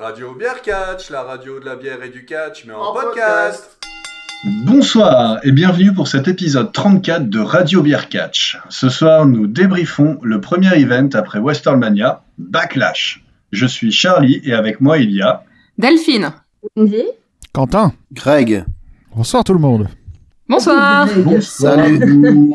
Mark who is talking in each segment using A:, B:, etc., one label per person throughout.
A: radio Bière Catch, la radio de la bière et du catch, mais en,
B: En
A: podcast.
C: Bonsoir et bienvenue pour cet épisode 34 de Radio Bière Catch. Ce soir, nous débriefons le premier event après Westermania, Backlash. Je suis Charlie et avec moi il y a.
D: Delphine,
E: Quentin,
F: Greg,
E: bonsoir tout le monde.
D: bonsoir.
F: salut.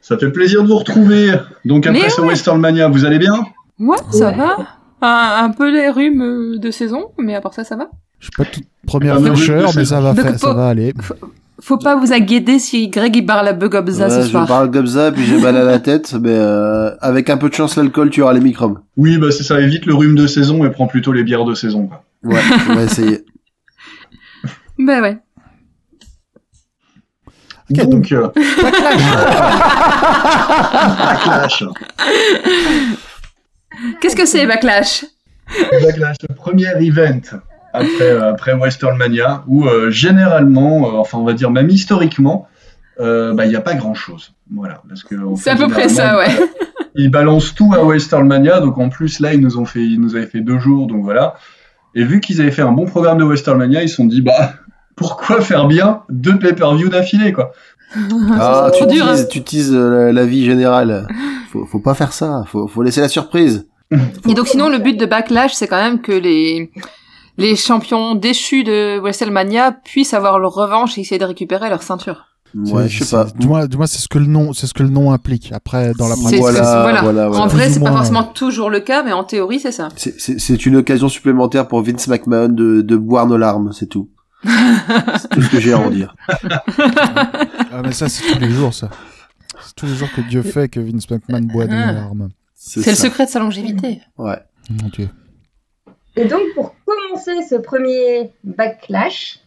C: Ça fait plaisir de vous retrouver. Donc après
D: Mais
C: ce Westermania, vous allez bien
D: Ouais, ça va. Un, un peu les rhumes euh, de saison, mais à part ça, ça va.
E: Je suis pas toute première
C: Enfin,
E: fraîcheur,
C: oui,
E: mais ça va,
D: Donc,
E: faire- ça
D: faut-
E: va aller.
D: Faut pas vous aguider si Greg il barre la bug
F: Ouais,
D: obza ce
F: je
D: soir.
F: parle comme ça, puis j'ai mal à la tête, mais euh, avec un peu de chance, l'alcool tuera les microbes.
C: Oui, bah c'est ça, évite le rhume de saison et prends plutôt les bières de saison. quoi.
F: Ouais, on va essayer.
D: Ben ouais.
E: Ok, donc,
C: Donc, euh, Backlash.
D: Qu'est-ce que c'est, Backlash
C: Backlash, le premier event après, euh, après Westermania, où euh, généralement, euh, enfin on va dire même historiquement, euh, bah, il n'y a pas grand chose. Voilà, parce que en
D: C'est
C: fait,
D: à peu près ça,
C: généralement,
D: ouais.
C: Ils balancent tout à Westermania, donc en plus là ils nous ont fait, ils nous avaient fait deux jours, donc voilà. Et vu qu'ils avaient fait un bon programme de Westermania, ils se sont dit bah pourquoi faire bien deux pay-per-view d'affilée quoi.
F: Ah,
D: c'est
F: tu
D: trop dur,
F: teases,
D: hein.
F: tu teases, euh, la, la vie générale. Faut, faut pas faire ça, faut, faut laisser la surprise.
D: Et donc sinon, le but de Backlash, c'est quand même que les les champions déchus de WrestleMania puissent avoir leur revanche et essayer de récupérer leur ceinture.
F: Ouais,
E: c'est-
F: je sais
E: c'est-
F: pas.
E: Du moins, du moins, c'est ce que le nom, c'est ce que le nom implique. Après, dans la
D: C'est-
E: pratique,
D: c'est- voilà.
F: Voilà, voilà, Ah,
D: En
F: voilà.
D: vrai,
E: Plus ou
D: c'est pas
E: moins,
D: forcément toujours le cas, mais en théorie, c'est ça.
F: C'est- C'est c'est une occasion supplémentaire pour Vince McMahon de, de boire nos larmes, c'est tout. c'est tout ce que j'ai à en dire.
E: ah, mais ça, c'est tous les jours, ça. C'est tous les jours que Dieu fait que Vince McMahon boit des
D: Ah.
E: larmes.
D: C'est le
F: ça.
D: secret de sa longévité.
F: Ouais.
E: Mon Dieu.
B: Et donc, pour commencer ce premier backlash,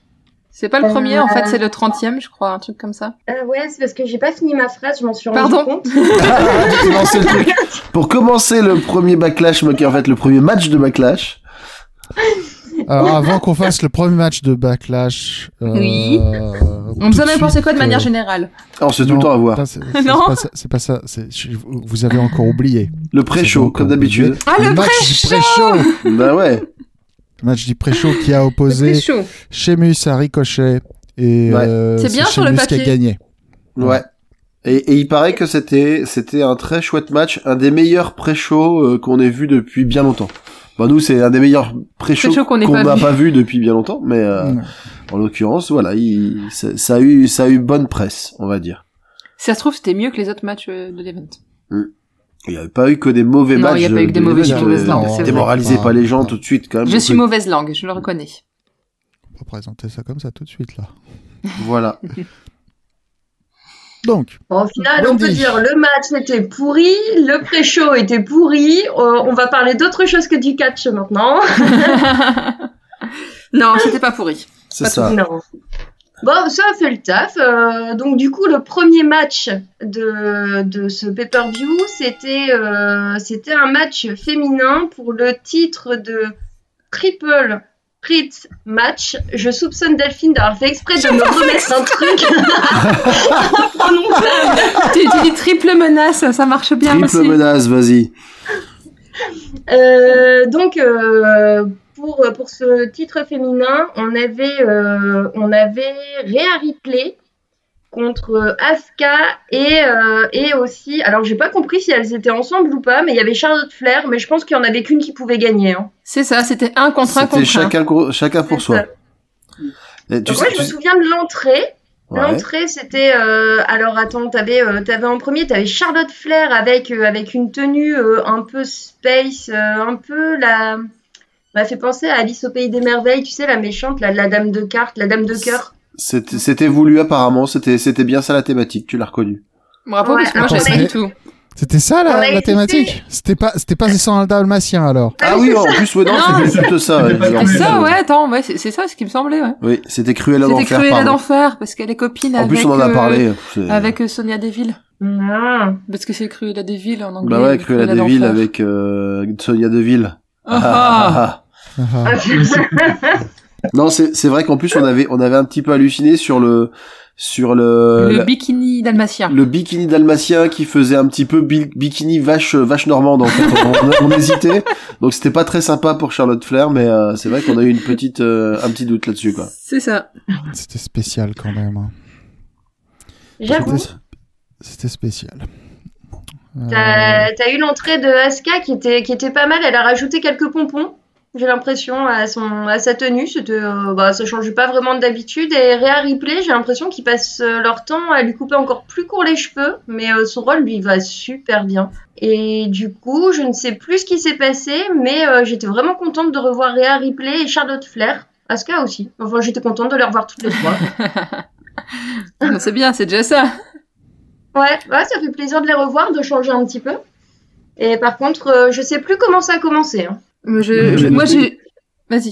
D: C'est pas le premier, en fait,
B: Euh.
D: c'est le trentième, je crois, un truc comme ça.
B: euh, ouais, c'est parce que j'ai pas fini ma phrase, je m'en suis rendu
D: Pardon
B: compte.
F: J'ai lancé le truc. Pour commencer le premier backlash, mais qui est en fait le premier match de backlash,
E: Alors, avant qu'on fasse le premier match de Backlash, euh,
D: Oui.
E: tout
D: On faisait
E: de
D: n'importe
E: suite,
D: quoi de manière
E: euh,
D: générale.
F: alors c'est tout
E: non,
F: le temps à voir.
E: putain, c'est- c'est-
D: Non.
E: c'est pas ça- C'est pas ça. c'est- je- Vous avez encore oublié.
F: Le pré-show, comme d'habitude.
D: Ah, le
E: match
D: pré-show
E: du pré-show.
F: bah ouais.
E: Le match du pré-show qui a opposé.
D: C'est chaud.
E: Sheamus à Ricochet et
F: Ouais.
E: euh,
D: C'est bien sur le
E: Sheamus
D: papier.
E: qui a gagné.
F: Ouais. Et, et il paraît que c'était c'était un très chouette match, un des meilleurs pré-shows euh, qu'on ait vu depuis bien longtemps. Bah nous c'est un des meilleurs pré-shows
D: Pré-shows qu'on
F: qu'on
D: n'ait pas
F: n'a
D: vu.
F: pas vu depuis bien longtemps, mais euh,
E: Mm.
F: en l'occurrence voilà, il, ça, ça a eu ça a eu bonne presse, on va dire.
D: Si ça se trouve, c'était mieux que les autres matchs euh, de l'event.
F: Ah, Il n'y avait pas eu que des mauvais
D: Non,
F: matchs.
D: il y a pas eu que des mauvais
F: matchs.
D: matchs, non, c'est vrai.
F: Démoralisez pas les gens tout de suite quand même.
D: Je suis mauvaise langue, je le reconnais.
E: On peut présenter ça comme ça tout de suite là.
F: Voilà.
E: Donc,
B: Bon, au final, on peut
E: Wendy.
B: dire le match était pourri, le pré-show était pourri. euh, on va parler d'autre chose que du catch maintenant.
D: Non, c'était pas pourri.
F: C'est ça.
B: Non. Bon, ça a fait le taf. euh, donc, du coup, le premier match de, de ce pay-per-view, c'était euh, c'était un match féminin pour le titre de Triple Threat Match. Je soupçonne Delphine d'avoir fait exprès de me remettre un truc imprononçable.
D: tu, tu dis triple menace, ça marche bien
F: Triple
D: aussi.
F: menace, vas-y.
B: Euh, donc, euh, pour, pour ce titre féminin, on avait, euh, on avait Rhea Ripley contre euh, Asuka et, euh, et aussi, alors j'ai pas compris si elles étaient ensemble ou pas, mais il y avait Charlotte Flair, mais je pense qu'il y en avait qu'une qui pouvait gagner. hein.
D: C'est ça, c'était un contre un
F: C'était
D: contre un.
F: chacun, co- chacun pour
B: C'est
F: soi.
B: ça.
F: Et tu
B: Donc, moi,
F: sais,
B: je me
F: tu-
B: souviens de l'entrée.
F: ouais.
B: L'entrée, c'était. euh, alors, attends, t'avais, euh, t'avais en premier, t'avais Charlotte Flair avec, euh, avec une tenue euh, un peu space, euh, un peu la. M'a fait penser à Alice au Pays des Merveilles, tu sais, la méchante, la, la dame de cartes, la dame de cœur.
F: C'était c'était voulu apparemment, c'était c'était bien ça la thématique, tu l'as reconnu.
D: Bravo,
B: Ouais,
D: parce que moi,
B: alors,
D: j'avais pas
E: on
D: du
E: est-
D: tout.
E: c'était ça
B: On
E: la,
B: a
E: la
B: hésité.
E: thématique C'était pas, c'était pas 100 dalmatien alors
F: Ah oui, en plus, ouais, non,
D: Non,
F: c'était plutôt ça.
C: c'était pas
F: ouais,
D: Ah,
C: Oui,
D: ça,
C: oui.
D: ouais, attends, ouais, c'est c'est ça ce qui me semblait, ouais.
F: Oui, c'était cruel à
D: C'était
F: euh, l'enfer.
D: cruel à
F: pardon.
D: l'enfer, parce qu'elle est copine
F: En
D: avec.
F: plus, on en a
D: euh,
F: parlé. hein, c'est-
D: Avec euh, Sonia Deville.
B: Mmh.
D: Parce que c'est cruel à Deville en anglais.
F: Bah ouais, cruel à
D: l'enfer.
F: Deville
D: Oh,
F: avec euh, Sonia Deville.
D: Ah, ah, ah.
E: Ah, ah.
B: Ah,
F: Non, c'est c'est vrai qu'en plus on avait on avait un petit peu halluciné sur le sur le
D: le
F: ah, la-
D: bikini dalmatien.
F: le bikini dalmatien qui faisait un petit peu bi- bikini vache vache normande en fait. on, on- on hésitait donc c'était pas très sympa pour Charlotte Flair mais euh, c'est vrai qu'on a eu une petite euh, un petit doute là-dessus quoi
D: C'est ça.
E: C'était spécial quand même. hein.
B: J'avoue,
E: C'était- C'était spécial. Euh,
B: t'as t'as eu l'entrée de Asuka qui était, qui était pas mal. Elle a rajouté quelques pompons, j'ai l'impression, à, son, à sa tenue. C'était, euh, bah, ça change pas vraiment d'habitude. Et Rhea Ripley, j'ai l'impression qu'ils passent euh, leur temps à lui couper encore plus court les cheveux. Mais euh, son rôle lui va super bien. Et du coup, je ne sais plus ce qui s'est passé, mais euh, j'étais vraiment contente de revoir Rhea Ripley et Charlotte Flair. Asuka aussi. Enfin, j'étais contente de les revoir toutes les trois.
D: Non, c'est bien, c'est déjà ça.
B: Ouais, ouais, ça fait plaisir de les revoir, de changer un petit peu. Et par contre, euh, je sais plus comment ça a commencé. hein.
D: Mais Euh, je-
C: J'ai
D: moi,
C: noté.
D: j'ai. Vas-y.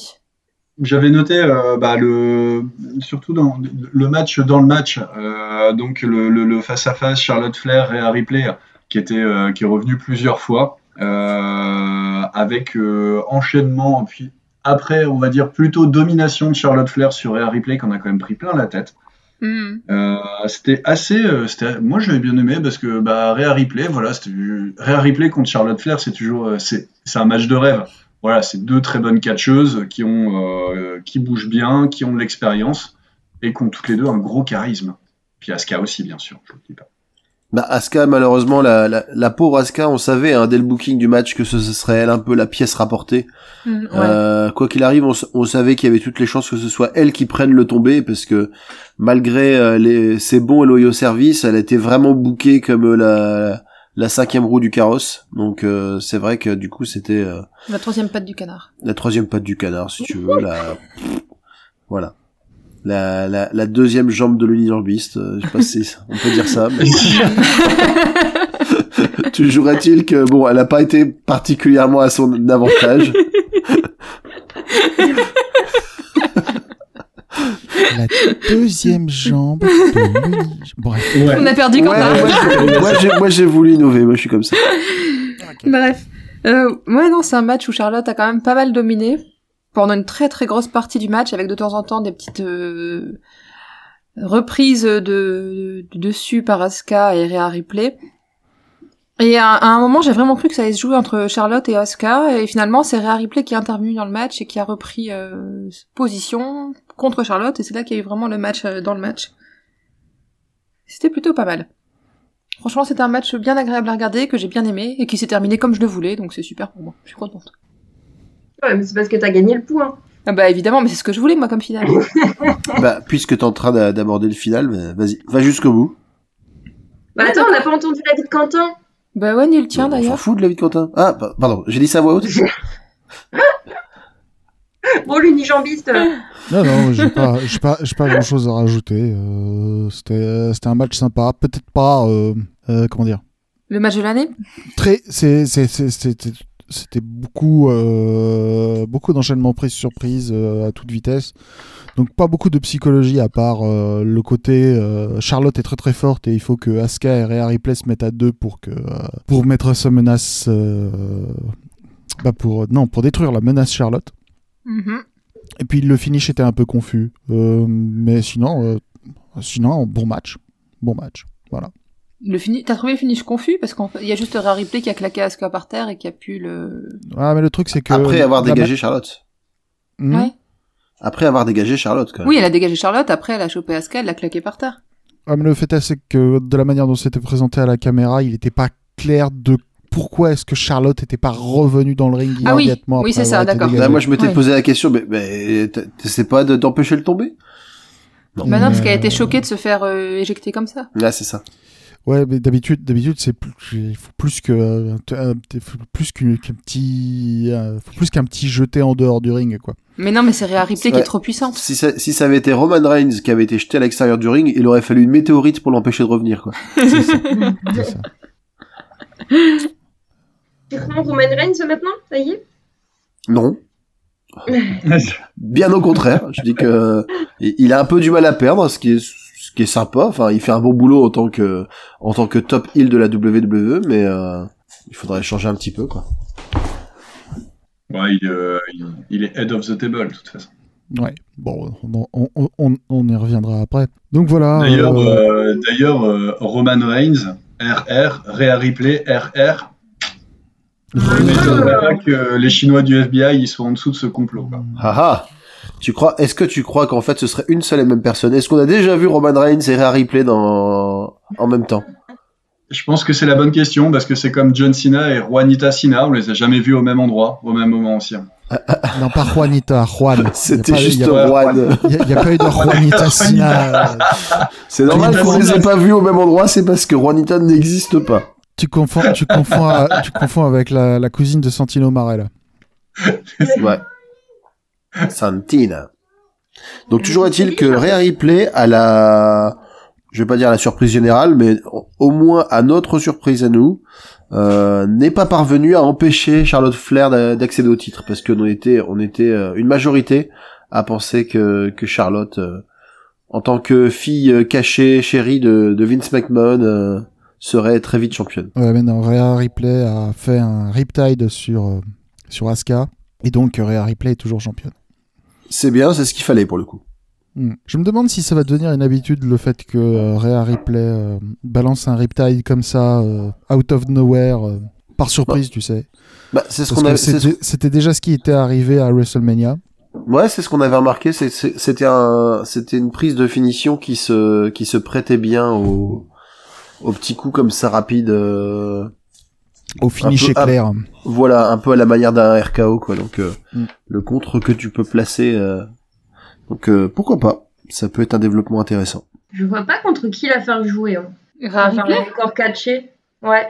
C: J'avais noté euh, bah, le surtout dans le match dans le match euh, donc le, le- le face à face Charlotte Flair et Harry Player qui était euh, qui est revenu plusieurs fois euh, avec euh, enchaînement puis après on va dire plutôt domination de Charlotte Flair sur Harry Play qu'on a quand même pris plein la tête.
D: Hmm.
C: Euh, c'était assez. euh, c'était- moi, j'avais bien aimé parce que bah, Rhea Ripley, voilà, c'était du- Rhea Ripley contre Charlotte Flair, c'est toujours euh, c'est c'est un match de rêve. Voilà, c'est deux très bonnes catcheuses qui ont euh, qui bougent bien, qui ont de l'expérience et qui ont toutes les deux un gros charisme. Puis Asuka aussi, bien sûr. Je vous le dis pas.
F: bah Asuka malheureusement la, la, la pauvre Asuka on savait hein, dès le booking du match que ce, ce serait elle un peu la pièce rapportée
D: Hmm, ouais.
F: Euh, quoi qu'il arrive, on, s- on savait qu'il y avait toutes les chances que ce soit elle qui prenne le tombé, parce que malgré euh, les, ses bons et loyaux services, elle était vraiment bookée comme euh, la, la cinquième roue du carrosse. Donc euh, c'est vrai que du coup c'était euh,
D: La troisième patte du canard.
F: la troisième patte du canard, si tu veux. La... Voilà. La, la, la deuxième jambe de l'unilambiste, euh, je sais pas si on peut dire ça. Mais... Toujours est-il que bon, elle a pas été particulièrement à son avantage.
E: La deuxième jambe de l'uni- Bref.
D: On a perdu
F: Ouais,
D: canard.
F: moi, j'ai- moi, j'ai- moi, j'ai voulu innover, moi je suis comme ça.
D: Bref. Euh, ouais, non, c'est un match où Charlotte a quand même pas mal dominé pendant une très très grosse partie du match, avec de temps en temps des petites euh, reprises de, de- dessus par Asuka et Rhea Ripley. Et à, à un moment, j'ai vraiment cru que ça allait se jouer entre Charlotte et Asuka, et finalement, c'est Rhea Ripley qui est intervenue dans le match et qui a repris euh, position contre Charlotte, et c'est là qu'il y a eu vraiment le match euh, dans le match. C'était plutôt pas mal. Franchement, c'était un match bien agréable à regarder, que j'ai bien aimé, et qui s'est terminé comme je le voulais, donc c'est super pour moi. Je suis contente.
B: Ouais, mais c'est parce que t'as gagné le point.
D: Ah bah évidemment, mais c'est ce que je voulais moi comme finale.
F: Bah, puisque t'es en train d'a- d'aborder le final, bah, vas-y, va jusqu'au bout.
B: Bah attends, on n'a pas entendu la vie de Quentin.
D: bah ouais, nul tien
F: Bah, On s'en
D: d'ailleurs.
F: fout de la vie de Quentin. Ah, pa- pardon, j'ai dit ça à voix haute.
B: Bon, l'unijambiste. euh,
E: Non, non, j'ai pas, j'ai pas, j'ai pas grand chose à rajouter. Euh, c'était, c'était un match sympa. Peut-être pas, euh, euh, comment dire.
D: Le match de l'année
E: Très, c'est, c'est, c'est- c'était, c'était beaucoup, euh, beaucoup d'enchaînements prise surprise euh, à toute vitesse. Donc pas beaucoup de psychologie à part euh, le côté euh, Charlotte est très très forte et il faut que Asuka et Rhea Ripley se mettent à deux pour que euh, pour mettre sa menace, euh, bah pour non pour détruire la menace Charlotte.
D: Mhm.
E: Et puis le finish était un peu confus. Euh, mais sinon, euh, sinon, bon match. Bon match.
D: Le fini... T'as trouvé le finish confus Parce qu'il y a juste Rare Ripley qui a claqué Asuka par terre et qui a pu le...
E: Ah, mais le truc, c'est que.
F: Après avoir
E: la-
F: dégagé Charlotte.
E: Hmm.
D: Ouais.
F: Après avoir dégagé Charlotte, quand même.
D: Oui, elle a dégagé Charlotte, après elle a chopé Asuka, elle l'a claqué par terre.
E: Ah, mais le fait est, c'est que de la manière dont c'était présenté à la caméra, il n'était pas clair de pourquoi est-ce que Charlotte n'était pas revenue dans le ring
D: Ah oui.
E: immédiatement
D: Oui,
E: après
D: c'est
E: avoir
D: ça,
E: été
D: d'accord.
E: dégagée.
F: Là, moi, je m'étais
D: Ouais.
F: posé la question, mais, mais t- t'essaies pas de- d'empêcher le tomber Non.
D: Bah non, parce qu'elle
E: Euh,
D: était choquée de se faire euh, éjecter comme ça.
F: Mm-hmm. Là, c'est ça.
E: Ouais, mais d'habitude, d'habitude, c'est plus, il faut plus que euh, un- faut plus qu'une- qu'un petit, euh, faut plus qu'un petit jeté en dehors du ring, quoi.
D: Mais non, mais c'est Rhea Ripley qui
F: Ouais.
D: est trop puissante.
F: Si, ça. si ça avait été Roman Reigns qui avait été jeté à l'extérieur du ring, il aurait fallu une météorite pour l'empêcher de revenir, quoi.
E: C'est ça. C'est ça.
B: Tu prends Roman Reigns maintenant Ça y est
F: Non. Bien au contraire, je dis que il a un peu du mal à perdre, ce qui est ce qui est sympa. Enfin, il fait un bon boulot en tant que en tant que top heel de la WWE, mais euh, il faudrait changer un petit peu quoi.
C: Ouais, il, euh, il- il est head of the table de toute façon.
E: Ouais, bon, on, en- on- on- on- on y reviendra après. Donc voilà.
C: D'ailleurs,
E: euh,
C: euh, d'ailleurs, euh, Roman Reigns, RR, Rhea Ripley, RR. Je m'étonnerais pas que les Chinois du FBI ils soient en dessous de ce complot. quoi.
F: Ah ah Tu crois Est-ce que tu crois qu'en fait ce serait une seule et même personne Est-ce qu'on a déjà vu Roman Reigns et Rhea Ripley dans en même temps
C: Je pense que c'est la bonne question parce que c'est comme John Cena et Juanita Cena, on les a jamais vus au même endroit, au même moment ancien.
E: Non, pas Juanita, Juan.
F: C'était juste
E: Il
C: pas-
F: Juan.
E: n'y a, pas eu de Juanita Sina.
F: C'est normal
E: Juanita
F: qu'on les ait
C: Sina.
F: pas vus au même endroit, c'est parce que Juanita n'existe pas.
E: Tu confonds, tu confonds, à- tu confonds avec la, la cousine de Santino Marella.
F: Ouais. Santina. Donc toujours est-il que Rhea Ripley à la je vais pas dire à la surprise générale mais au- au moins à notre surprise à nous euh, n'est pas parvenue à empêcher Charlotte Flair d'a- d'accéder au titre parce que on était on était euh, une majorité à penser que que Charlotte euh, en tant que fille euh, cachée chérie de, de Vince McMahon euh, serait très vite championne.
E: Ouais, mais non, Rhea Ripley a fait un riptide sur, euh, sur Asuka. Et donc, euh, Rhea Ripley est toujours championne.
F: C'est bien, c'est ce qu'il fallait pour le coup.
E: Hmm. Je me demande si ça va devenir une habitude le fait que euh, Rhea Ripley euh, balance un riptide comme ça, euh, out of nowhere, euh, par surprise, tu sais.
F: Bah, c'est ce
E: Parce
F: qu'on
E: que
F: a c'est ce-
E: c'était c'était déjà ce qui était arrivé à WrestleMania.
F: Ouais, c'est ce qu'on avait remarqué. c'est- c'est- C'était un, c'était une prise de finition qui se, qui se prêtait bien au, au petit coup comme ça rapide. euh,
E: Au finish
F: peu-
E: éclair.
F: voilà, un peu à la manière d'un RKO quoi. Donc euh,
E: Mm.
F: le contre que tu peux placer. euh, donc euh, pourquoi pas Ça peut être un développement intéressant.
B: Je vois pas contre qui la faire jouer. Hein.
D: Rhea
B: Faire
D: Ripley
B: le corps catché. Ouais.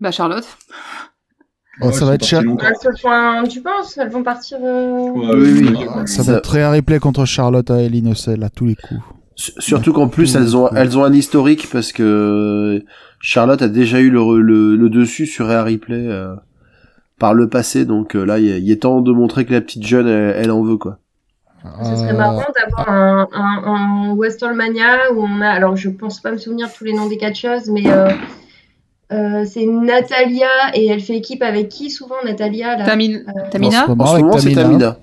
D: Bah Charlotte.
E: Oh,
C: c'est
E: ça va être
C: parti
E: cher.
C: longtemps.
B: À ce point, tu penses Elles vont partir. euh,
C: Ouais,
F: Oui, oui,
C: ouais,
E: Ah,
C: ouais.
E: ça,
F: Ça-
E: va être Rhea Ripley contre Charlotte à Ellie Nussel à tous les coups.
F: S- Surtout qu'en plus
E: Mm.
F: elles ont, elles ont un historique parce que Charlotte a déjà eu le, le, le dessus sur Rhea Ripley euh, par le passé. Donc euh, là, il est- il est temps de montrer que la petite jeune, elle, elle en veut quoi.
B: Ce serait
E: Euh,
B: marrant d'avoir un, un, un Westallmania où on a, alors je pense pas me souvenir de tous les noms des catcheuses, mais euh, euh, c'est Natalia et elle fait équipe avec qui souvent Natalia là
D: Tamin-
E: en ce
D: Tamina
E: moment,
F: En ce
E: avec
F: moment, c'est Tamina.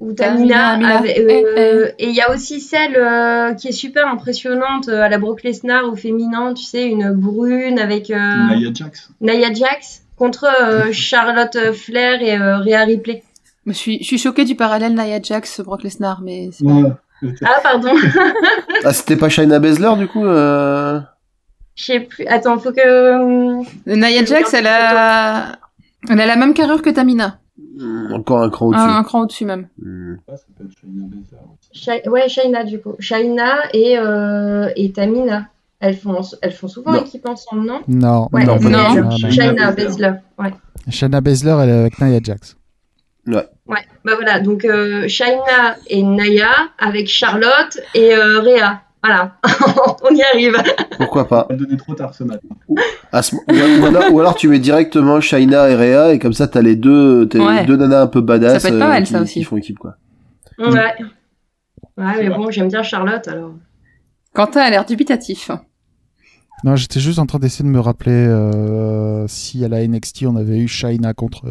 B: Ou Tamina.
D: Tamina,
B: avec-
D: Tamina.
B: euh,
D: Eh,
B: Et il y a aussi celle euh, qui est super impressionnante euh, à la Brock Lesnar au féminin, tu sais, une brune avec euh,
C: Nia Jax.
B: Nia Jax contre euh, Charlotte Flair et euh, Rhea Ripley.
D: Je suis, je suis choquée du parallèle Nia Jax, Brock Lesnar, mais c'est pas...
C: Ouais.
B: Ah pardon,
F: Ah, c'était pas Shayna Baszler du coup euh...
B: je sais plus. Attends, faut que euh,
D: Nia Jax, elle a... elle a la même carrure que Tamina.
F: hmm, Encore un cran
D: Un,
F: au-dessus.
D: un cran au-dessus même.
F: Hmm.
B: Shai- ouais, Shaina du coup. Shaina et, euh, et Tamina. Elles font, elles font souvent
F: Non.
B: équipe ensemble, non
E: Non,
B: Ouais,
F: Non, pas
B: c'est
E: non,
F: du tout.
B: elle.
E: non, non.
B: Shaina
C: Shaina
B: Baszler. Ouais.
E: Shayna Baszler, elle est avec Nia Jax.
B: ouais. Bah voilà, donc euh, Shaina et Naya avec Charlotte et euh, Rhea. Voilà, on y arrive.
F: Pourquoi pas
C: Elle donnait trop tard ce matin.
F: À ce mo- ou, ou alors, ou alors tu mets directement Shayna et Rhea et comme ça t'as les deux, t'as
D: Ouais.
F: les deux nanas un peu badass euh,
D: Ça peut être pas mal,
F: qui,
D: ça aussi.
F: qui font équipe quoi.
B: Ouais. Ouais,
C: vrai.
B: mais bon, j'aime bien Charlotte alors.
D: Quentin a l'air dubitatif.
E: Non, j'étais juste en train d'essayer de me rappeler euh, si à la NXT on avait eu Shayna contre,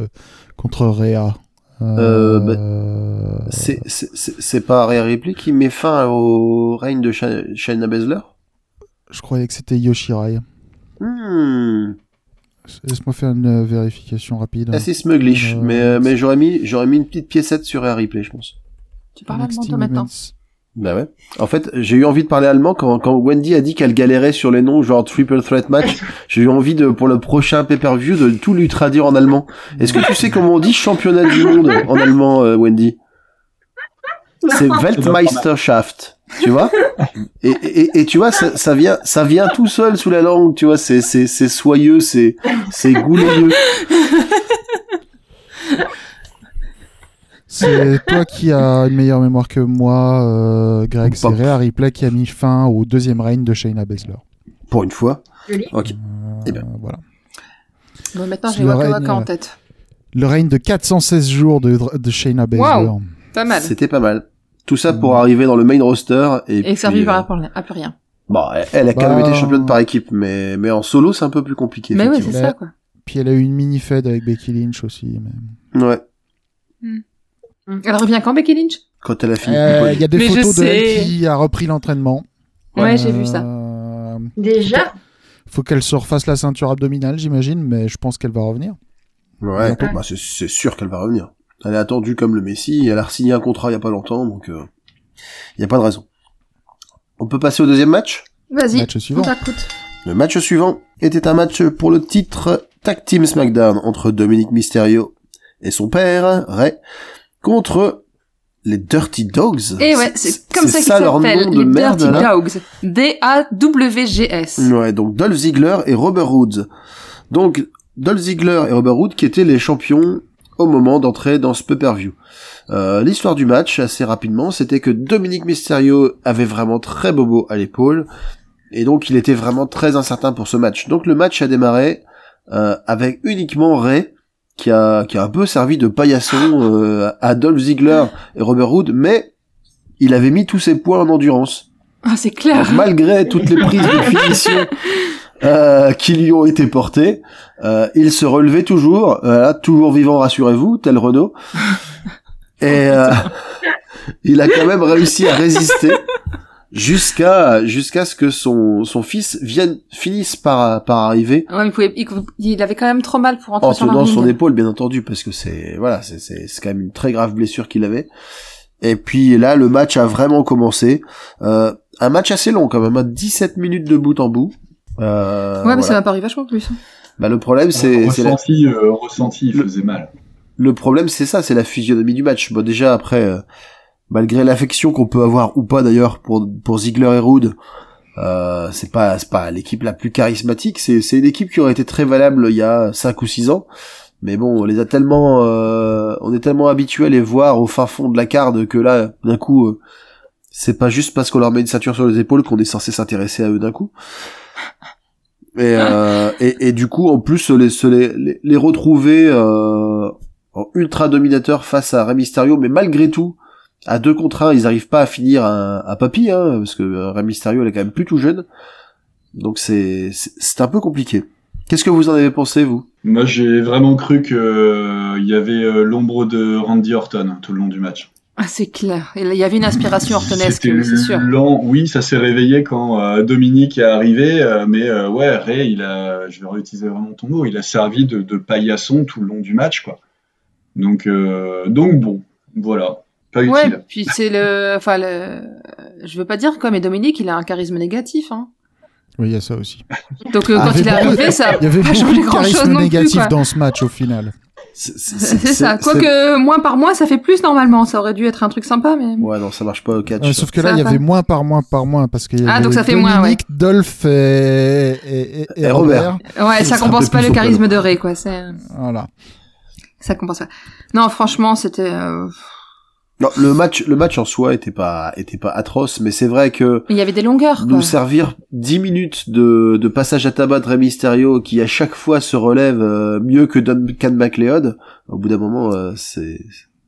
E: contre Rhea.
F: Euh, bah,
E: euh,
F: C'est c'est- c'est c'est pas Rhea Ripley qui met fin au règne de Shay- Shayna Baszler
E: Je croyais que c'était Yoshirai.
F: Hmm.
E: Laisse-moi faire une euh, vérification rapide.
F: Assez smuglish,
E: Euh,
F: mais euh, mais j'aurais mis j'aurais mis une petite piécette sur Rhea Ripley je pense.
D: Tu parles allemand
E: NXT
D: toi maintenant.
E: Women's.
F: Bah ouais. En fait, j'ai eu envie de parler allemand quand, quand Wendy a dit qu'elle galérait sur les noms, genre triple threat match. J'ai eu envie de, pour le prochain pay-per-view, de tout lui traduire en allemand. Est-ce que tu sais comment on dit championnat du monde en allemand, euh, Wendy? C'est Weltmeisterschaft. Tu vois? Et, et, et tu vois, ça, ça vient, ça vient tout seul sous la langue, tu vois, c'est, c'est, c'est soyeux, c'est, c'est gouleux.
E: C'est toi qui as une meilleure mémoire que moi, euh, Greg. C'est
F: Pop.
E: Rhea Ripley qui a mis fin au deuxième règne de Shayna Baszler.
F: Pour une fois.
B: Joli.
F: Ok.
E: Euh,
F: Eh ben.
E: voilà.
D: Bon, maintenant,
E: C'est
D: j'ai
E: le
D: Waka
E: règne,
F: hein.
D: Waka en
E: euh,
D: tête.
E: Le règne de 416 jours de, de Shayna Baszler.
D: Waouh. Pas mal.
F: C'était pas mal. Tout ça pour
E: Mm.
F: arriver dans le main roster et,
D: Et que ça
F: puis,
D: revient
F: euh,
D: à plus- à plus rien.
F: Bon, elle- elle a quand
E: Bah,
F: même été
E: euh,
F: championne par équipe, mais, mais en solo, c'est un peu plus compliqué.
D: Mais ouais, c'est
F: effectivement.
D: ça, quoi.
E: Puis elle a eu une mini fed avec Becky Lynch aussi. mais-
F: ouais.
D: Elle revient quand, Becky Lynch
F: quand elle a fini.
E: Euh,
F: de
E: Il y a des
D: Mais je
E: photos de
D: sais.
E: elle qui a repris l'entraînement.
D: Ouais, j'ai vu ça.
E: Euh,
B: Déjà,
E: Faut qu'elle se refasse la ceinture abdominale, j'imagine, mais je pense qu'elle va revenir.
F: Ouais, bah, c'est- c'est sûr qu'elle va revenir. Elle est attendue comme le Messi, elle a signé un contrat il y a pas longtemps, donc euh, il y a pas de raison. On peut passer au deuxième match
D: Vas-y,
E: Match
D: on
E: suivant.
D: t'écoute.
F: Le match suivant était un match pour le titre Tag Team SmackDown entre Dominique Mysterio et son père, Ray, contre les Dirty Dogs.
D: Et Eh ouais, c'est comme ça qu'ils
F: leur
D: s'appellent,
F: nom de
D: les
F: merde,
D: Dirty
F: là.
D: Dogs. D-A-W-G-S.
F: Ouais, donc Dolph Ziggler et Robert Woods. Donc Dolph Ziggler et Robert Woods qui étaient les champions au moment d'entrer dans ce pay-per-view. Euh, L'histoire du match, assez rapidement, c'était que Dominique Mysterio avait vraiment très bobo à l'épaule, et donc il était vraiment très incertain pour ce match. Donc le match a démarré euh, avec uniquement Ray, qui a, qui a un peu servi de paillasson euh, à Dolph Ziggler et Robert Woods, mais il avait mis tous ses points en endurance.
D: Ah, c'est
F: Donc,
D: clair.
F: malgré toutes les prises de finition euh, qui lui ont été portées, euh, il se relevait toujours, voilà, toujours vivant, rassurez-vous, tel Renault. Et euh, il a quand même réussi à résister jusqu'à jusqu'à ce que son son fils vienne finisse par par arriver
D: Ouais, mais il, pouvait- il cou- il avait quand même trop mal pour entrer
F: en
D: sur la
F: tenant
D: ring.
F: son épaule, bien entendu, parce que c'est voilà, c'est c'est c'est quand même une très grave blessure qu'il avait. Et puis là, le match a vraiment commencé. Euh, un match assez long quand même, hein, 17 minutes de bout en bout. Euh,
D: Ouais, mais ça
F: voilà.
D: m'a paru vachement plus.
F: Bah, le problème, c'est c'est la-
C: Ressenti, euh, ressenti, il
F: Le-
C: faisait mal.
F: le problème, c'est ça, c'est la physionomie du match. Bon, déjà après, euh, malgré l'affection qu'on peut avoir ou pas d'ailleurs pour pour Ziggler et Rude, euh, c'est pas c'est pas l'équipe la plus charismatique. C'est c'est une équipe qui aurait été très valable il y a cinq ou six ans. Mais bon, on les a tellement, euh, on est tellement habitué à les voir au fin fond de la carte que là, d'un coup, euh, c'est pas juste parce qu'on leur met une ceinture sur les épaules qu'on est censé s'intéresser à eux d'un coup. Et, euh, et, et du coup, en plus, les, se les, les, les retrouver euh, en ultra dominateur face à Rey Mysterio, mais malgré tout, à deux contre un, ils arrivent pas à finir un, un papy, hein, parce que euh, Rey Mysterio, il est quand même plus tout jeune. Donc c'est c'est c'est un peu compliqué. Qu'est-ce que vous en avez pensé, vous
C: Moi, j'ai vraiment cru que euh, il y avait euh, l'ombre de Randy Orton hein, tout le long du match.
D: Ah, c'est clair. Il il y avait une inspiration ortonesque,
C: C'était
D: c'est sûr.
C: lent. Oui, ça s'est réveillé quand euh, Dominique est arrivé, euh, mais euh, ouais, Ray, il a, je vais réutiliser vraiment ton mot, il a servi de, de paillasson tout le long du match, quoi. Donc, euh, donc bon, voilà, pas
D: Ouais,
C: utile.
D: puis c'est le, enfin le, je veux pas dire quoi, mais Dominique, il a un charisme négatif. Hein.
E: Oui, il y a ça aussi.
D: Donc euh,
E: Ah,
D: quand
E: mais
D: il est
E: bon,
D: arrivé, ça a
E: Il y avait
D: pas changé
E: beaucoup de
D: grand chose
E: charisme
D: non plus.
E: négatif
D: quoi.
E: dans ce match au final.
D: C'est ça. Quoique moins par mois, ça fait plus normalement. Ça aurait dû être un truc sympa, mais.
F: Ouais, non, ça marche pas au catch.
E: Euh, sauf que là,
D: Ça
E: il y
D: va.
E: avait moins par moins par moins parce qu'il y
D: Ah,
E: avait
D: donc ça fait moins,
E: Dominique, Dolph et, et, et- et
F: Et Robert.
E: Robert.
D: Ouais,
F: Ça
D: ça
F: fait
D: compense pas
F: plus
D: le
F: au
D: charisme de Ray, quoi. C'est,
E: Voilà.
D: ça compense pas. Non, franchement, c'était. euh,
F: Non, le match, le match en soi était pas, était pas atroce, mais c'est vrai que
D: Il y avait des longueurs. Quoi.
F: nous servir 10 minutes de, de passage à tabac de Rey Mysterio qui à chaque fois se relève euh, mieux que Duncan McLeod, au bout d'un moment, euh, c'est,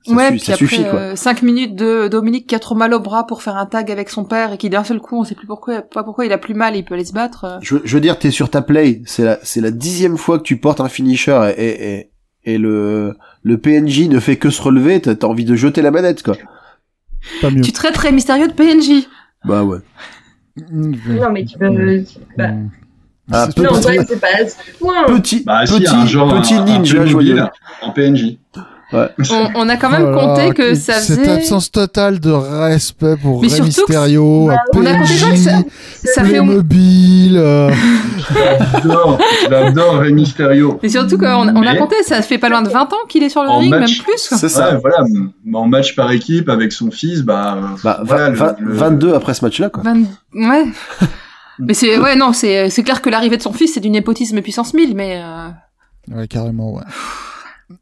F: ça,
D: ouais,
F: su-
D: puis
F: ça
D: après
F: suffit quoi.
D: 5 minutes de Dominique qui a trop mal au bras pour faire un tag avec son père et qui d'un seul coup, on sait plus pourquoi, pas pourquoi il a plus mal, il peut aller se battre. euh.
F: Je, je veux dire, t'es sur ta play, c'est la, c'est la dixième fois que tu portes un finisher et, et, et, et le, le PNJ ne fait que se relever, t'as t'as envie de jeter la manette quoi.
E: Pas mieux.
D: Tu traites Ray Mysterio de PNJ.
F: Bah ouais.
B: non, mais tu peux. bah,
E: Mm.
F: Ah,
E: C'est-
B: Non,
F: Petit-
B: ouais, c'est pas c'est le point.
F: Petit,
C: Bah, si,
F: petit,
C: un genre, un-
F: petit
C: un
F: ninja
C: PNJ,
F: joyeux.
C: là, en PNJ.
D: On, on a quand même
E: Oh là là,
D: compté que ça
E: Cette
D: faisait.
E: absence totale de respect pour
D: Mais
E: Rey
D: surtout que- Bah,
E: Mysterio,
D: on a compté
E: PNJ,
D: ça que ça- ça fait au moins-
E: Playmobil, euh,
C: J'adore, j'adore Rey Mysterio.
D: Mais surtout qu'on on a
C: Mais-
D: compté, ça fait pas loin de 20 ans qu'il est sur le
C: En
D: ring,
C: match-
D: même plus. quoi.
F: C'est ça.
C: Ouais, voilà, mais en match par équipe avec son fils, bah, euh,
F: Bah,
C: voilà, le-
F: 20
C: le-
F: 22 après ce match-là, quoi.
D: 20 Ouais. mais c'est ouais non, c'est c'est clair que l'arrivée de son fils c'est du népotisme puissance 1000 mais euh,
E: Ouais, carrément, ouais.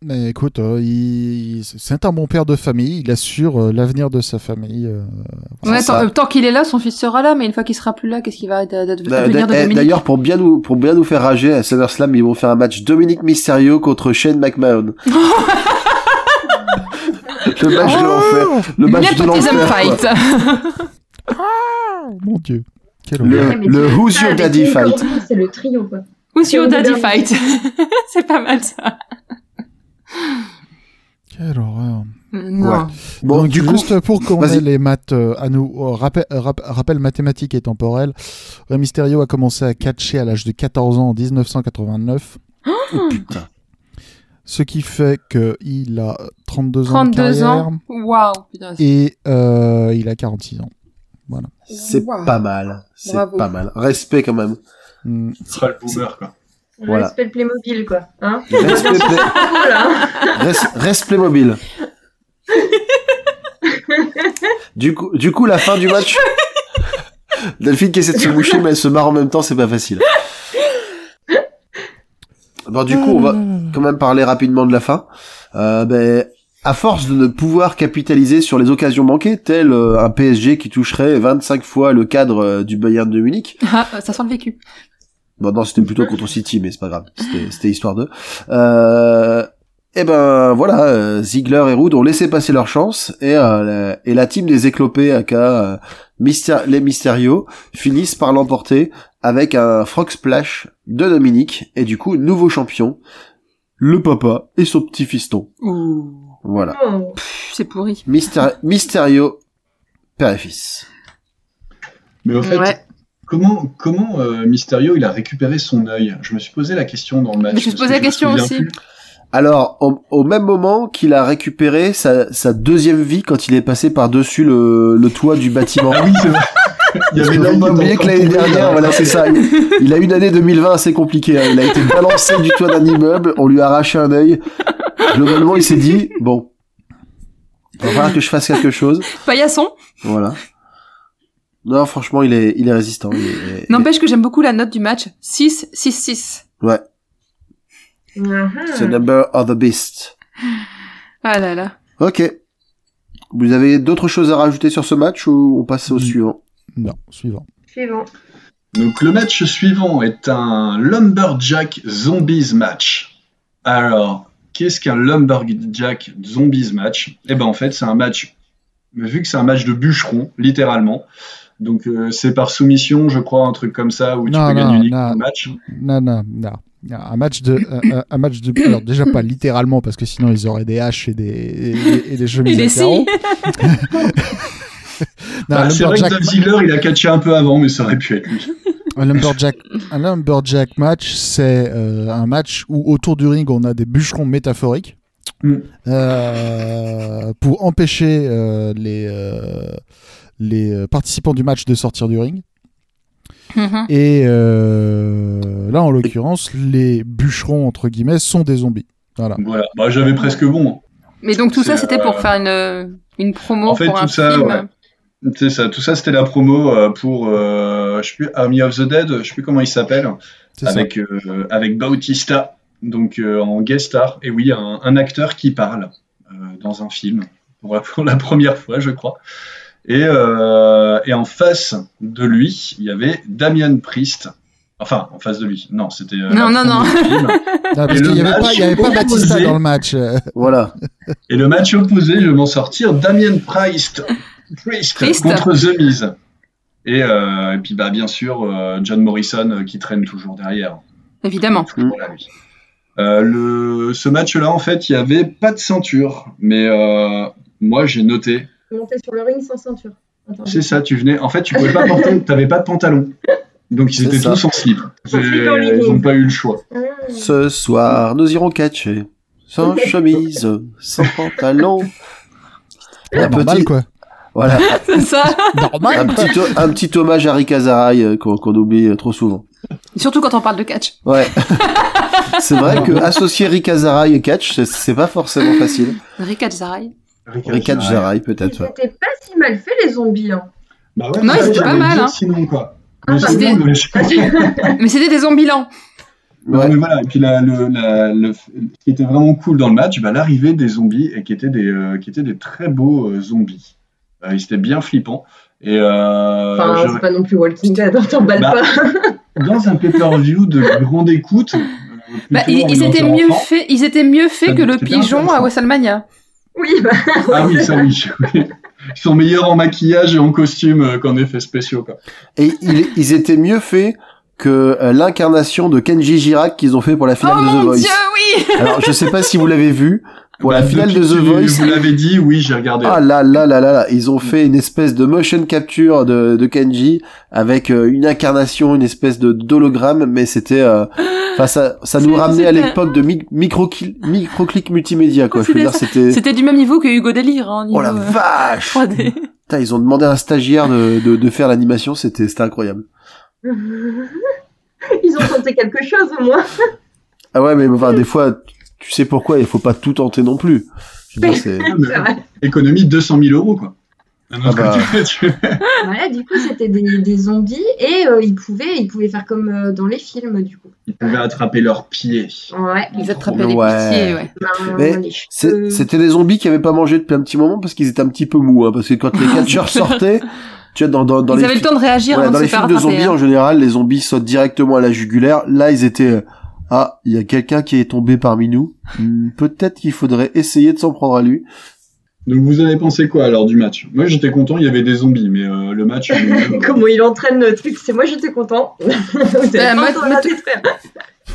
E: Mais écoute, euh, il- c'est un bon père de famille, il assure euh, l'avenir de sa famille. euh,
D: ouais,
F: C'est
D: tant,
F: ça.
D: euh, tant qu'il est là, son fils sera là mais une fois qu'il sera plus là, qu'est-ce qui va être- être-
F: D'a-
D: devenir de
F: eh,
D: Dominique
F: D'ailleurs, pour bien nous, pour bien nous faire rager à SummerSlam, ils vont faire un match Dominique Mysterio contre Shane McMahon. le match de l'enfer. Le match de
D: Népotism
F: l'enfer. quoi.
D: fight.
E: Oh, mon dieu. Quel
F: Le-
E: horreur.
B: Ouais, mais
F: le
B: tu fais
F: Who's
B: ça
F: Your
B: avec
F: Daddy
B: Nick
F: fight.
B: Cordy, C'est le trio, quoi.
D: Ou si
B: Et
D: au
B: au
D: daddy
B: Modern
D: fight. c'est pas mal ça.
E: Quelle horreur.
D: Non.
F: Bon,
E: Donc,
F: du coup,
E: juste pour qu'on
F: vas-y.
E: ait les maths euh, à nous, euh, rappel, euh, rap- rappel mathématique et temporel, Rey Mysterio a commencé à catcher à l'âge de 14 ans en 1989,
F: oh, putain.
E: ce qui fait qu'il a 32, ans de
D: 32
E: carrière
D: ans. Waouh, putain. c'est-
E: et euh, il a 46 ans.
F: C'est
D: Waouh.
F: pas mal. C'est
D: Bravo.
F: pas mal. Respect quand même.
E: Hmm.
C: Ce sera le boomer, quoi.
F: Voilà.
B: Respect le Playmobil, quoi. Hein
F: Respect, Play-
B: Voilà.
F: res- respect mobile. Du coup, du coup, la fin du match. Delphine qui essaie de se boucher, mais elle se marre en même temps, c'est pas facile. Bon, du coup, on va quand même parler rapidement de la fin. Euh, ben, à force de ne pouvoir capitaliser sur les occasions manquées, tel euh, un PSG qui toucherait 25 fois le cadre euh, du Bayern de Munich,
D: Ah, ça sent le vécu.
F: Bon, non, c'était plutôt contre City, mais c'est pas grave. C'était- C'était histoire d'eux. Euh, et ben voilà, euh, Ziegler et Rood ont laissé passer leur chance et, euh, la, et la team des éclopés, aka euh, Myster- les Mysterio, finissent par l'emporter avec un frog splash de Dominique et du coup nouveau champion, le papa et son petit fiston.
D: Ouh.
F: Voilà,
B: Oh.
D: Pff, C'est pourri.
F: Myster- Mysterio, père et fils.
C: Mais au fait,
D: Ouais.
C: comment, comment euh, Mysterio il a récupéré son œil Je me suis posé la question dans le match.
D: Mais je me
C: parce
D: posais la
C: me
D: question
C: souviens
D: aussi.
C: plus.
F: Alors, au, au même moment qu'il a récupéré sa, sa deuxième vie quand il est passé par-dessus le, le toit du bâtiment.
C: Ah oui, c'est vrai. Il y
F: Parce
C: avait
F: que vous
C: Norman
F: oubliez
C: dans
F: que l'année
C: le camp.
F: dernière, voilà, c'est ça. Il, il a eu une année 2020 assez compliquée. hein. Il a été balancé du toit d'un immeuble, on lui a arraché un œil. Globalement, il s'est dit, bon, il va falloir que je fasse quelque chose.
D: Paillasson.
F: Voilà. Non, franchement, il est, il est résistant. il est- il est-
D: N'empêche que j'aime beaucoup la note du match. 6, 6, 6.
B: Ah,
F: it's the number of the beast.
D: Ah là là.
F: Ok. Vous avez d'autres choses à rajouter sur ce match ou on passe au
E: Mm.
F: suivant
E: Non, suivant.
B: Suivant.
C: Donc le match suivant est un Lumberjack Zombies match. Alors, qu'est-ce qu'un Lumberjack Zombies match Eh ben en fait, c'est un match, vu que c'est un match de bûcheron, littéralement. Donc euh, c'est par soumission, je crois, un truc comme ça, où tu
E: Non,
C: peux
E: non,
C: gagner uniquement
E: non.
C: un match.
E: Non, non, non. Un match de, un- un- un match de, alors déjà pas littéralement parce que sinon ils auraient des haches et des et, des- et des chemises
D: Il
E: à
D: est
E: carreaux.
D: si.
E: Non,
C: Bah,
E: un
C: c'est vrai que
E: lumberjack-
C: Dave Ziegler, il a catché un peu avant, mais ça aurait pu être lui.
E: Un lumberjack, un lumberjack match, c'est euh, un match où autour du ring on a des bûcherons métaphoriques
C: Mm.
E: euh, pour empêcher euh, les euh, les euh, participants du match de sortir du ring.
D: Mhm.
E: Et euh, là, en l'occurrence, les bûcherons entre guillemets sont des zombies. Voilà.
C: Voilà, bah, j'avais presque bon.
D: Mais donc tout ça,
C: C'est,
D: c'était pour
C: euh,
D: faire une, une promo
C: en fait,
D: pour
C: tout
D: un
C: ça,
D: film.
C: ouais. C'est ça, tout ça c'était la promo euh, pour, euh, je sais plus, Army of the Dead, je sais plus comment il s'appelle.
E: C'est ça.
C: avec, euh, avec Bautista, donc euh, en guest star, et oui, un, un acteur qui parle euh, dans un film, pour la, pour la première fois, je crois. Et, euh, et en face de lui, il y avait Damien Priest. Enfin, en face de lui. Non, c'était. euh,
D: Non,
C: la
D: non,
C: promo du film.
E: Non, Ah, parce
C: Et le
E: qu'il n'y avait
C: match
E: pas, il y avait pas
C: opposé-
E: Batista dans le match. euh,
F: Voilà.
C: Et le match opposé, je vais m'en sortir, Damien Priest, Priest,
D: Priest.
C: contre The Miz. Et, euh, et puis, bah, bien sûr, euh, John Morrison euh, qui traîne toujours derrière.
D: Évidemment.
F: Mm.
C: Voilà, oui. Euh, le, ce match-là, en fait, il n'y avait pas de ceinture, mais euh, moi j'ai noté.
B: Monter sur le ring sans ceinture. Attends.
C: C'est ça, tu venais. En fait, tu pouvais pas porter, t'avais pas de pantalon, donc ils
F: C'est
C: étaient
F: ça.
C: tous en slip.
B: En slip en
C: Ils
B: legging.
C: n'ont pas eu le choix.
B: Ah.
F: Ce soir, nous irons catcher. Sans chemise, sans pantalon. Un
E: normal,
F: petit,
E: quoi.
F: voilà,
D: C'est ça.
F: un,
E: Normal, quoi.
F: petit, ho- un petit hommage à Rick Azaray euh, qu'on qu'on oublie euh, trop souvent.
D: Surtout quand on parle de catch.
F: Ouais. c'est vrai que associer Rick Azaray et catch, c'est- c'est pas forcément facile.
D: Rika Zaray.
F: Rick Azaray, peut-être.
B: Ils
F: ouais.
B: étaient pas si mal faits, les zombies. hein.
C: Bah ouais,
D: Non,
C: mais
D: ils étaient
C: y
D: pas
C: avait
D: mal,
C: d'autres
D: hein.
C: Sinon quoi.
B: Ah,
C: Mais
B: bah,
C: sinon,
D: bien.
C: mais je-
D: Mais c'était des zombies lents.
C: Non,
F: Ouais.
C: mais voilà. Et puis la- le, la- le- ce qui était vraiment cool dans le match, bah, l'arrivée des zombies et qui étaient des, euh, qui étaient des très beaux euh, zombies. Euh, ils étaient bien flippants. Et euh,
B: Enfin,
C: je-
B: c'est pas non plus Walking Dead, on t'emballe
C: Bah,
B: pas.
C: dans un pay-per-view de grande écoute. euh,
D: Bah,
C: plutôt
D: ils, ils
C: orienté
D: étaient mieux
C: enfant.
D: faits. Ils étaient mieux faits
C: Ça-
D: que le
C: c'était bien
D: pigeon à
C: intéressant.
D: WrestleMania.
B: Oui, bah,
C: Ah oui, ça oui. oui. Ils sont meilleurs en maquillage et en costume euh, qu'en effets spéciaux. Quoi.
F: Et ils, ils étaient mieux faits que euh, l'incarnation de Kenji Girac qu'ils ont fait pour la
D: Oh
F: finale de The
D: mon
F: Voice.
D: dieu, oui.
F: Alors, je sais pas si vous l'avez vu, Pour
C: Bah,
F: la finale de
C: depuis
F: The
C: que tu-
F: Voice.
C: Vous l'avez dit, oui, j'ai regardé.
F: Ah là là là là là, ils ont fait une espèce de motion capture de, de Kenji avec euh, une incarnation, une espèce de d'hologramme, mais c'était, euh, enfin ça, ça nous
D: C'était-
F: ramenait à
D: c'était- Oh,
F: l'époque de mi- micro microclick multimédia quoi. Je veux
D: C'était
F: dire
D: ça.
F: c'était,
D: C'était du même niveau que Hugo Délire, hein, niveau
F: oh la
D: euh,
F: vache,
D: 3D.
F: Putain, ils ont demandé à un stagiaire de, de, de faire l'animation, c'était c'était incroyable.
B: Ils ont tenté quelque chose au moins.
F: Ah ouais, mais enfin des fois, tu sais pourquoi il faut pas tout tenter non plus. Je veux dire, c'est-
B: C'est vrai.
C: Économie de 200 000 euros, quoi. Un autre
F: bah.
C: côté, tu-
B: Voilà, Bah du coup, c'était des, des zombies et euh, ils, pouvaient, ils pouvaient faire comme euh, dans les films, du coup.
C: Ils pouvaient attraper leurs pieds.
B: Ouais.
D: Ils attrapaient les
F: Oh, Ouais.
D: pitiés, ouais.
B: Ben,
F: Mais
B: les
F: C'est-
D: Euh.
B: cheveux.
F: C'était des zombies qui avaient pas mangé depuis un petit moment parce qu'ils étaient un petit peu mous, hein, parce que quand les catcheurs sortaient, tu vois, dans, dans, dans
D: Ils
F: les,
D: avaient le
F: fi-
D: temps de réagir
F: voilà,
D: avant
F: dans
D: de
F: les
D: se faire
F: films de
D: attraper.
F: zombies, en
D: hein.
F: général, les zombies sautent directement à la jugulaire. Là, ils étaient, euh, ah, il y a quelqu'un qui est tombé parmi nous. Hmm, Peut-être qu'il faudrait essayer de s'en prendre à lui.
C: Donc vous avez pensé quoi alors du match Moi j'étais content, il y avait des zombies, mais euh, le match. euh,
B: Comment il entraîne le truc, c'est moi j'étais content. Vous avez
D: Bah,
B: pas
D: moi-
B: encore
D: moi,
B: raté de faire.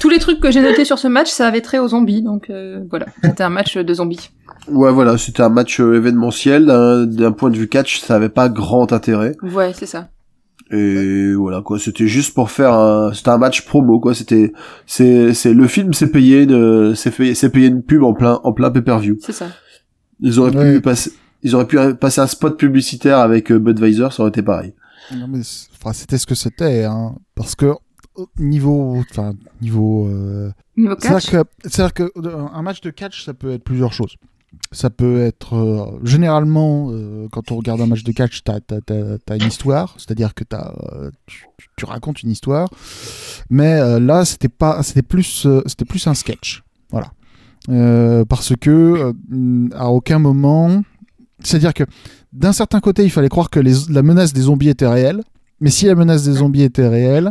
D: Tous les trucs que j'ai notés sur ce match, ça avait trait aux zombies, donc euh, voilà. C'était un match de zombies.
F: Ouais, voilà, c'était un match euh, événementiel. D'un d'un point de vue catch, ça avait pas grand intérêt.
D: Ouais, c'est ça.
F: Et voilà quoi, c'était juste pour faire un, c'était un match promo quoi. C'était, c'est, c'est le film s'est payé, une- s'est payé, s'est payé une pub en plein, en plein pay-per-view.
D: C'est ça.
F: Ils auraient
E: Ouais.
F: pu passer, ils auraient pu passer un spot publicitaire avec euh, Budweiser, ça aurait été pareil.
E: Non, mais c'est- enfin, c'était ce que c'était, hein. Parce que au niveau, enfin, niveau, euh,
D: Niveau catch.
E: c'est-à-dire que, c'est-à-dire que euh, un match de catch, ça peut être plusieurs choses. Ça peut être euh, généralement euh, quand on regarde un match de catch, t'as t'as- t'as- t'as une histoire, c'est-à-dire que t'as, euh, tu, tu- tu racontes une histoire, mais euh, là c'était pas, c'était plus, euh, c'était plus un sketch, voilà, Euh, parce que euh, à aucun moment, c'est-à-dire que d'un certain côté il fallait croire que les- la menace des zombies était réelle, mais si la menace des zombies était réelle,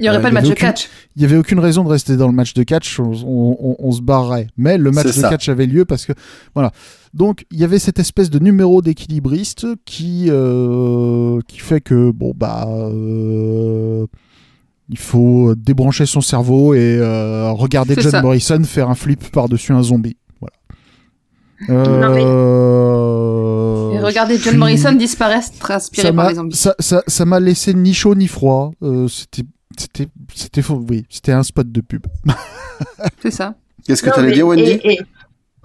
D: Il n'y aurait
F: Euh,
E: Ouais,
D: pas de
E: il y
D: match
E: avait
D: de
E: aucune-
D: catch.
E: il n'y avait aucune raison de rester dans le match de catch, on, on- on- on se barrerait. Mais le match de
F: C'est ça.
E: catch avait lieu parce que. Voilà. Donc, il y avait cette espèce de numéro d'équilibriste qui, euh, qui fait que, bon, bah. euh, il faut débrancher son cerveau et euh, regarder
D: C'est
E: John
D: ça.
E: Morrison faire un flip par-dessus un zombie. Voilà.
B: Non, mais-
E: Euh,
D: Et regardez
E: je
D: John
E: suis-
D: Morrison disparaître, inspiré
E: ça
D: par
E: m'a-
D: les zombies.
E: Ça, ça- ça m'a laissé ni chaud ni froid. Euh, c'était, c'était, c'était faux. Oui, c'était un spot de pub.
D: C'est ça.
F: Qu'est-ce que
B: Non,
F: t'allais
B: mais-
F: dire, Wendy
B: et- et-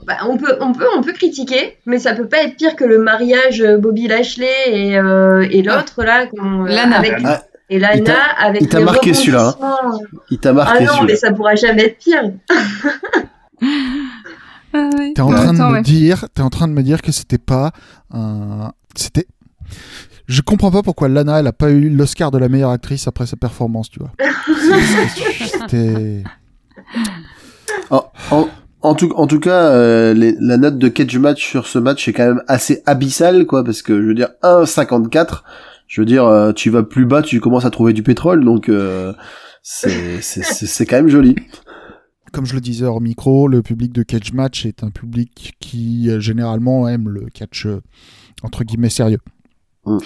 B: bah, on, peut, on, peut, on peut critiquer, mais ça peut pas être pire que le mariage euh, Bobby Lashley et, euh, et l'autre là. qu'on- euh,
D: Lana.
B: Avec,
F: Ah,
B: et
F: il
B: Lana
F: t'a-
B: avec
F: il t'a
B: les
F: marqué, celui-là, hein.
B: rebondissements.
F: Il t'a
B: Ah
F: marqué
B: non,
F: celui-là.
B: mais ça pourra jamais être pire.
D: Ah ouais.
E: T'es en
D: Ouais.
E: train de
D: Attends,
E: me
D: ouais.
E: dire, t'es en train de me dire que c'était pas un, c'était. Je comprends pas pourquoi Lana elle a pas eu l'Oscar de la meilleure actrice après sa performance, tu vois. C'est- c'était.
F: En, en- en tout, en tout cas, euh, les- la note de Cage Match sur ce match est quand même assez abyssale, quoi, parce que je veux dire 1,54. Je veux dire, euh, tu vas plus bas, tu commences à trouver du pétrole, donc euh, c'est c'est- c'est- c'est quand même joli.
E: Comme je le disais hors micro, le public de catch match est un public qui euh, généralement aime le catch euh, entre guillemets sérieux.
F: Mm.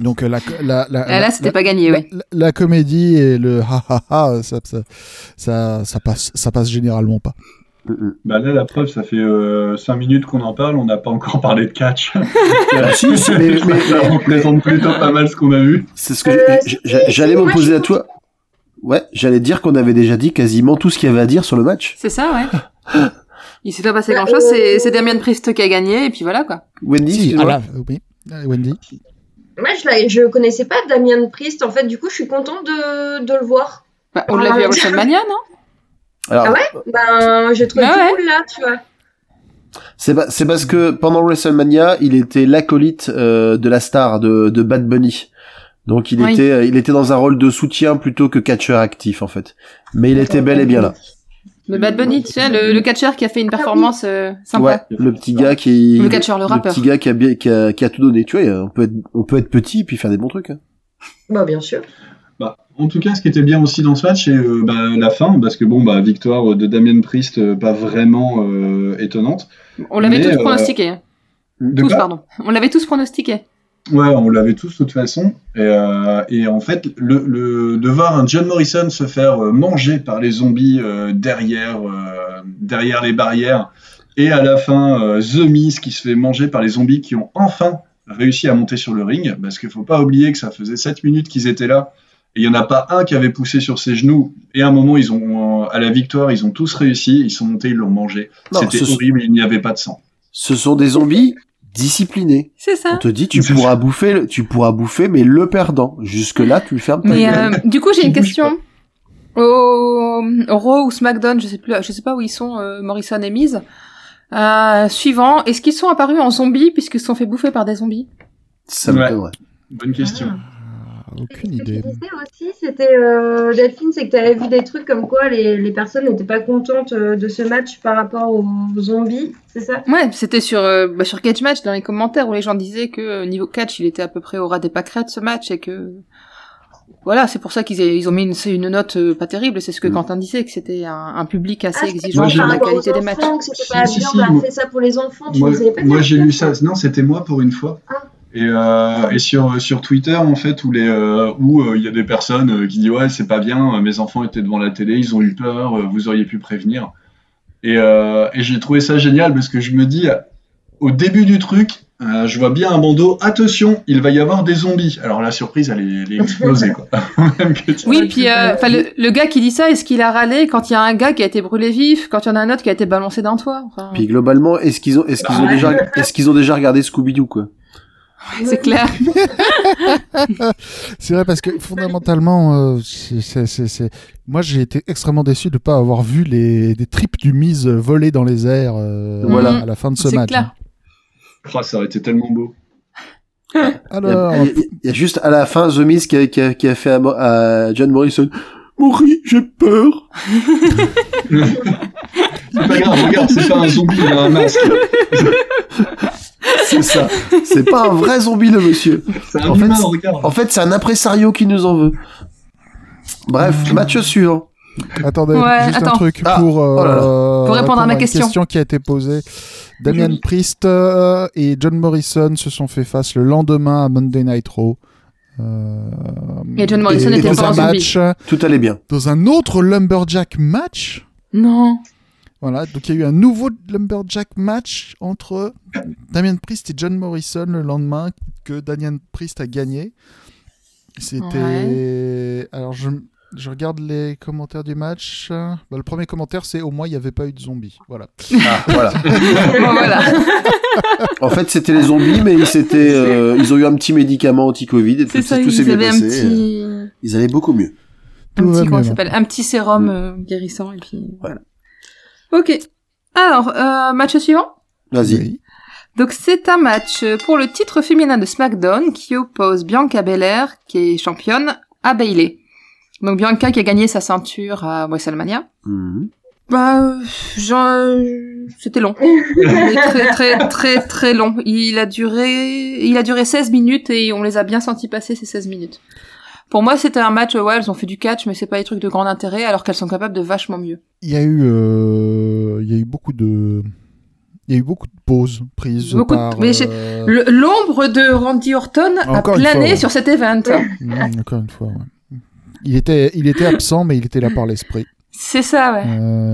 E: Donc euh, la, la, la,
D: Ah, là, c'était pas gagné,
E: La-
D: ouais.
E: la, la comédie et le ha ha ha, ça, ça, ça, ça passe, ça passe généralement pas.
F: Mm, mm.
C: Bah là la preuve, ça fait 5 minutes qu'on en parle, on n'a pas encore parlé de catch.
F: Ah, si, si, mais- mais-
C: ça représente plutôt pas mal ce qu'on a vu.
F: C'est ce que
B: Euh,
F: j'ai-
B: si,
F: j'ai- j'allais
B: si, moi,
F: m'opposer
B: je
F: à toi. Ouais, j'allais dire qu'on avait déjà dit quasiment tout ce qu'il y avait à dire sur le match.
D: C'est ça, ouais. Il s'est pas passé grand chose, c'est, c'est Damien Priest qui a gagné, et puis voilà, quoi.
F: Wendy,
E: Si,
F: excuse-moi.
E: ah là, euh, oui. Euh, Wendy.
B: Moi, je, la- je connaissais pas Damien Priest, en fait, du coup, je suis contente de, de le voir.
D: Bah, on l'a vu à WrestleMania, non
F: Alors,
B: Ah Ben, j'ai trouvé
D: Bah
B: tout
D: ouais.
B: cool là, tu vois.
F: c'est pas- c'est parce que pendant WrestleMania, il était l'acolyte euh, de la star de, de Bad Bunny. Donc il
D: Oui.
F: était euh, il était dans un rôle de soutien plutôt que catcheur actif en fait. Mais il était bel et bien là.
D: Le Bad Bunny, tu sais, le, le catcheur qui a fait une performance euh, sympa.
F: Ouais, le petit gars qui
D: Le catcheur, le rappeur.
F: petit gars qui a bien qui a, qui a tout donné, tu vois, il y a- on peut être on peut être petit et puis faire des bons trucs. hein.
B: Bah, bien sûr.
C: Bah, en tout cas, ce qui était bien aussi dans ce match, c'est euh, bah, la fin, parce que bon, bah, victoire euh, de Damien Priest, euh, pas vraiment euh, étonnante.
D: On l'avait
C: Mais,
D: tous
C: euh,
D: pronostiqué. hein.
C: De
D: Tous,
C: quoi
D: pardon. On l'avait tous pronostiqué.
C: Ouais, on l'avait tous de toute façon. Et, euh, et en fait, le, le- de voir un John Morrison se faire euh, manger par les zombies euh, derrière, euh, derrière les barrières, Et à la fin, euh, The Miz qui se fait manger par les zombies qui ont enfin réussi à monter sur le ring, parce qu'il faut pas oublier que ça faisait 7 minutes qu'ils étaient là, et il n'y en a pas un qui avait poussé sur ses genoux, et à un moment, ils ont, euh, à la victoire, ils ont tous réussi, ils sont montés, ils l'ont mangé.
F: Non,
C: C'était
F: ce sont-
C: horrible, il n'y avait pas de sang.
F: Ce sont des zombies disciplinés.
D: C'est
F: On
D: ça.
F: te dit tu pourras bouffer, le- tu pourras bouffer, mais le perdant. Jusque là, tu fermes ta
D: Mais
F: gueule.
D: euh, du coup, j'ai
C: Qui
D: une
C: bouge
D: question. Au, au Raw ou SmackDown, je sais plus, je sais pas où ils sont, euh, Morrison et Miz. Euh, suivant, est-ce qu'ils sont apparus en zombies puisqu'ils se sont fait bouffer par des zombies
F: Ça
C: Ouais.
F: m'étonnerait.
C: Bonne question.
E: Ah, Aucune
B: Ce que tu
E: idée.
B: disais aussi, c'était euh, Delphine, c'est que tu avais vu des trucs comme quoi les, les personnes n'étaient pas contentes euh, de ce match par rapport aux zombies, c'est ça
D: Ouais, c'était sur euh, bah, sur Catch Match dans les commentaires où les gens disaient que euh, niveau catch, il était à peu près au ras des pâquerettes ce match et que voilà, c'est pour ça qu'ils aient- ils ont mis une, une note euh, pas terrible. C'est ce que
F: Mm.
D: Quentin disait que c'était un, un public assez
B: Ah, c'était
D: exigeant
C: Moi, j'ai-
D: sur
B: par
D: la
B: rapport
D: qualité
B: aux
D: des matchs.
B: enfants, que c'était
C: Si,
B: pas
C: si,
B: bien,
C: si,
B: on a
C: moi-
B: fait ça pour les enfants, tu
C: Moi,
B: nous avais pas dit
C: moi,
B: de
C: j'ai
B: faire
C: lu ça. Non, c'était moi pour une fois.
B: Ah.
C: Et, euh, et sur, sur Twitter, en fait, où les, euh, où euh, il y a des personnes euh, qui disent Ouais, c'est pas bien, euh, mes enfants étaient devant la télé, ils ont eu peur, euh, vous auriez pu prévenir. Et, euh, et j'ai trouvé ça génial parce que je me dis Au début du truc, euh, je vois bien un bandeau Attention, il va y avoir des zombies. Alors la surprise, elle est, elle est explosée, quoi. Même que tu-
D: Oui, puis euh, 'fin, le, le gars qui dit ça, est-ce qu'il a râlé quand il y a un gars qui a été brûlé vif, quand il y en a un autre qui a été balancé d'un toit Enfin,
F: Puis globalement, est-ce qu'ils ont, est-ce qu'ils ont
B: Ouais.
F: déjà, est-ce qu'ils ont déjà regardé Scooby Doo quoi
D: C'est clair.
E: C'est vrai parce que fondamentalement, euh, c'est- c'est- c'est- c'est- moi j'ai été extrêmement déçu de ne pas avoir vu les des tripes du mise voler dans les airs euh,
F: Voilà.
E: à la fin de ce
D: C'est
E: match.
D: clair.
C: Oh, ça aurait été tellement beau.
F: Il y,
E: Alors,
F: a- il y a- il y a juste à la fin The Miz qui a, qui a- qui a fait à, Mo- à John Morrison. Maury, j'ai peur.
C: C'est pas grave, regarde, c'est pas un zombie, il a un masque.
F: C'est ça. C'est pas un vrai zombie le monsieur.
C: C'est un
F: En fait,
C: humain,
F: c'est-
C: regarde.
F: En fait, c'est un impresario qui nous en veut. Bref, match suivant.
E: attendez,
D: Ouais,
E: juste
D: attends.
E: un truc
F: Ah,
E: pour, euh,
F: oh là là.
E: répondre,
D: à ma
E: une
D: question.
E: qui a été posée. Damien
D: Oui.
E: Priest euh, et John Morrison se sont fait face le lendemain à Monday Night Raw. Euh,
D: Et John Morrison
E: et
D: n'était
E: dans
D: pas
E: un
D: un zombie.
E: match,
F: Tout allait bien.
E: dans un autre lumberjack match.
D: Non.
E: Voilà, donc il y a eu un nouveau Lumberjack match entre Damien Priest et John Morrison le lendemain que Damien Priest a gagné. C'était. Alors je, je regarde les commentaires du match. Bah, le premier commentaire c'est au moins il n'y avait pas eu de zombies. Voilà.
F: Ah, voilà.
D: Bon, voilà.
F: En fait, c'était les zombies, mais ils s'étaient, euh, ils ont eu un petit médicament anti-Covid et tout,
D: C'est ça,
F: tout s'est
D: ils
F: bien
D: avaient un
F: passé. euh,
D: petit,
F: Ils allaient beaucoup mieux.
E: Tout
D: un
E: va
D: petit, comment
E: mieux,
D: ça s'appelle, un petit sérum euh, guérissant et puis voilà. Ok. Alors, euh, match suivant.
F: Vas-y.
E: Oui.
D: Donc c'est un match euh, pour le titre féminin de SmackDown qui oppose Bianca Belair, qui est championne, à Bailey. Donc Bianca qui a gagné sa ceinture à WrestleMania.
F: Mhm.
D: Bah, euh, j'en- euh, c'était long, Mais très très très très long. Il a duré, il a duré 16 minutes et on les a bien sentis passer ces 16 minutes. Pour moi, c'était un match. euh, Ouais, elles ont fait du catch, mais c'est pas des trucs de grand intérêt, alors qu'elles sont capables de vachement mieux.
E: Il y a eu, euh, il y a eu beaucoup de, il y a eu beaucoup de pauses prises
D: Beaucoup de-
E: par.
D: mais j'ai-
E: euh,
D: Le- L'ombre de Randy Orton
E: Encore
D: a
E: une fois,
D: plané
E: ouais.
D: sur cet event.
E: mm, Encore une fois. ouais. Il était, il était absent, mais il était là par l'esprit.
D: C'est ça, ouais.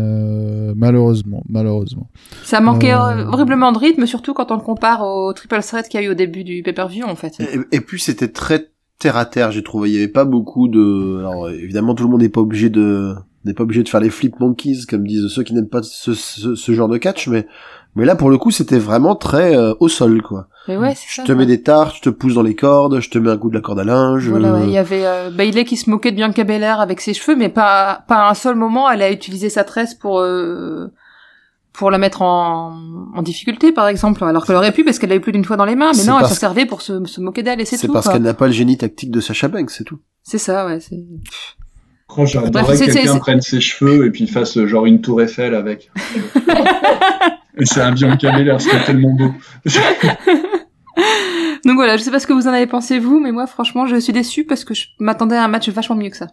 E: Euh, malheureusement, malheureusement.
D: Ça manquait
E: Euh.
D: horriblement de rythme, surtout quand on le compare au triple threat qu'il y a eu au début du pay-per-view, en fait.
F: Et, et puis c'était très terre à terre, j'ai trouvé. Il y avait pas beaucoup de. Alors euh, évidemment, tout le monde n'est pas obligé de n'est pas obligé de faire les flip monkeys comme disent ceux qui n'aiment pas ce, ce, ce genre de catch, mais mais là pour le coup c'était vraiment très euh, au sol quoi.
D: Mais ouais, c'est ça.
F: Je te mets des tartes, je te pousse dans les cordes, je te mets un coup de la corde à linge.
D: Voilà, ouais,
F: euh,
D: il y avait euh, Bailey qui se moquait de Bianca Belair avec ses cheveux, mais pas pas à un seul moment elle a utilisé sa tresse pour euh, pour la mettre en, en difficulté, par exemple, alors qu'elle aurait pu parce qu'elle l'a eu plus d'une fois dans les mains, mais
F: C'est
D: non, elle
F: parce
D: s'en servait pour se, se moquer d'elle et c'est
F: C'est
D: tout.
F: parce
D: quoi.
F: qu'elle n'a pas le génie tactique de Sacha Banks, c'est tout.
D: C'est ça, ouais. c'est-
C: Oh, J'adorerais
D: Bref, c'est-
C: que
D: c'est-
C: quelqu'un
D: c'est-
C: prenne ses cheveux et puis fasse euh, genre une tour Eiffel avec. Et c'est un Bianca Belair, c'était tellement beau.
D: Donc voilà, je sais pas ce que vous en avez pensé vous, mais moi franchement je suis déçue parce que je m'attendais à un match vachement mieux que ça.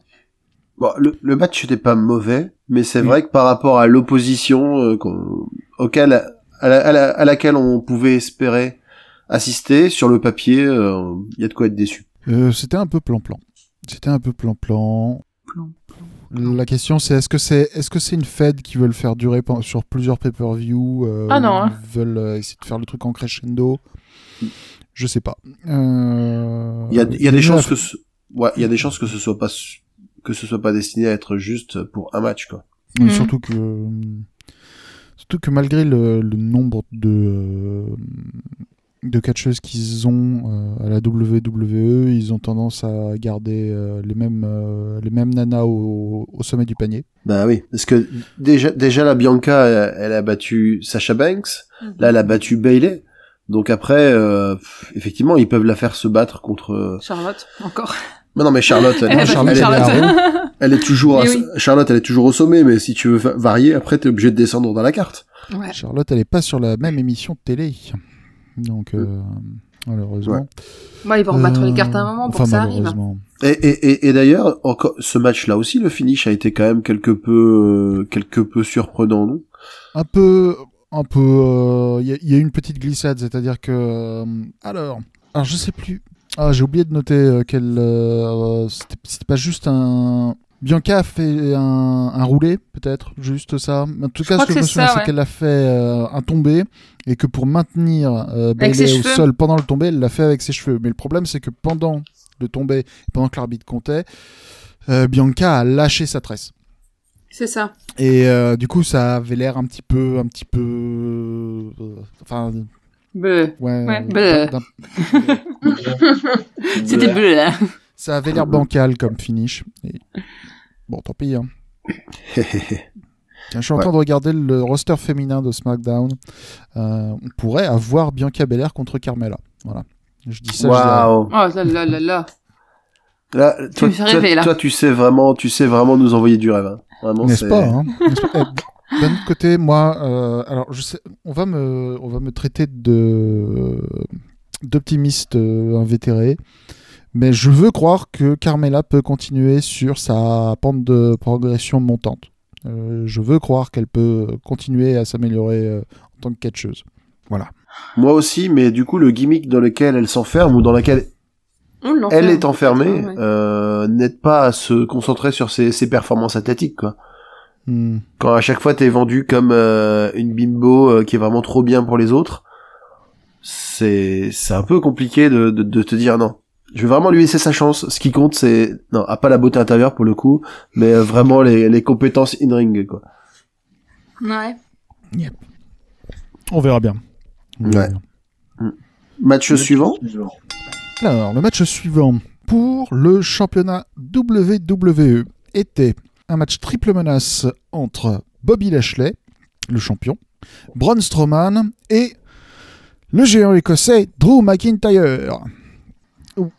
F: Bon, le, le match n'était pas mauvais, mais c'est
C: Mm.
F: vrai que par rapport à l'opposition euh, qu'on- auquel, à, la- à la- à laquelle on pouvait espérer assister sur le papier, euh, il y a de quoi être déçu.
E: Euh, c'était un peu plan-plan. C'était un peu plan-plan.
D: Plan.
E: La question c'est est-ce que c'est est-ce que c'est une Fed qui veut le faire durer pen- sur plusieurs pay-per-view euh,
D: Ah non,
E: ou
D: hein. Mm.
E: Ils veulent euh, essayer de faire le truc en crescendo. Je sais pas. Euh,
F: Il y a, il y a des
E: déjà,
F: chances que ce... ouais, il y a des chances que ce soit pas su- que ce soit pas destiné à être juste pour un match quoi.
E: Mais
D: Mm.
E: Surtout que surtout que malgré le, le nombre de de catcheuses qu'ils ont euh, à la WWE, ils ont tendance à garder euh, les mêmes euh, les mêmes nanas au, au sommet du panier.
F: Bah oui, parce que déjà déjà la Bianca elle, elle a battu Sasha Banks,
D: Mhm.
F: là elle a battu Bailey. Donc après euh, pff, effectivement, ils peuvent la faire se battre contre
D: Charlotte, encore.
F: Mais Bah non mais Charlotte elle,
D: Elle a
E: Charlotte,
D: battu
F: elle est-
E: Charlotte.
F: elle est toujours à-
D: Mais oui.
F: Charlotte, elle est toujours au sommet mais si tu veux fa- varier après t'es obligé de descendre dans la carte.
D: Ouais.
E: Ah. Charlotte, elle est pas sur la même émission de télé. Donc, euh, malheureusement. Euh,
D: Bon, ils vont rebattre les cartes à un moment pour
E: Enfin,
D: que ça arrive.
E: malheureusement.
F: Et, et, et, et d'ailleurs, encore ce match-là aussi, le finish a été quand même quelque peu, euh, quelque peu surprenant, non
E: Un peu. Un peu. euh, Il y, a- il y a eu une petite glissade, c'est-à-dire que. euh, alors. Alors, je sais plus. Ah, j'ai oublié de noter euh, qu'elle. euh, c'était, c'était pas juste un. Bianca a fait un, un roulé, peut-être, juste ça. En tout cas,
D: crois
E: ce que
D: que
E: je me
D: c'est
E: souviens,
D: ça,
E: c'est
D: ouais.
E: qu'elle a fait euh, un tombé et que pour maintenir euh,
D: Avec ses
E: Bailey au
D: cheveux.
E: sol pendant le tombé, elle l'a fait avec ses cheveux. Mais le problème, c'est que pendant le tombé, pendant que l'arbitre comptait, euh, Bianca a lâché sa tresse.
D: C'est ça.
E: Et euh, du coup, ça avait l'air un petit peu, un petit peu, euh, enfin,
D: Bleu.
E: ouais,
D: Ouais,
E: d'un-
D: bleu.
E: d'un-
D: C'était bleu. hein.
E: ça avait l'air bancal comme finish. Et- Bon, tant pis. hein. Tiens, je suis en
F: Ouais.
E: train de regarder le roster féminin de SmackDown. Euh, on pourrait avoir Bianca Belair contre Carmella. Voilà. Je dis ça. je dis rien.
F: Waouh
D: Oh là là là là.
F: Là, toi,
D: me fais
F: toi,
D: rêver, là.
F: toi, tu sais vraiment, tu sais vraiment nous envoyer du rêve, hein. Vraiment,
E: N'est-ce
F: c'est-
E: pas, hein N'est-ce pas Eh, D'un autre côté, moi, euh, alors je sais, on va me, on va me traiter de d'optimiste euh, invétéré, mais je veux croire que Carmela peut continuer sur sa pente de progression montante. Euh, je veux croire qu'elle peut continuer à s'améliorer euh, en tant que catcheuse. Voilà.
F: Moi aussi, mais du coup, le gimmick dans lequel elle s'enferme ou dans lequel
D: On l'enferme.
F: elle est enfermée
D: Ah ouais.
F: euh, n'aide pas à se concentrer sur ses, ses performances athlétiques, quoi.
E: Hmm.
F: Quand à chaque fois t'es vendu comme euh, une bimbo euh, qui est vraiment trop bien pour les autres, c'est c'est un peu compliqué de, de, de te dire non. Je vais vraiment lui laisser sa chance. Ce qui compte, c'est non, à pas la beauté intérieure pour le coup, mais euh, vraiment les, les compétences in ring quoi.
D: Ouais.
E: On verra bien. On verra
F: Ouais.
E: bien.
F: Match suivant.
E: Alors, le match suivant pour le championnat WWE était un match triple menace entre Bobby Lashley, le champion, Braun Strowman et le géant écossais Drew McIntyre. Ouh,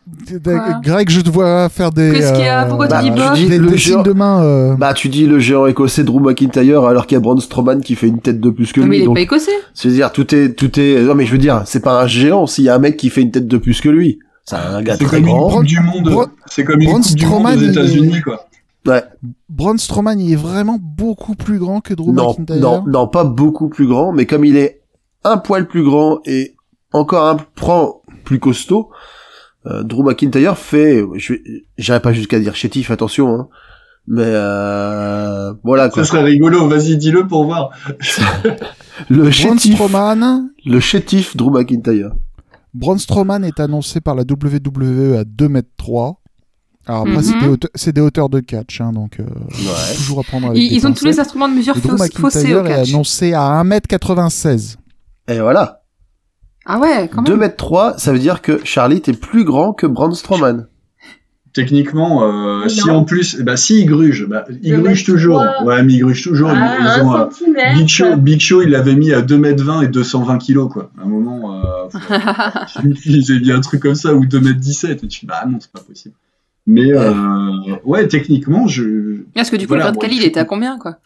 D: Quoi
E: Greg, je te vois faire des, euh,
D: Qu'est-ce qu'il y a Pourquoi
F: tu dis Bah, Bob tu dis
E: des-
F: le
E: des
F: géant-
E: signes de main. euh,
F: Bah tu dis le géant écossais Drew McIntyre alors qu'il y a Braun Strowman qui fait une tête de plus que
D: mais
F: lui.
D: Ah il est
F: donc
D: pas écossais.
F: c'est à dire tout est tout est non mais je veux dire c'est pas un géant s'il y a un mec qui fait une tête de plus que lui. C'est un gars
C: C'est
F: très
C: comme une
F: grand.
E: Braun-
C: coupe du
E: Braun-
C: monde. C'est comme
E: Braun
C: une coupe du monde
E: Strowman,
C: aux
E: il est-
C: États-Unis, quoi.
F: Ouais.
E: Braun Strowman, il est vraiment beaucoup plus grand que Drew
F: non,
E: McIntyre.
F: non, non, pas beaucoup plus grand, mais comme il est un poil plus grand et encore un point plus costaud, euh, Drew McIntyre fait, je vais- j'irai pas jusqu'à dire chétif, attention, hein, mais euh, voilà quoi.
C: Ça serait rigolo. Vas-y, dis-le pour voir.
F: Le
E: Braun
F: chétif,
E: Strowman,
F: le chétif Drew McIntyre.
E: Braun Strowman est annoncé par la WWE à 2 m 3. Alors après,
D: Mhm.
E: c'est des haute- c'est des hauteurs de catch, hein, donc euh,
F: Ouais.
E: toujours à prendre avec
D: Ils,
E: des
D: ils ont tous les
E: pincettes.
D: instruments de mesure
E: Et Drew
D: fauss- faussés au
E: McIntyre est
D: catch.
E: annoncé à 1m96.
F: Et voilà,
D: Ah ouais, quand même.
F: 2 mètres 3, ça veut dire que Charlie est plus grand que Braun Strowman.
C: Techniquement, euh,
B: Non.
C: si en plus, bah, si il gruge, bah, il
B: Le
C: gruge
B: mec
C: toujours.
B: droit.
C: Ouais, mais il gruge toujours.
B: Ah,
C: Ils- ils ont, euh,
B: un centimètre.
C: Big Show, Big Show, il l'avait mis à 2m20 et 220 kg, quoi. À un moment, euh, faut- ils avaient mis un truc comme ça, ou 2m17. Et tu dis, bah non, c'est pas possible. Mais, euh, ouais, techniquement, je.
D: Parce que du coup,
C: Voilà,
D: le grade
C: moi,
D: Cali,
C: je-
D: il était à combien, quoi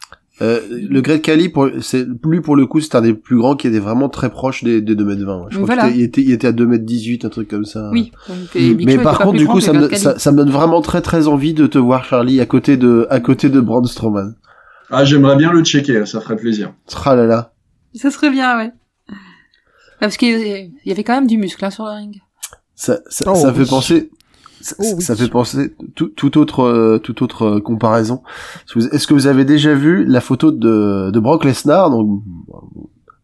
F: Euh, le Great Kali, pour, c'est, lui pour le coup, c'est un des plus grands qui était vraiment très proche des, des 2m20. ouais. Je crois
D: Voilà.
F: qu'il était- il était, il était à 2m18, un truc comme ça.
D: Oui. Donc, euh, Big
F: mais
D: Show
F: par
D: était pas
F: contre,
D: plus
F: du
D: grand
F: coup,
D: que
F: ça
D: le
F: me,
D: grade
F: ça,
D: Cali.
F: ça me donne vraiment très très envie de te voir, Charlie, à côté de, à côté de Braun Strowman.
C: Ah, j'aimerais bien le checker, ça ferait plaisir.
F: Ah là là.
D: Ça serait bien, ouais. Ah, Ouais, Parce qu'il y avait quand même du muscle hein, sur le ring.
F: Ça, ça,
E: Oh,
F: ça fait
E: oui.
F: penser, Ça,
E: Oh oui.
F: ça fait penser tout, tout autre euh, toute autre euh, comparaison. Est-ce que vous- Est-ce que vous avez déjà vu la photo de, de Brock Lesnar Donc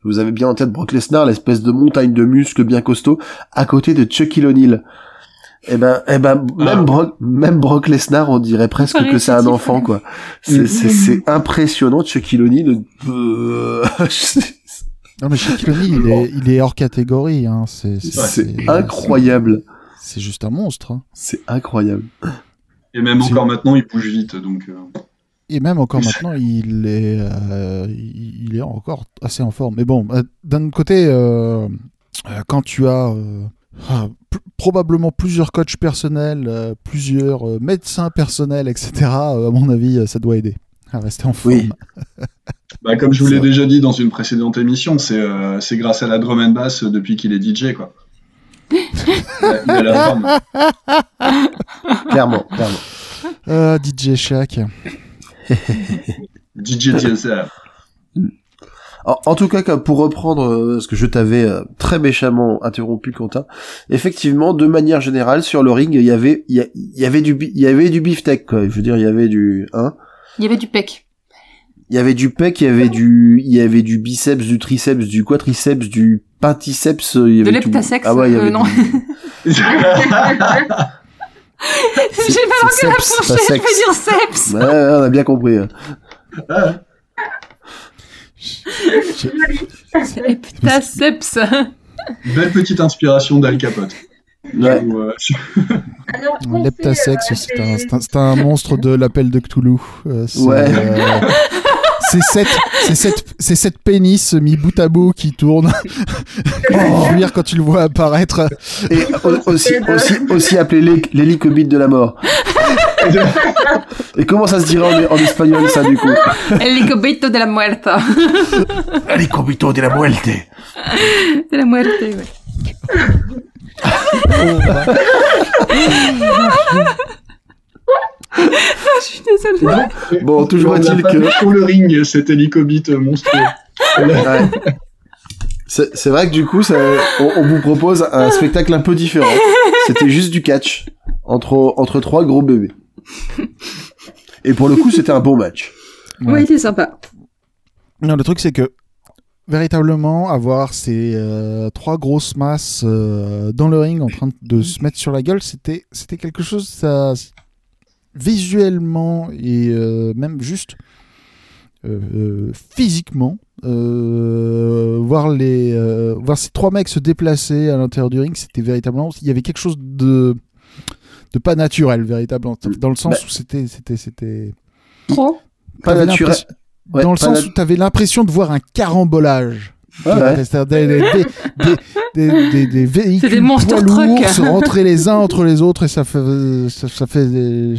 F: vous avez bien en tête Brock Lesnar, l'espèce de montagne de muscles bien costaud, à côté de Chucky O'Neal. Eh ben, eh ben, même Brock, même Brock Lesnar, on dirait presque que c'est un
D: Pareil,
F: enfant, quoi. C'est, c'est, c'est impressionnant, Chucky O'Neal. euh, c'est-
E: Non, mais Shaquille O'Neal, il, est, il est hors catégorie. Hein. C'est c'est-
F: c'est
E: c'est-
F: incroyable.
E: C'est juste un monstre. hein.
F: C'est incroyable.
C: Et même
E: C'est-
C: encore maintenant, il bouge vite, donc. euh,
E: Et même encore maintenant, il est, euh, il il est encore assez en forme. Mais bon, euh, d'un autre côté, euh, euh, quand tu as euh, ah, p- probablement plusieurs coachs personnels, euh, plusieurs euh, médecins personnels, etc., euh, à mon avis, euh, ça doit aider à rester en forme.
F: Oui.
C: Bah, comme je vous
F: C'est
C: l'ai
F: vrai.
C: déjà dit dans une précédente émission, c'est euh, c'est grâce à la drum and bass euh, depuis qu'il est DJ, quoi. il, a, il a la forme.
F: Clairement, clairement.
E: Euh, DJ Shaq.
C: DJ TSR.
F: En, en tout cas, comme pour reprendre euh, ce que je t'avais euh, très méchamment interrompu, Quentin, effectivement, de manière générale, sur le ring, il y avait, il y, a- il y avait du, bi- il y avait du beefsteak, quoi. Je veux dire, il y avait du, hein.
D: Il y avait du pec.
F: Il y avait du pec, il y avait du, il y avait du biceps, du triceps, du quadriceps, du pinticeps, il y
D: De
F: avait tout.
D: l'heptasex,
F: Ah ouais, il y
D: euh,
F: avait
D: non.
F: du-
D: J'ai pas
F: c'est
D: manqué la
F: seps,
D: plancher,
F: pas
D: je vais
F: sexe.
D: dire seps.
F: Ouais, ouais, on a bien compris. hein.
D: Putain, seps.
C: Belle petite inspiration d'Al Capote.
F: Ouais.
C: Ou, euh,
B: Alors, Ah on
E: Leptasex,
B: sait, euh,
E: c'est un, c'est un- c'est un monstre de l'appel de Cthulhu. Euh, c'est,
F: Ouais.
E: euh, c'est sept, c'est sept- c'est sept pénis mis bout à bout qui tournent. Fuir quand tu le vois apparaître.
F: Et au- aussi,
B: Et de-
F: aussi, aussi appelé l'hé- l'hélicobite de la mort. Et comment ça se dirait en, en espagnol, ça, du coup?
D: El licobito de la muerta.
F: L'hélicobito de la muerte.
D: De la muerte, ouais. Ah, Je suis désolée.
F: Bon, toujours
C: on
F: est-il
C: l'a pas
F: que-
C: vu Sur le ring, cet hélicobite monstrueux.
F: Ouais. C'est c'est vrai que du coup, ça, on, on vous propose un spectacle un peu différent. C'était juste du catch entre entre trois gros bébés. Et pour le coup, c'était un bon match.
E: Ouais.
D: Oui, c'est sympa.
E: Non, le truc, c'est que véritablement, avoir ces euh, trois grosses masses euh, dans le ring en train
F: Mm.
E: de se mettre sur la gueule, c'était c'était quelque chose ça, visuellement et euh, même juste euh, euh, physiquement. euh, voir les euh, voir ces trois mecs se déplacer à l'intérieur du ring c'était véritablement il y avait quelque chose de de pas naturel véritablement dans le sens
F: Bah.
E: où c'était c'était c'était
D: Trop.
F: Pas
E: T'avais
F: naturel.
E: l'impression-
F: Ouais,
E: dans le
F: pas
E: sens
F: nat-
E: où tu avais l'impression de voir un carambolage.
F: Ouais, ouais.
E: C'est-à-dire des, des, des, des, des- des véhicules
D: C'est des monstres
E: poids lourds
D: trucks.
E: se rentrer les uns entre les autres et ça fait ça, ça fait des...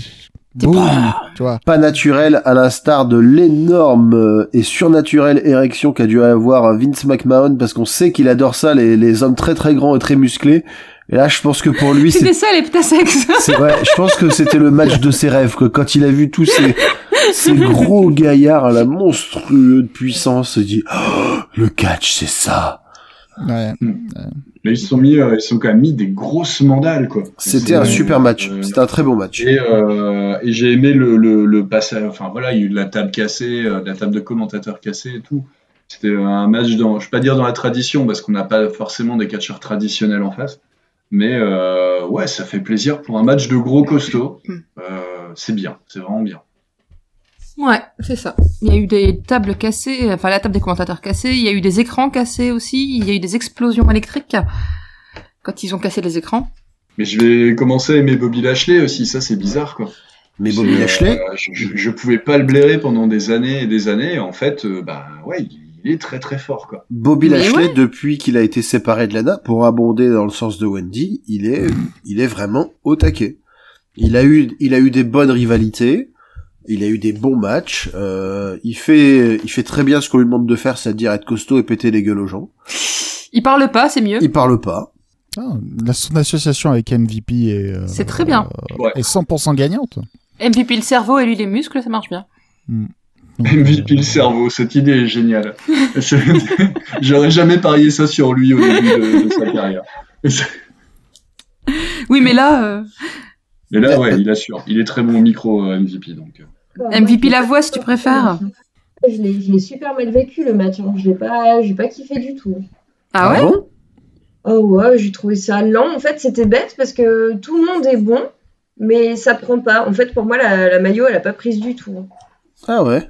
E: boum, tu vois.
F: Pas naturel, à l'instar de l'énorme euh, et surnaturelle érection qu'a dû avoir Vince McMahon, parce qu'on sait qu'il adore ça, les, les hommes très très grands et très musclés. Et là, je pense que pour lui, c'est
D: C'était ça, les ptasex.
F: C'est vrai, je pense que c'était le match de ses rêves, que quand il a vu tous ces, ces gros gaillards à la monstrueuse puissance, il dit, Oh, le catch, c'est ça.
E: Ouais.
C: Mais ils se sont mis, euh, ils se sont quand même mis des grosses mandales, quoi.
F: C'était un
C: C'est-
F: super match.
C: euh,
F: C'était un très bon match.
C: Et, euh, et j'ai aimé le, le, le passage. Enfin voilà, il y a eu de la table cassée, euh, de la table de commentateurs cassée et tout. C'était euh, un match dans, je vais pas dire dans la tradition parce qu'on n'a pas forcément des catcheurs traditionnels en face, mais euh, ouais, ça fait plaisir pour un match de gros costaud. Euh, c'est bien, c'est vraiment bien.
D: Ouais, c'est ça. Il y a eu des tables cassées, enfin la table des commentateurs cassée, il y a eu des écrans cassés aussi, il y a eu des explosions électriques quand ils ont cassé les écrans.
C: Mais je vais commencer à aimer Bobby Lashley aussi. Ça c'est bizarre quoi.
F: Mais Bobby
C: C'est,
F: Lashley,
C: euh, je, je- je pouvais pas le blairer pendant des années et des années. Et en fait, euh, bah ouais, il, il est très très fort quoi.
F: Bobby
D: Mais
F: Lashley, depuis qu'il a été séparé de Lana, pour abonder dans le sens de Wendy, il est, il est vraiment au taquet. Il a eu, il a eu des bonnes rivalités. Il a eu des bons matchs. euh, il fait, il fait très bien ce qu'on lui demande de faire, c'est-à-dire être costaud et péter les gueules aux gens.
D: Ils parlent pas, c'est mieux.
F: Il parle pas.
E: Ah, la- son association avec MVP est, euh,
D: C'est très bien.
C: Ouais.
E: est 100% gagnante.
D: MVP le cerveau et lui les muscles, ça marche bien.
E: Donc,
C: MVP le
E: euh,
C: cerveau, cette idée est géniale. Je- J'aurais jamais parié ça sur lui au début de, de sa carrière.
D: Oui, mais là, euh,
C: Mais là, ouais, il assure. Il est très bon au micro euh, MVP, donc.
D: MVP la voix, si tu préfères.
B: Je l'ai je l'ai super mal vécu le match. hein. Je l'ai pas, j'ai pas kiffé du tout.
D: Ah ouais
F: bon
B: Oh ouais, j'ai trouvé ça lent. En fait, c'était bête parce que tout le monde est bon, mais ça prend pas. En fait, pour moi, la, la maillot, elle a pas prise du tout.
F: Ah ouais.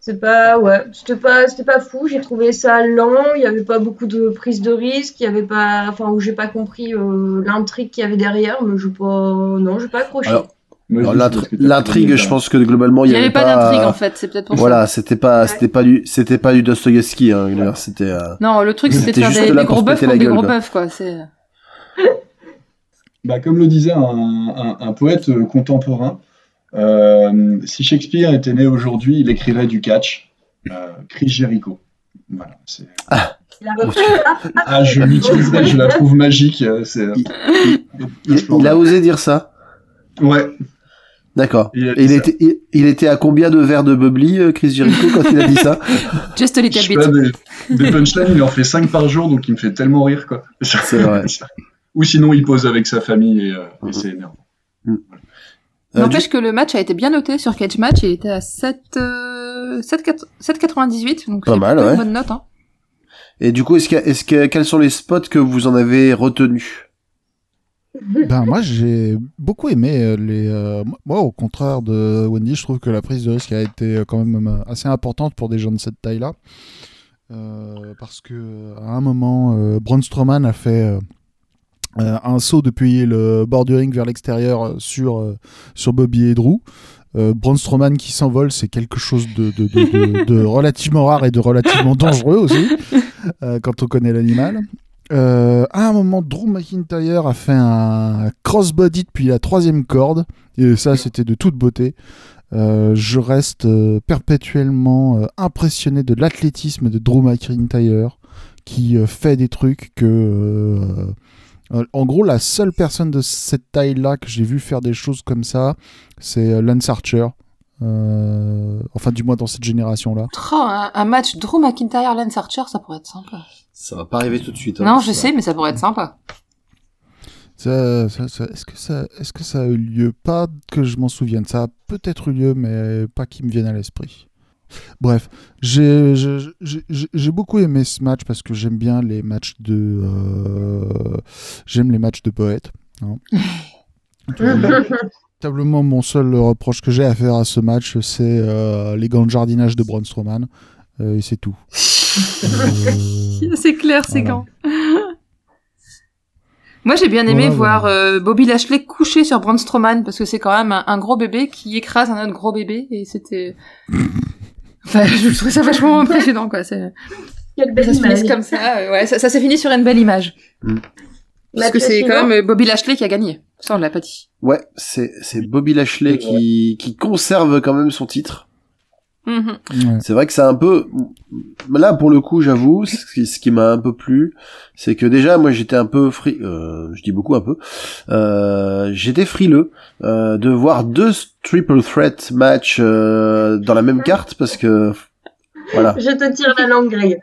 B: C'est pas, ouais, c'était pas, c'était pas fou. J'ai trouvé ça lent. Il y avait pas beaucoup de prise de risque. Il y avait pas, enfin, où j'ai pas compris euh, l'intrigue qu'il y avait derrière. Mais je pas, non, j'ai pas accroché.
F: Alors,
C: Moi, je
F: Alors,
C: dis
F: l'intri-
C: parce que t'as
F: L'intrigue,
C: pris,
F: je
C: euh,
F: pense que globalement,
D: Il n'y avait pas d'intrigue en fait, c'est peut-être pour
F: Voilà, c'était pas, c'était pas du, c'était pas du Dostoïevski. Hein, Glover, C'était. euh,
D: ça. Non, le truc c'était de
F: C'était
D: faire
F: juste
D: des,
F: là
D: des
F: pour
D: gros
F: se
D: bœufs
F: péter
D: contre
F: la
D: des
F: gueule,
D: gros
F: quoi.
D: bœufs, quoi. C'est... euh.
C: Bah, comme le disait un, un- un poète euh, contemporain, euh, si Shakespeare était né aujourd'hui, il écrirait du catch. Euh, Chris Jericho. Voilà, c'est-
B: Il a repris-
C: ah, je l'utiliserai, je la trouve magique. euh, c'est-
F: Il, il a osé dire ça.
C: Ouais,
F: D'accord.
C: il a dit
F: Et Il
C: ça.
F: était, il, il était à combien de verres de bubbly, euh, Chris Jericho, quand il a dit ça
D: Just a
C: Je
D: little
C: sais
D: bit.
C: pas, des, des punchlines, il en fait 5 par jour, donc il me fait tellement rire, quoi.
F: C'est vrai. Mhm.
C: Ou sinon, il pose avec sa famille et, euh, et c'est énervant.
F: Euh,
D: N'empêche que le match a été bien noté sur Cage Match, il était à 7, euh, 7,4 7,98, donc
F: Pas
D: c'est
F: mal,
D: plutôt
F: ouais.
D: une bonne note. Hein.
F: Et du coup, est-ce que, est-ce que, quels sont les spots que vous en avez retenus
E: Ben, moi, j'ai beaucoup aimé euh, les. euh, moi, au contraire de Wendy, je trouve que la prise de risque a été euh, quand même euh, assez importante pour des gens de cette taille-là. Euh, parce que euh, à un moment, euh, Braun Strowman a fait euh, euh, un saut depuis le bord du ring vers l'extérieur euh, sur, euh, sur Bobby et Drew. Euh, Braun Strowman qui s'envole, c'est quelque chose de, de, de- de- de relativement rare et de relativement dangereux aussi, euh, quand on connaît l'animal. Euh, à un moment, Drew McIntyre a fait un crossbody depuis la troisième corde, et ça, c'était de toute beauté. Euh, je reste euh, perpétuellement euh, impressionné de l'athlétisme de Drew McIntyre, qui euh, fait des trucs que. euh, euh, en gros, la seule personne de cette taille-là que j'ai vu faire des choses comme ça, c'est euh, Lance Archer. Euh, enfin, du moins dans cette génération-là.
D: Oh, un, un match Drew McIntyre, Lance Archer, ça pourrait être sympa.
F: Ça va pas arriver tout de suite.
D: non, je sais, mais ça pourrait être sympa.
E: Ça- ça- ça- Est-ce que, ça- est-ce que ça a eu lieu Pas que je m'en souvienne. Ça a peut-être eu lieu, mais pas qui me vienne à l'esprit. Bref, j'ai je- je- j'ai- j'ai beaucoup aimé ce match parce que j'aime bien les matchs de. euh, j'aime les matchs de poètes. hein. Véritablement, mon seul reproche que j'ai à faire à ce match, c'est euh, les gants de jardinage de Braun Strowman. euh, et c'est tout. Euh,
D: C'est clair, c'est
E: Voilà.
D: quand. Moi, j'ai bien aimé
E: Voilà,
D: voir
E: voilà.
D: euh, Bobby Lashley couché sur Braun Strowman parce que c'est quand même un, un gros bébé qui écrase un autre gros bébé et c'était. Enfin, je trouvais ça vachement impressionnant, quoi. c'est-
B: Quelle belle
D: Ça se
B: image.
D: finisse comme ça. euh, ouais, ça, ça s'est fini sur une belle image.
F: Mm.
D: Parce que
B: Match
D: c'est
B: suivant.
D: quand même euh, Bobby Lashley qui a gagné. Ça, on l'a pas dit.
F: Ouais, c'est, c'est Bobby Lashley qui, qui conserve quand même son titre.
D: Mhm.
E: ouais.
F: C'est vrai que c'est un peu, là pour le coup, j'avoue, ce qui, ce qui m'a un peu plu, c'est que déjà moi j'étais un peu fri, euh, je dis beaucoup un peu, euh, j'étais frileux euh, de voir deux triple threat match euh, dans la même carte parce que voilà,
B: Je te tire la langue, Greg.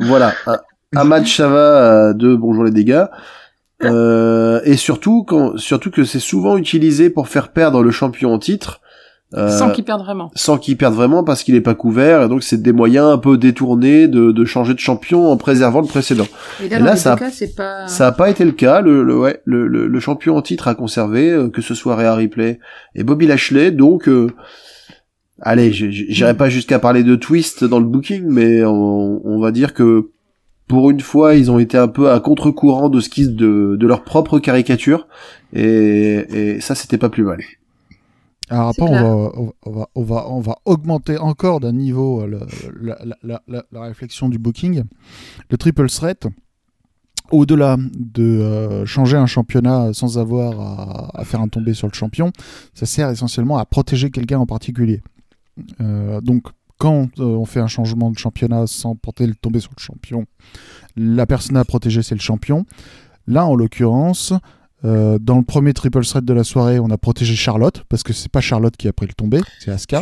F: voilà, un, un match ça va, euh, deux bonjour les dégâts. Euh, et surtout quand, surtout que c'est souvent utilisé pour faire perdre le champion en titre. euh,
D: Sans qu'il perde vraiment.
F: sans qu'il perde vraiment parce qu'il est pas couvert et donc c'est des moyens un peu détournés de, de changer de champion en préservant le précédent.
D: Et là,
F: Et
D: dans
F: là,
D: les
F: ça-
D: deux cas, c'est pas.
F: Ça a pas été le cas, le, le, ouais, le, le, le champion en titre a conservé, euh, que ce soit Rhea Ripley et Bobby Lashley, donc euh, allez, j'ai- j'ai- j'irai pas jusqu'à parler de twist dans le booking, mais on, on va dire que pour une fois ils ont été un peu à contre-courant de ce qui de, de leur propre caricature et, et ça c'était pas plus mal.
E: Alors
D: C'est
E: après, on
D: clair.
E: va, on, va- on va, on, va, on va augmenter encore d'un niveau euh, le- la, la- la- la- la réflexion du booking. Le triple threat, au-delà de euh, changer un championnat sans avoir à, à faire un tombé sur le champion, ça sert essentiellement à protéger quelqu'un en particulier. Euh, donc, quand euh, on fait un changement de championnat sans porter le tombé sur le champion, la personne à protéger, c'est le champion. Là, en l'occurrence, euh, dans le premier triple threat de la soirée, on a protégé Charlotte, parce que c'est pas Charlotte qui a pris le tombé, c'est Asuka.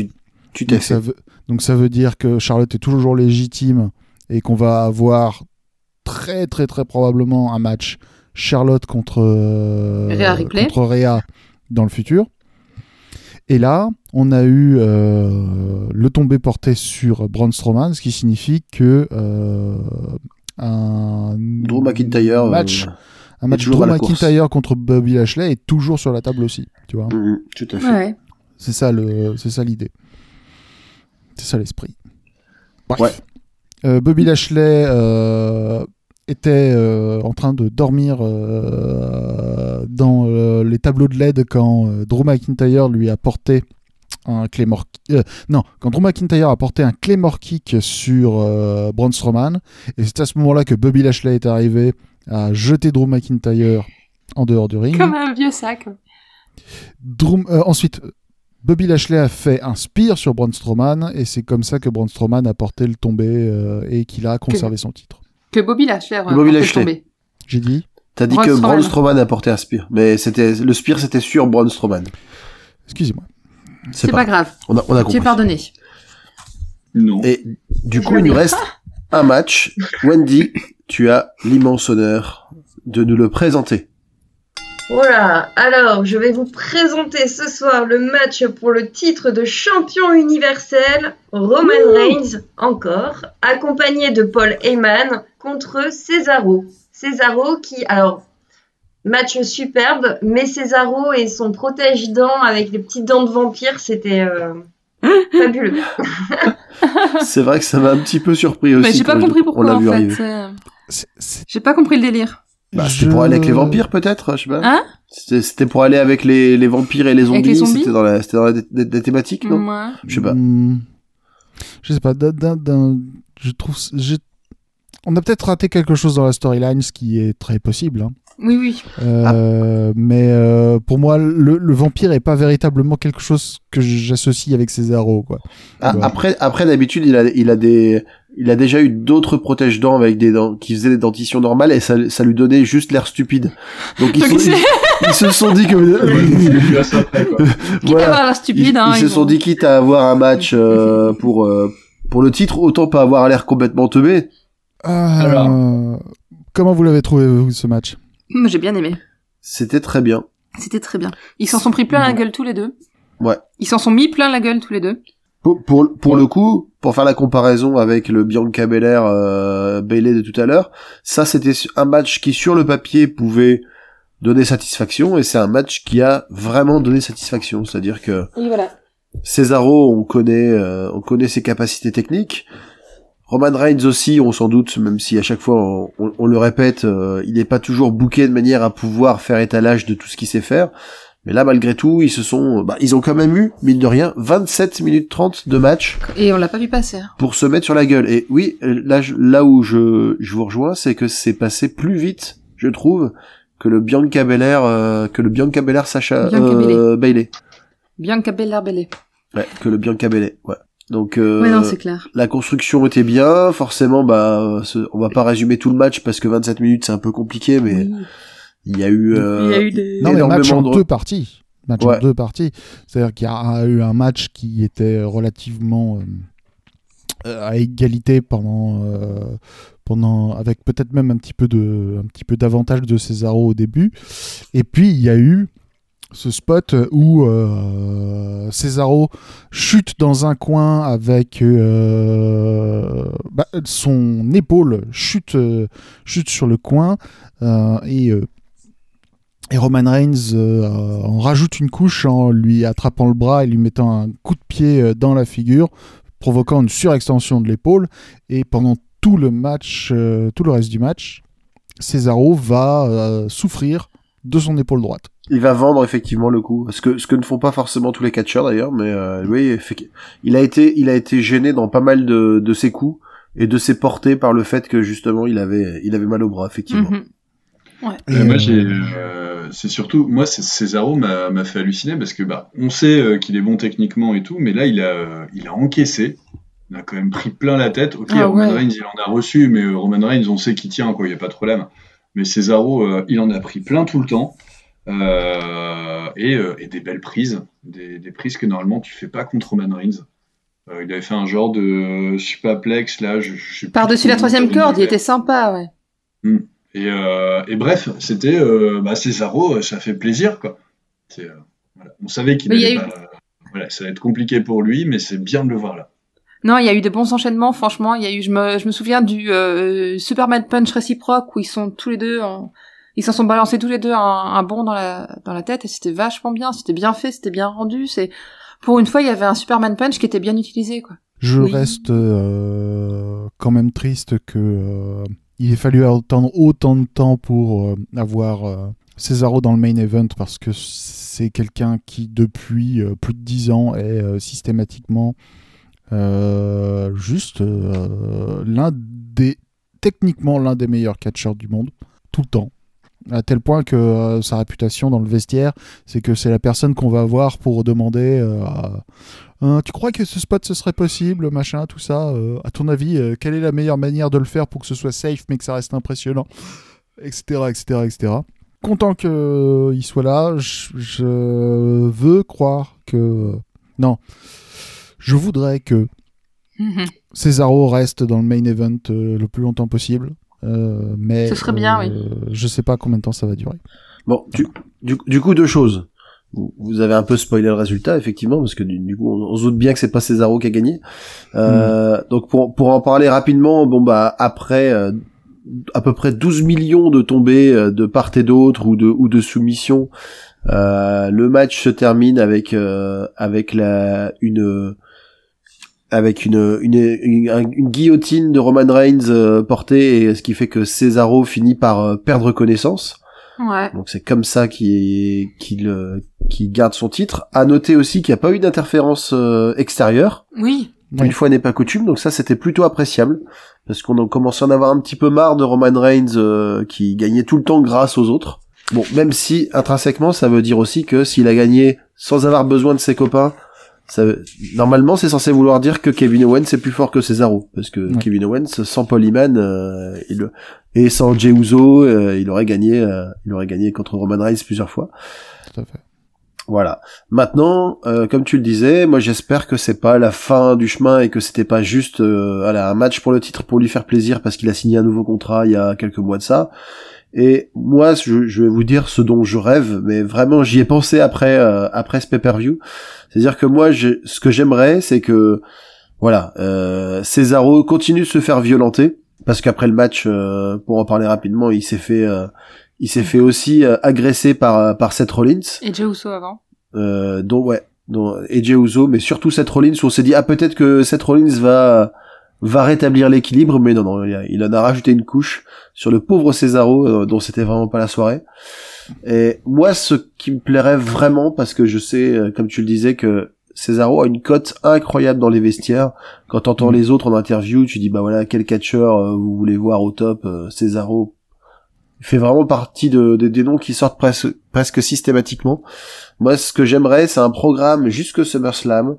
F: Tu t'es
E: Donc
F: fait.
E: ça, veut, donc ça veut dire que Charlotte est toujours légitime et qu'on va avoir très très très probablement un match Charlotte contre, euh,
D: Rhea Ripley.
E: contre Rhea dans le futur. Et là, on a eu euh, le tombé porté sur Braun Strowman, ce qui signifie que euh, un
F: Drew McIntyre. euh,
E: match, un match
F: toujours
E: Drew
F: à la course.
E: McIntyre contre Bobby Lashley est toujours sur la table aussi. Tu vois,
F: mm, tout à fait.
D: Ouais.
E: c'est ça le, c'est ça l'idée, c'est ça l'esprit. Bref,
F: Ouais.
E: Euh, Bobby Lashley euh, était euh, en train de dormir euh, dans euh, les tableaux de LED quand euh, Drew McIntyre lui a porté un claymore ki- euh, non quand Drew McIntyre a porté un claymore kick sur euh, Braun Strowman et c'est à ce moment-là que Bobby Lashley est arrivé à jeter Drew McIntyre en dehors du
F: Mmh.
E: ring.
D: Comme un vieux sac.
E: Drew- euh, ensuite, Bobby Lashley a fait un spear sur Braun Strowman et c'est comme ça que Braun Strowman a porté le tombé euh, et qu'il a conservé son titre.
D: Que Bobby Lashley aurait
F: Bobby
D: fait
F: Lashley.
D: tomber.
E: J'ai dit
F: T'as dit
D: Braun
F: que
D: Strowman.
F: Braun Strowman a porté un spear, mais c'était le spear c'était sur Braun Strowman.
E: Excusez-moi.
F: C'est
D: C'est
F: pas,
D: pas grave.
F: on a, on a
D: Tu es
F: compris.
D: pardonné.
C: Non.
F: Et du coup, il nous reste un match. Wendy, tu as l'immense honneur de nous le présenter.
B: Voilà, alors je vais vous présenter ce soir le match pour le titre de champion universel, Roman Reigns encore, accompagné de Paul Heyman contre Cesaro. Cesaro qui, alors, match superbe, mais Cesaro et son protège-dents avec les petites dents de vampire, c'était euh, fabuleux.
F: C'est vrai que ça m'a un petit peu surpris aussi.
D: Mais j'ai pas
F: quand
D: compris
F: je- on
D: pourquoi
F: l'a
D: en
F: vu
D: fait.
F: arriver.
D: c'est-
E: C'est- c'est-
D: J'ai pas compris le délire.
F: Bah,
E: je-
F: c'était pour aller avec les vampires peut-être, je sais pas.
D: Hein
F: C'était c'était pour aller avec les, les vampires et les zombies.
D: Avec les zombies Mm.
F: C'était dans la, c'était dans la, la- la thématique, non
D: Moi.
F: Je sais pas.
E: Hmm. Je sais pas. d'un- d'un- d'un- je trouve. j'ai- On a peut-être raté quelque chose dans la storyline, ce qui est très possible. hein.
D: Oui, oui.
F: Ah.
E: Euh, Mais euh, pour moi, le, le vampire est pas véritablement quelque chose que j'associe avec Cesaro. Quoi.
F: Ah,
E: Ouais.
F: Après, après d'habitude, il a, il a des, il a déjà eu d'autres protège-dents avec des dents qui faisaient des dentitions normales et ça, ça lui donnait juste l'air stupide. Donc ils,
D: Donc,
F: sont-
D: c'est-
F: ils- ils se sont dit que
C: Tu as ça après, quoi.
D: Quitte à avoir l'air
F: Ils,
D: stupide, hein.
F: ils se sont
D: vont-
F: dit quitte à avoir un match euh, pour euh, pour le titre, autant pas avoir l'air complètement teubé.
E: Ah, Comment vous l'avez trouvé vous, ce match
D: Moi, J'ai bien aimé.
F: C'était très bien.
D: C'était très bien. Ils s'en sont pris plein la gueule tous les deux.
F: Ouais.
D: Ils s'en sont mis plein la gueule tous les deux.
F: Pour, pour, pour le coup, pour faire la comparaison avec le Bianca Belair euh, Bayley de tout à l'heure, ça c'était un match qui sur le papier pouvait donner satisfaction et c'est un match qui a vraiment donné satisfaction, c'est-à-dire que
D: Et voilà.
F: Cesaro, on connaît euh, on connaît ses capacités techniques. Roman Reigns aussi, on s'en doute, même si à chaque fois on, on- on le répète, euh, il n'est pas toujours bouqué de manière à pouvoir faire étalage de tout ce qu'il sait faire. Mais là, malgré tout, ils se sont, bah, ils ont quand même eu, mine de rien, 27 minutes 30 de match
D: Et on l'a pas vu passer. hein.
F: pour se mettre sur la gueule. Et oui, là, je- là où je, je vous rejoins, c'est que c'est passé plus vite, je trouve, que le Bianca Belair, euh, que le Bianca Belair Sacha
D: Bianca
F: euh, Bailey.
D: Bianca Belair Bellet.
F: Ouais, que le Bianca Belair, ouais. Donc, euh,
D: Ouais, non, c'est clair.
F: la construction était bien, forcément, bah, euh, ce- on va pas résumer tout le match parce que 27 minutes c'est un peu compliqué, mais
D: Oui.
F: il y a eu, euh,
D: Il y a eu des...
E: Non, mais
F: énormément
E: match en
F: de-
E: deux parties. Match
F: Ouais.
E: en deux parties. C'est-à-dire qu'il y a eu un match qui était relativement euh, euh, à égalité pendant, euh, pendant avec peut-être même un petit peu de, un petit peu d'avantage de Cesaro au début. Et puis il y a eu ce spot où euh, Cesaro chute dans un coin avec euh, bah, son épaule chute euh, chute sur le coin euh, et euh, et Roman Reigns euh, en rajoute une couche en lui attrapant le bras et lui mettant un coup de pied euh, dans la figure, provoquant une surextension de l'épaule. Et pendant tout le match, euh, tout le reste du match, Cesaro va euh, souffrir de son épaule droite.
F: il va vendre effectivement le coup. Ce que, ce que ne font pas forcément tous les catcheurs d'ailleurs, mais euh, oui, effe- il a été, il a été gêné dans pas mal de, de ses coups et de ses portées par le fait que justement il avait, il avait mal au bras effectivement.
D: Mhm.
E: Et,
C: Euh, moi,
E: euh,
C: j'ai, euh, c'est surtout, moi, c'est- Cesaro m'a m'a fait halluciner parce que, bah, on sait euh, qu'il est bon techniquement et tout, mais là, il a, euh, il a encaissé. Il a quand même pris plein la tête. Ok,
D: Ah
C: Roman
D: ouais.
C: Reigns, il en a reçu, mais euh, Roman Reigns, on sait qu'il tient, quoi, il n'y a pas de problème. Mais Cesaro, euh, il en a pris plein tout le temps. Euh, et, euh, et des belles prises, des, des prises que normalement tu fais pas contre Roman Reigns. Euh, il avait fait un genre de supaplex là, je, je sais plus
D: Par-dessus la
C: comment
D: troisième
C: il avait
D: corde, il
C: fait.
D: était sympa, ouais.
C: Et, euh, et bref, c'était euh, bah, Cesaro, euh, ça fait plaisir quoi. C'est, euh, Voilà. On savait qu'il
D: Mais il y
C: allait
D: a eu-
C: pas- euh, voilà, ça va être compliqué pour lui, mais c'est bien de le voir là.
D: Non, il y a eu des bons enchaînements, franchement. Il y a eu, je me, je me souviens du euh, Superman Punch réciproque où ils sont tous les deux, en- ils s'en sont balancés tous les deux un, un bond dans la dans la tête et c'était vachement bien, c'était bien fait, c'était bien rendu. C'est pour une fois, il y avait un Superman Punch qui était bien utilisé, quoi.
E: Je
D: Oui.
E: reste euh, quand même triste que euh, il ait fallu attendre autant de temps pour euh, avoir euh, Cesaro dans le main event parce que c'est quelqu'un qui depuis euh, plus de 10 ans est euh, systématiquement euh, juste euh, l'un des techniquement l'un des meilleurs catcheurs du monde tout le temps à tel point que euh, sa réputation dans le vestiaire c'est que c'est la personne qu'on va voir pour demander euh, à- Hein, tu crois que ce spot ce serait possible, machin, tout ça euh, À ton avis, euh, quelle est la meilleure manière de le faire pour que ce soit safe mais que ça reste impressionnant Etc, etc, etc. Content qu'il soit là, je, je veux croire que... euh, Non, je voudrais que
D: Mhm.
E: Cesaro reste dans le main event euh, le plus longtemps possible. euh, mais euh,
D: Ce serait bien, oui.
E: Je sais pas combien de temps ça va durer.
F: Bon, du, du, du coup, deux choses. Vous, vous avez un peu spoilé le résultat, effectivement, parce que du, du coup, on, on se doute bien que c'est pas Cesaro qui a gagné. Euh, Donc, pour, pour en parler rapidement, bon bah après euh, à peu près 12 millions de tombées euh, de part et d'autre ou de ou de soumissions, euh, le match se termine avec euh, avec la une avec une, une, une, un- une guillotine de Roman Reigns euh, portée, et ce qui fait que Cesaro finit par euh, perdre connaissance.
D: Ouais.
F: Donc c'est comme ça qu'il qu'il euh, qu'il garde son titre. À noter aussi qu'il n'y a pas eu d'interférence euh, extérieure.
D: Oui.
E: Oui.
F: Une fois n'est pas coutume, donc ça c'était plutôt appréciable parce qu'on en commençait à en avoir un petit peu marre de Roman Reigns euh, qui gagnait tout le temps grâce aux autres. Bon, même si intrinsèquement ça veut dire aussi que s'il a gagné sans avoir besoin de ses copains, ça veut- normalement c'est censé vouloir dire que Kevin Owens est plus fort que Cesaro parce que
E: Ouais.
F: Kevin Owens sans Polyman il et sans Jey Uso, euh, il aurait gagné euh, il aurait gagné contre Roman Reigns plusieurs fois.
E: Tout à fait.
F: Voilà. Maintenant, euh, comme tu le disais, moi j'espère que c'est pas la fin du chemin et que c'était pas juste euh, voilà, un match pour le titre pour lui faire plaisir parce qu'il a signé un nouveau contrat il y a quelques mois de ça. Et moi, je, je vais vous dire ce dont je rêve, mais vraiment j'y ai pensé après euh, après ce pay-per-view. C'est-à-dire que moi, j'ai- ce que j'aimerais, c'est que voilà, euh, Cesaro continue de se faire violenter parce qu'après le match, euh, pour en parler rapidement, il s'est fait euh, il s'est fait aussi euh, agresser par par Seth Rollins.
D: Et Jey Uso avant.
F: Euh, donc ouais, donc AJ Uso, mais surtout Seth Rollins, où on s'est dit ah peut-être que Seth Rollins va va rétablir l'équilibre, mais non non, il, a- il en a rajouté une couche sur le pauvre Cesaro euh, dont c'était vraiment pas la soirée. Et moi, ce qui me plairait vraiment, parce que je sais, euh, comme tu le disais, que Cesaro a une cote incroyable dans les vestiaires. Quand t'entends les autres en interview, tu dis bah voilà quel catcheur euh, vous voulez voir au top, euh, Cesaro Il fait vraiment partie de, de- des noms qui sortent presque presque systématiquement. Moi, ce que j'aimerais, c'est un programme jusque SummerSlam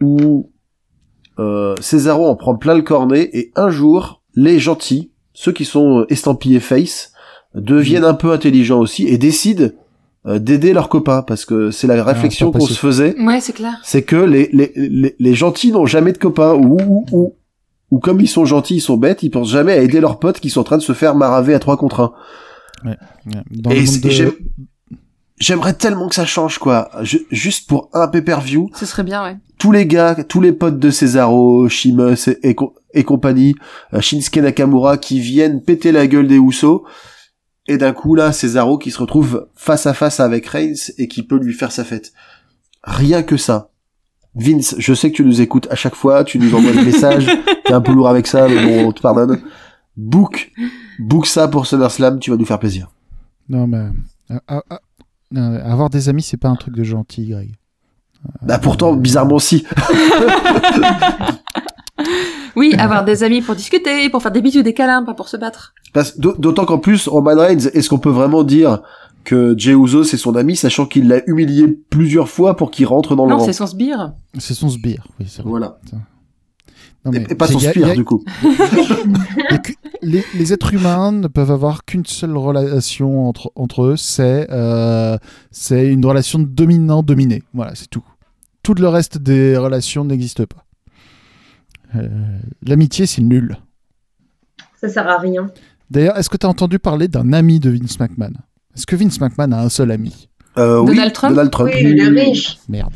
F: où euh, Cesaro en prend plein le cornet et un jour, les gentils, ceux qui sont euh, estampillés face, deviennent un peu intelligents aussi et décident euh, d'aider leurs copains parce que c'est la réflexion
E: pas
F: qu'on se
E: possible.
F: faisait
D: Ouais, c'est clair.
F: c'est que les, les, les, les gentils n'ont jamais de copains ou, ou, ou, ou comme ils sont gentils, ils sont bêtes, ils pensent jamais à aider leurs potes qui sont en train de se faire maraver à 3 contre 1.
E: Ouais. Dans
F: et
E: le
F: c'est-
E: monde de-
F: j'aime- j'aimerais tellement que ça change quoi, Je- juste pour un pay-per-view,
D: Ce serait bien, ouais.
F: tous les gars, tous les potes de Cesaro, Shimus et, et co- et compagnie, euh, Shinsuke Nakamura qui viennent péter la gueule des Usos. Et d'un coup, là, Cesaro qui se retrouve face à face avec Reigns et qui peut lui faire sa fête. Rien que ça. Vince, je sais que tu nous écoutes à chaque fois, tu nous envoies des messages, t'es un peu lourd avec ça, mais bon, on te pardonne. Book, book ça pour SummerSlam, tu vas nous faire plaisir.
E: Non, mais... euh, ah, ah, euh, avoir des amis, c'est pas un truc de gentil, Greg.
F: Bah pourtant, bizarrement si.
D: Oui, avoir des amis pour discuter, pour faire des bisous, des câlins, pas pour se battre.
F: Parce- d'au- D'autant qu'en plus, Roman Reigns, est-ce qu'on peut vraiment dire que Jey Uso c'est son ami, sachant qu'il l'a humilié plusieurs fois pour qu'il rentre dans le
D: Non,
F: rang
D: c'est son sbire.
E: C'est son sbire, oui, c'est vrai.
F: Voilà.
E: Non,
F: Et,
E: mais
F: et pas
E: c'est-
F: son
E: y a- y
F: spire,
E: a-
F: du coup.
E: y a que- les, les êtres humains ne peuvent avoir qu'une seule relation entre, entre eux, c'est euh, c'est une relation dominant-dominé. Voilà, c'est tout. Tout le reste des relations n'existe pas. Euh, L'amitié, c'est nul.
B: Ça sert à rien.
E: D'ailleurs, est-ce que tu as entendu parler d'un ami de Vince McMahon Est-ce que Vince McMahon a un seul ami
F: Euh, oui,
D: Donald Trump
F: Donald Trump.
B: Oui, il est riche.
E: Merde.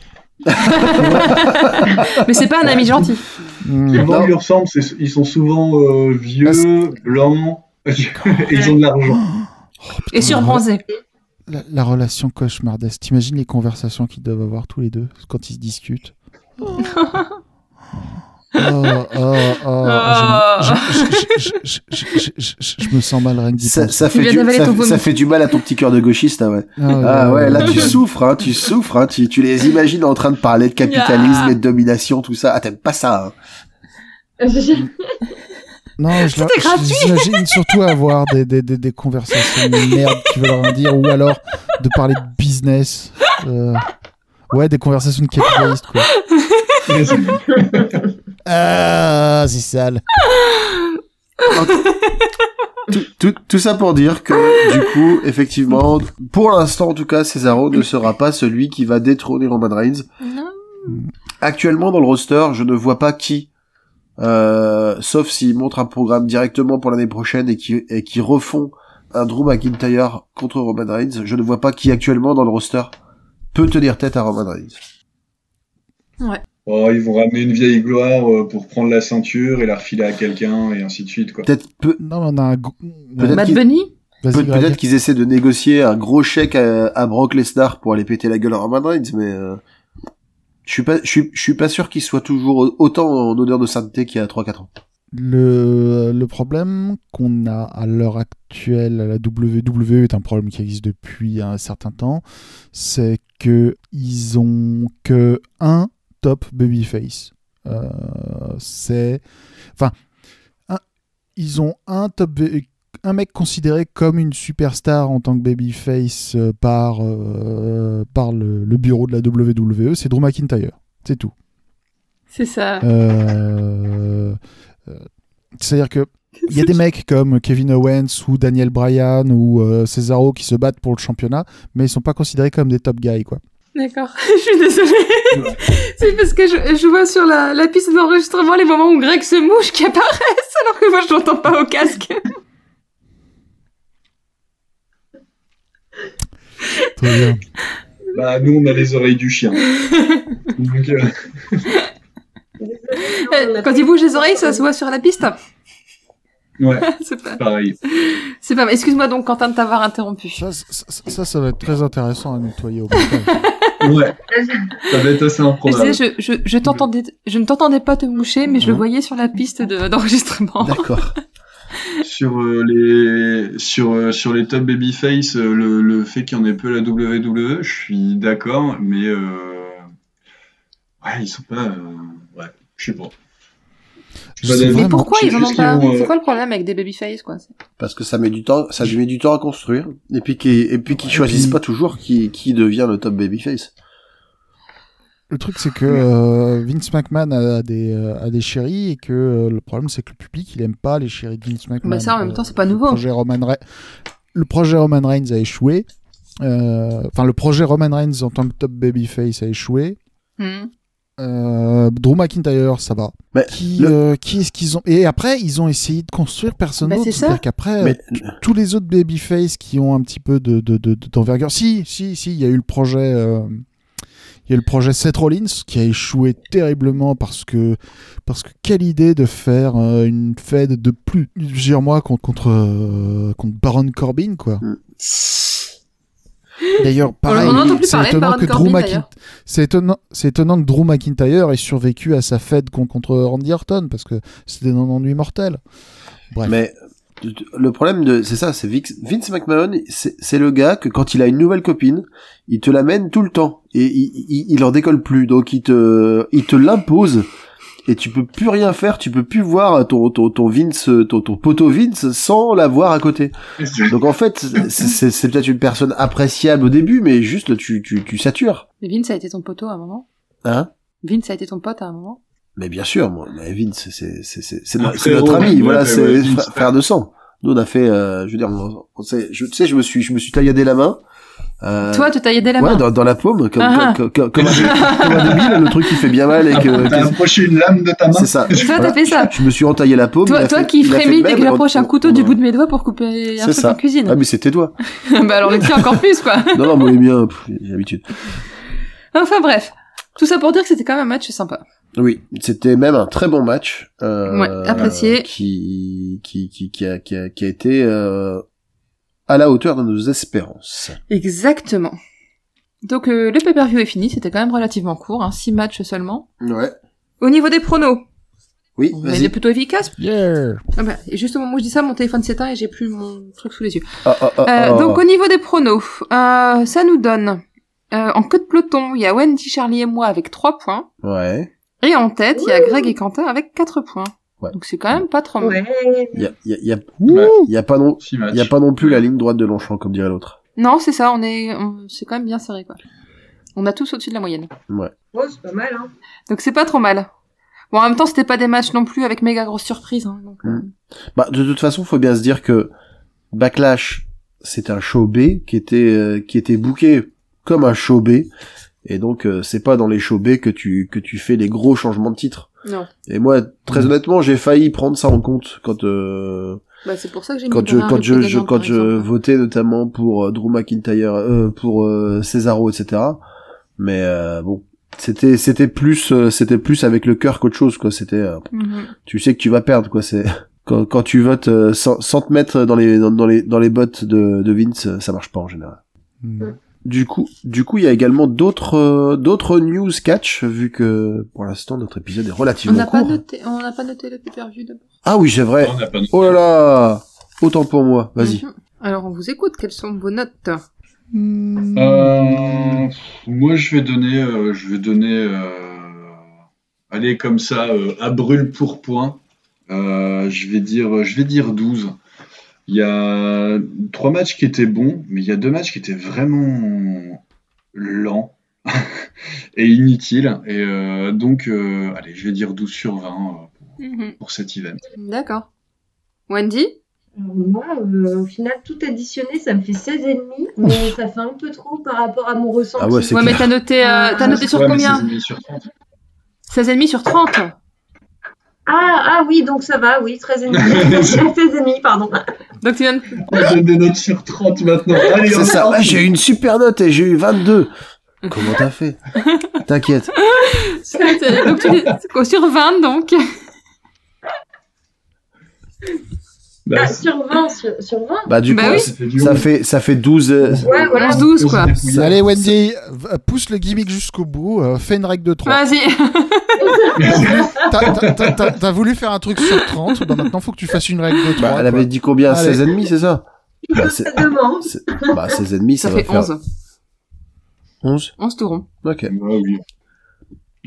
D: Mais c'est pas un ami gentil.
E: Mmh.
C: Souvent, il ressemble, c'est- ils sont souvent euh,
E: Ah,
C: vieux, blancs, et ils ont de l'argent.
D: Et surbronzé.
E: La, la relation cauchemardesque. T'imagines les conversations qu'ils doivent avoir tous les deux quand ils se discutent Oh, oh, oh,
D: Ah.
E: Je, je- je- je- je- je- je- je me sens mal rien que d'y
F: Ça,
E: penser.
F: ça
D: Tu
F: fait
D: viens
F: du,
D: d'avaler
F: ça,
D: ton vomi.
F: ça fait du mal à ton petit cœur de gauchiste, là, ouais. Ah ouais, là tu souffres, hein, tu souffres, hein, tu, tu les imagines en train de parler de capitalisme
D: Ya.
F: et de domination, tout ça. Ah t'aimes pas ça. Hein.
E: Non, je la-
D: C'était gratuit.
E: je- j'imagine surtout avoir des, des, des, des conversations de merde qui veulent rien dire, ou alors de parler de business. Euh, Ouais, des conversations de capitalistes, quoi.
C: Mais c'est-
E: Ah, c'est sale.
F: Tout, tout, tout ça pour dire que du coup, effectivement, pour l'instant en tout cas, Cesaro ne sera pas celui qui va détrôner Roman Reigns.
D: Non.
F: Actuellement dans le roster, je ne vois pas qui. Euh, sauf s'ils montrent un programme directement pour l'année prochaine et qui et qui refont un Drew McIntyre contre Roman Reigns, je ne vois pas qui actuellement dans le roster peut tenir tête à Roman Reigns.
C: Oh, ils vont ramener une vieille gloire euh, pour prendre la ceinture et la refiler à quelqu'un et ainsi de suite quoi.
F: Peut-être peu,
E: Non, mais on a un. go-
F: Peut-être
D: Bad
F: qu'il-
D: Bunny
E: Vas-y,
F: Peut-
E: Greg.
F: Peut-être qu'ils essaient de négocier un gros chèque à, à Brock Lesnar pour aller péter la gueule à Roman Reigns, mais euh, je suis pas, je suis, je suis pas sûr qu'il soit toujours autant en odeur de sainteté qu'il y a 3-4 ans.
E: Le, le problème qu'on a à l'heure actuelle à la WWE est un problème qui existe depuis un certain temps, c'est que ils ont que un top babyface. Euh, c'est, enfin, un- ils ont un top ba- un mec considéré comme une superstar en tant que babyface euh, par euh, par le, le bureau de la WWE, c'est Drew McIntyre. C'est tout.
D: C'est ça.
E: Euh, euh, C'est-à-dire que il y a des mecs comme Kevin Owens ou Daniel Bryan ou euh, Cesaro qui se battent pour le championnat, mais ils sont pas considérés comme des top guys quoi.
D: D'accord, je suis désolée. c'est parce que je, je vois sur la, la piste d'enregistrement les moments où Greg se mouche qui apparaissent alors que moi je l'entends pas au casque.
C: Bah nous on a les oreilles du chien. Donc, euh,
D: Euh, Quand il bouge les oreilles, ça se voit sur la piste.
C: ouais,
D: c'est pas.
C: pareil.
D: C'est pas. Excuse-moi donc Quentin de t'avoir interrompu.
E: Ça, ça, ça, ça va être très intéressant à nettoyer au montage.
C: Ouais. Ça va être assez
D: Je disais,
C: improbable.
D: je, je, je t'entendais, je ne t'entendais pas te moucher, mais je le voyais sur la piste de- d'enregistrement.
F: D'accord.
C: Sur euh, les sur euh, sur les top babyface, euh, le, le fait qu'il y en ait peu à la WWE, je suis d'accord, mais euh, ouais ils sont pas. euh, ouais, je suis bon.
E: Je sais
D: mais
E: vraiment,
D: pourquoi
C: je sais
D: ils en ont
C: juste qu'ils
D: pas
C: ont, euh,
D: C'est quoi le problème avec des babyface quoi
F: Parce que ça met du temps, ça met du temps à construire, et puis qui, et puis qu'ils
E: Ouais,
F: choisissent
E: puis-
F: pas toujours qui, qui devient le top babyface.
E: Le truc c'est que euh, Vince McMahon a des euh, a des chéris et que euh, le problème c'est que le public il aime pas les chéris de Vince McMahon.
D: Bah ça, en même
E: Euh,
D: temps, c'est pas
E: le
D: nouveau.
E: projet Roman Re- le projet Roman Reigns a échoué. Euh, Enfin, le projet Roman Reigns en tant que top babyface a échoué.
D: Hmm.
E: Euh, Drew McIntyre, ça va.
F: Mais
E: qui,
F: le-
E: euh, qui est-ce qu'ils ont Et après, ils ont essayé de construire personne
D: Bah,
E: d'autre.
D: c'est ça.
E: C'est-à-dire qu'après,
F: Mais-
E: euh, tous les autres babyface qui ont un petit peu de de- de- de- d'envergure. si, si, si, il y a eu le projet. euh, Il y a eu le projet Seth Rollins qui a échoué terriblement parce que parce que quelle idée de faire euh, une fed de plus- plusieurs mois contre contre, euh, contre Baron Corbin quoi.
F: Hmm.
E: D'ailleurs, pareil,
D: on n'entend plus
E: c'est
D: parler de
E: étonnant
D: Baron
E: que Drew
D: Corbin
E: McIntyre
D: d'ailleurs.
E: c'est étonnant, c'est étonnant que Drew McIntyre ait survécu à sa fête con- contre Randy Orton parce que c'était un ennui mortel. Bref.
F: Mais le problème de, c'est ça, c'est Vic- Vince McMahon, c'est c'est le gars que quand il a une nouvelle copine, il te l'amène tout le temps et il, il, il en décolle plus, donc il te, il te l'impose et tu peux plus rien faire, tu peux plus voir ton, ton, ton Vince, ton, ton poteau Vince sans l'avoir à côté. Donc en fait, c'est- c'est c'est peut-être une personne appréciable au début, mais juste tu, tu, tu satures,
D: Mais Vince a été ton poteau à un moment.
F: hein.
D: Vince a été ton pote à un moment.
F: Mais bien sûr, moi, mais Vince, c'est c'est c'est c'est
C: Un
F: no- c'est
C: frérot,
F: notre ami,
C: ouais,
F: voilà,
C: ouais,
F: c'est
C: ouais,
F: fr-
C: Vince.
F: frère de sang. Nous on a fait, euh, je veux dire, on, on s'est- je tu sais, je me suis je me suis tailladé la main Euh,
D: Toi, tu t'as aidé la
F: ouais,
D: main.
F: dans, dans la paume, comme,
D: Ah.
F: comme, comme, comme un, comme un débile, le truc qui fait bien mal et que...
C: Ah, T'as
F: que-
C: approché une lame de ta main
F: c'est ça.
D: Toi, t'as
F: Voilà.
D: fait ça.
F: Je me suis entaillé la paume. il
D: Toi,
F: a
D: toi
F: fait-
D: qui
F: il a fait
D: frémis
F: le
D: dès que
F: même,
D: j'approche un
F: on-
D: couteau
F: on-
D: du bout de mes doigts pour couper un
F: C'est
D: truc
F: ça.
D: en
F: Ah
D: cuisine.
F: mais c'est tes doigts.
D: bah alors les tiens encore plus quoi.
F: Non non moi les miens, pff, j'ai l'habitude.
D: Enfin bref, tout ça pour dire que c'était quand même un match sympa.
F: Oui, c'était même un très bon match. Euh,
D: Ouais, apprécié.
F: Qui qui qui qui a qui a, qui a été euh, à la hauteur de nos espérances.
D: Exactement. Donc euh, le pay-per-view est fini, c'était quand même relativement court, 6 matchs seulement.
F: Ouais.
D: Au niveau des pronos,
F: Oui,
D: on
F: vas-y.
D: est plutôt efficace.
E: Yeah
D: Ah bah, et juste au moment où je dis ça, mon téléphone s'éteint et j'ai plus mon truc sous les yeux.
F: Ah, ah, ah,
D: Euh,
F: ah.
D: Donc au niveau des pronos, euh, ça nous donne euh, en queue de peloton, il y a Wendy, Charlie et moi avec 3 points.
F: Ouais.
D: Et en tête, il y a Greg et Quentin avec 4 points.
F: Ouais.
D: Donc c'est quand même pas trop mal.
B: Ouais.
F: Il y a y a y a,
E: Ouh.
F: y a pas non
C: Six matchs.
F: y a pas non plus la ligne droite de Longchamp comme dirait l'autre.
D: Non, c'est ça, on est, on- c'est quand même bien serré, quoi. On a tous au-dessus de la moyenne.
B: Oh, c'est pas mal, hein.
D: Donc c'est pas trop mal. Bon, en même temps, c'était pas des matchs non plus avec méga grosse surprise. Hein, donc, euh,
F: Mm. Bah de toute façon faut bien se dire que Backlash c'est un show B qui était euh, qui était booké comme un show B et donc euh, c'est pas dans les show B que tu que tu fais les gros changements de titre.
D: Non.
F: Et moi, très
E: Mm.
F: honnêtement, j'ai failli prendre ça en compte quand euh,
D: Bah, c'est pour ça que j'ai
F: quand
D: mis
F: je
D: Bernard
F: quand je,
D: Rippé
F: je-
D: gagnant,
F: quand
D: par
F: je
D: exemple.
F: votais notamment pour euh, Drew McIntyre, euh, pour euh, Cesaro, etc. Mais euh, bon, c'était c'était plus euh, c'était plus avec le cœur qu'autre chose quoi. C'était euh,
D: Mhm.
F: tu sais que tu vas perdre quoi. C'est quand, quand tu votes euh, sans, sans te mettre dans les dans, dans les dans les bottes de, de Vince, euh, ça marche pas en général.
E: Mm.
F: Du coup, du coup, il y a également d'autres euh, d'autres news catch vu que pour l'instant notre épisode est
D: On
F: relativement
D: n'a pas
F: court.
D: noté, on n'a pas noté le pay-per-view d'abord.
F: Ah oui, c'est vrai.
C: On n'a pas noté.
F: Oh là là Autant pour moi, vas-y.
D: Mhm. Alors, on vous écoute. Quelles sont vos notes
C: Euh, moi, je vais donner, euh, je vais donner, euh, allez comme ça, euh, à brûle pour point. Euh, je vais dire, je vais dire 12. Il y a trois matchs qui étaient bons, mais il y a deux matchs qui étaient vraiment lents et inutiles. Et euh, donc, euh, allez, je vais dire 12 sur 20 euh,
D: Mhm.
C: pour cet event.
D: D'accord. Wendy
B: Alors Moi, euh, au final, tout additionné, ça me fait 16,5, mais ça fait un peu trop par rapport à mon ressenti.
F: Ah ouais, c'est
D: Ouais, mais
F: clair.
D: t'as noté, euh, t'as
B: Ah,
D: noté sur
C: Ouais, mais
D: combien
C: 16,5 sur 30.
D: 16,5 sur 30
B: ah, ah oui, donc ça va, oui, 13,5. 16,5, pardon.
D: Donc tu viens de...
C: On donne des notes sur 30 maintenant. Allez,
F: C'est
C: on
F: ça,
C: avance.
F: ouais, j'ai eu une super note et j'ai eu 22. Comment t'as fait T'inquiète.
D: donc tu dis... Sur 20, donc.
C: Bah,
B: Ah, sur 20, sur, sur 20
F: Bah du
D: Bah
F: coup,
D: oui.
C: c'était du
F: ça
C: haut.
F: fait ça fait 12 euh,
B: Ouais, voilà.
D: On se 12, quoi.
C: dépouille.
E: Allez Wendy, v- pousse le gimmick jusqu'au bout, euh, fais une règle de 3.
D: Vas-y.
E: T'as voulu- t'as- t'as- t'as- t'as- t'as voulu faire un truc sur 30, bah maintenant faut que tu fasses une règle de 3.
F: bah, elle avait dit combien
E: Allez.
F: 16 et demi, c'est ça bah, c'est-
B: Ça demande.
F: c'est- bah 16 et demi, ça,
D: Ça
F: va
D: fait
F: faire
D: 11.
F: 11.
D: 11 tout rond.
F: OK.
C: Ouais, oui.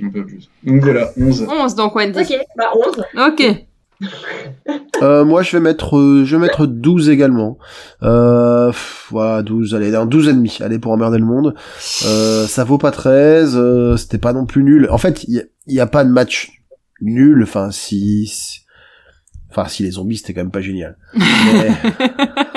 C: Un peu plus. Donc voilà, 11.
D: 11 donc Wendy.
B: Ok, bah 11.
D: Ok.
F: Euh, moi je vais mettre euh, je vais mettre 12 également. Euh pff, voilà, 12, allez, un 12 et demi, allez pour emmerder le monde. Euh, ça vaut pas 13, euh, c'était pas non plus nul. En fait, il n'y a, pas de match nul, enfin si... si- Enfin si les zombies c'était quand même pas génial. Mais...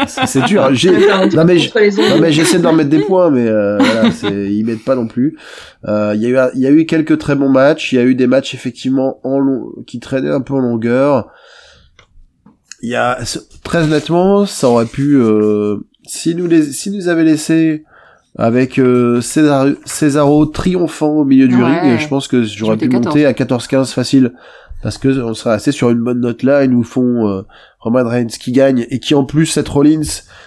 F: c'est c'est dur, hein. j'ai... Non mais, j'-
B: Contre les autres.
F: non, mais j'essaie de leur mettre des points, mais euh, voilà, c'est- ils mettent pas non plus. Euh, Il y, a eu un- il y a eu quelques très bons matchs, il y a eu des matchs effectivement en long... qui traînaient un peu en longueur. Il y a... Très honnêtement, ça aurait pu... Euh... Si nous les... si nous avait laissé avec euh, César... Césaro triomphant au milieu du
D: Ouais.
F: ring, je pense que j'aurais
D: J'étais
F: pu monter à 14-15 facile. Parce que on serait resté sur une bonne note là, ils nous font euh, Roman Reigns qui gagne et qui en plus cette Rollins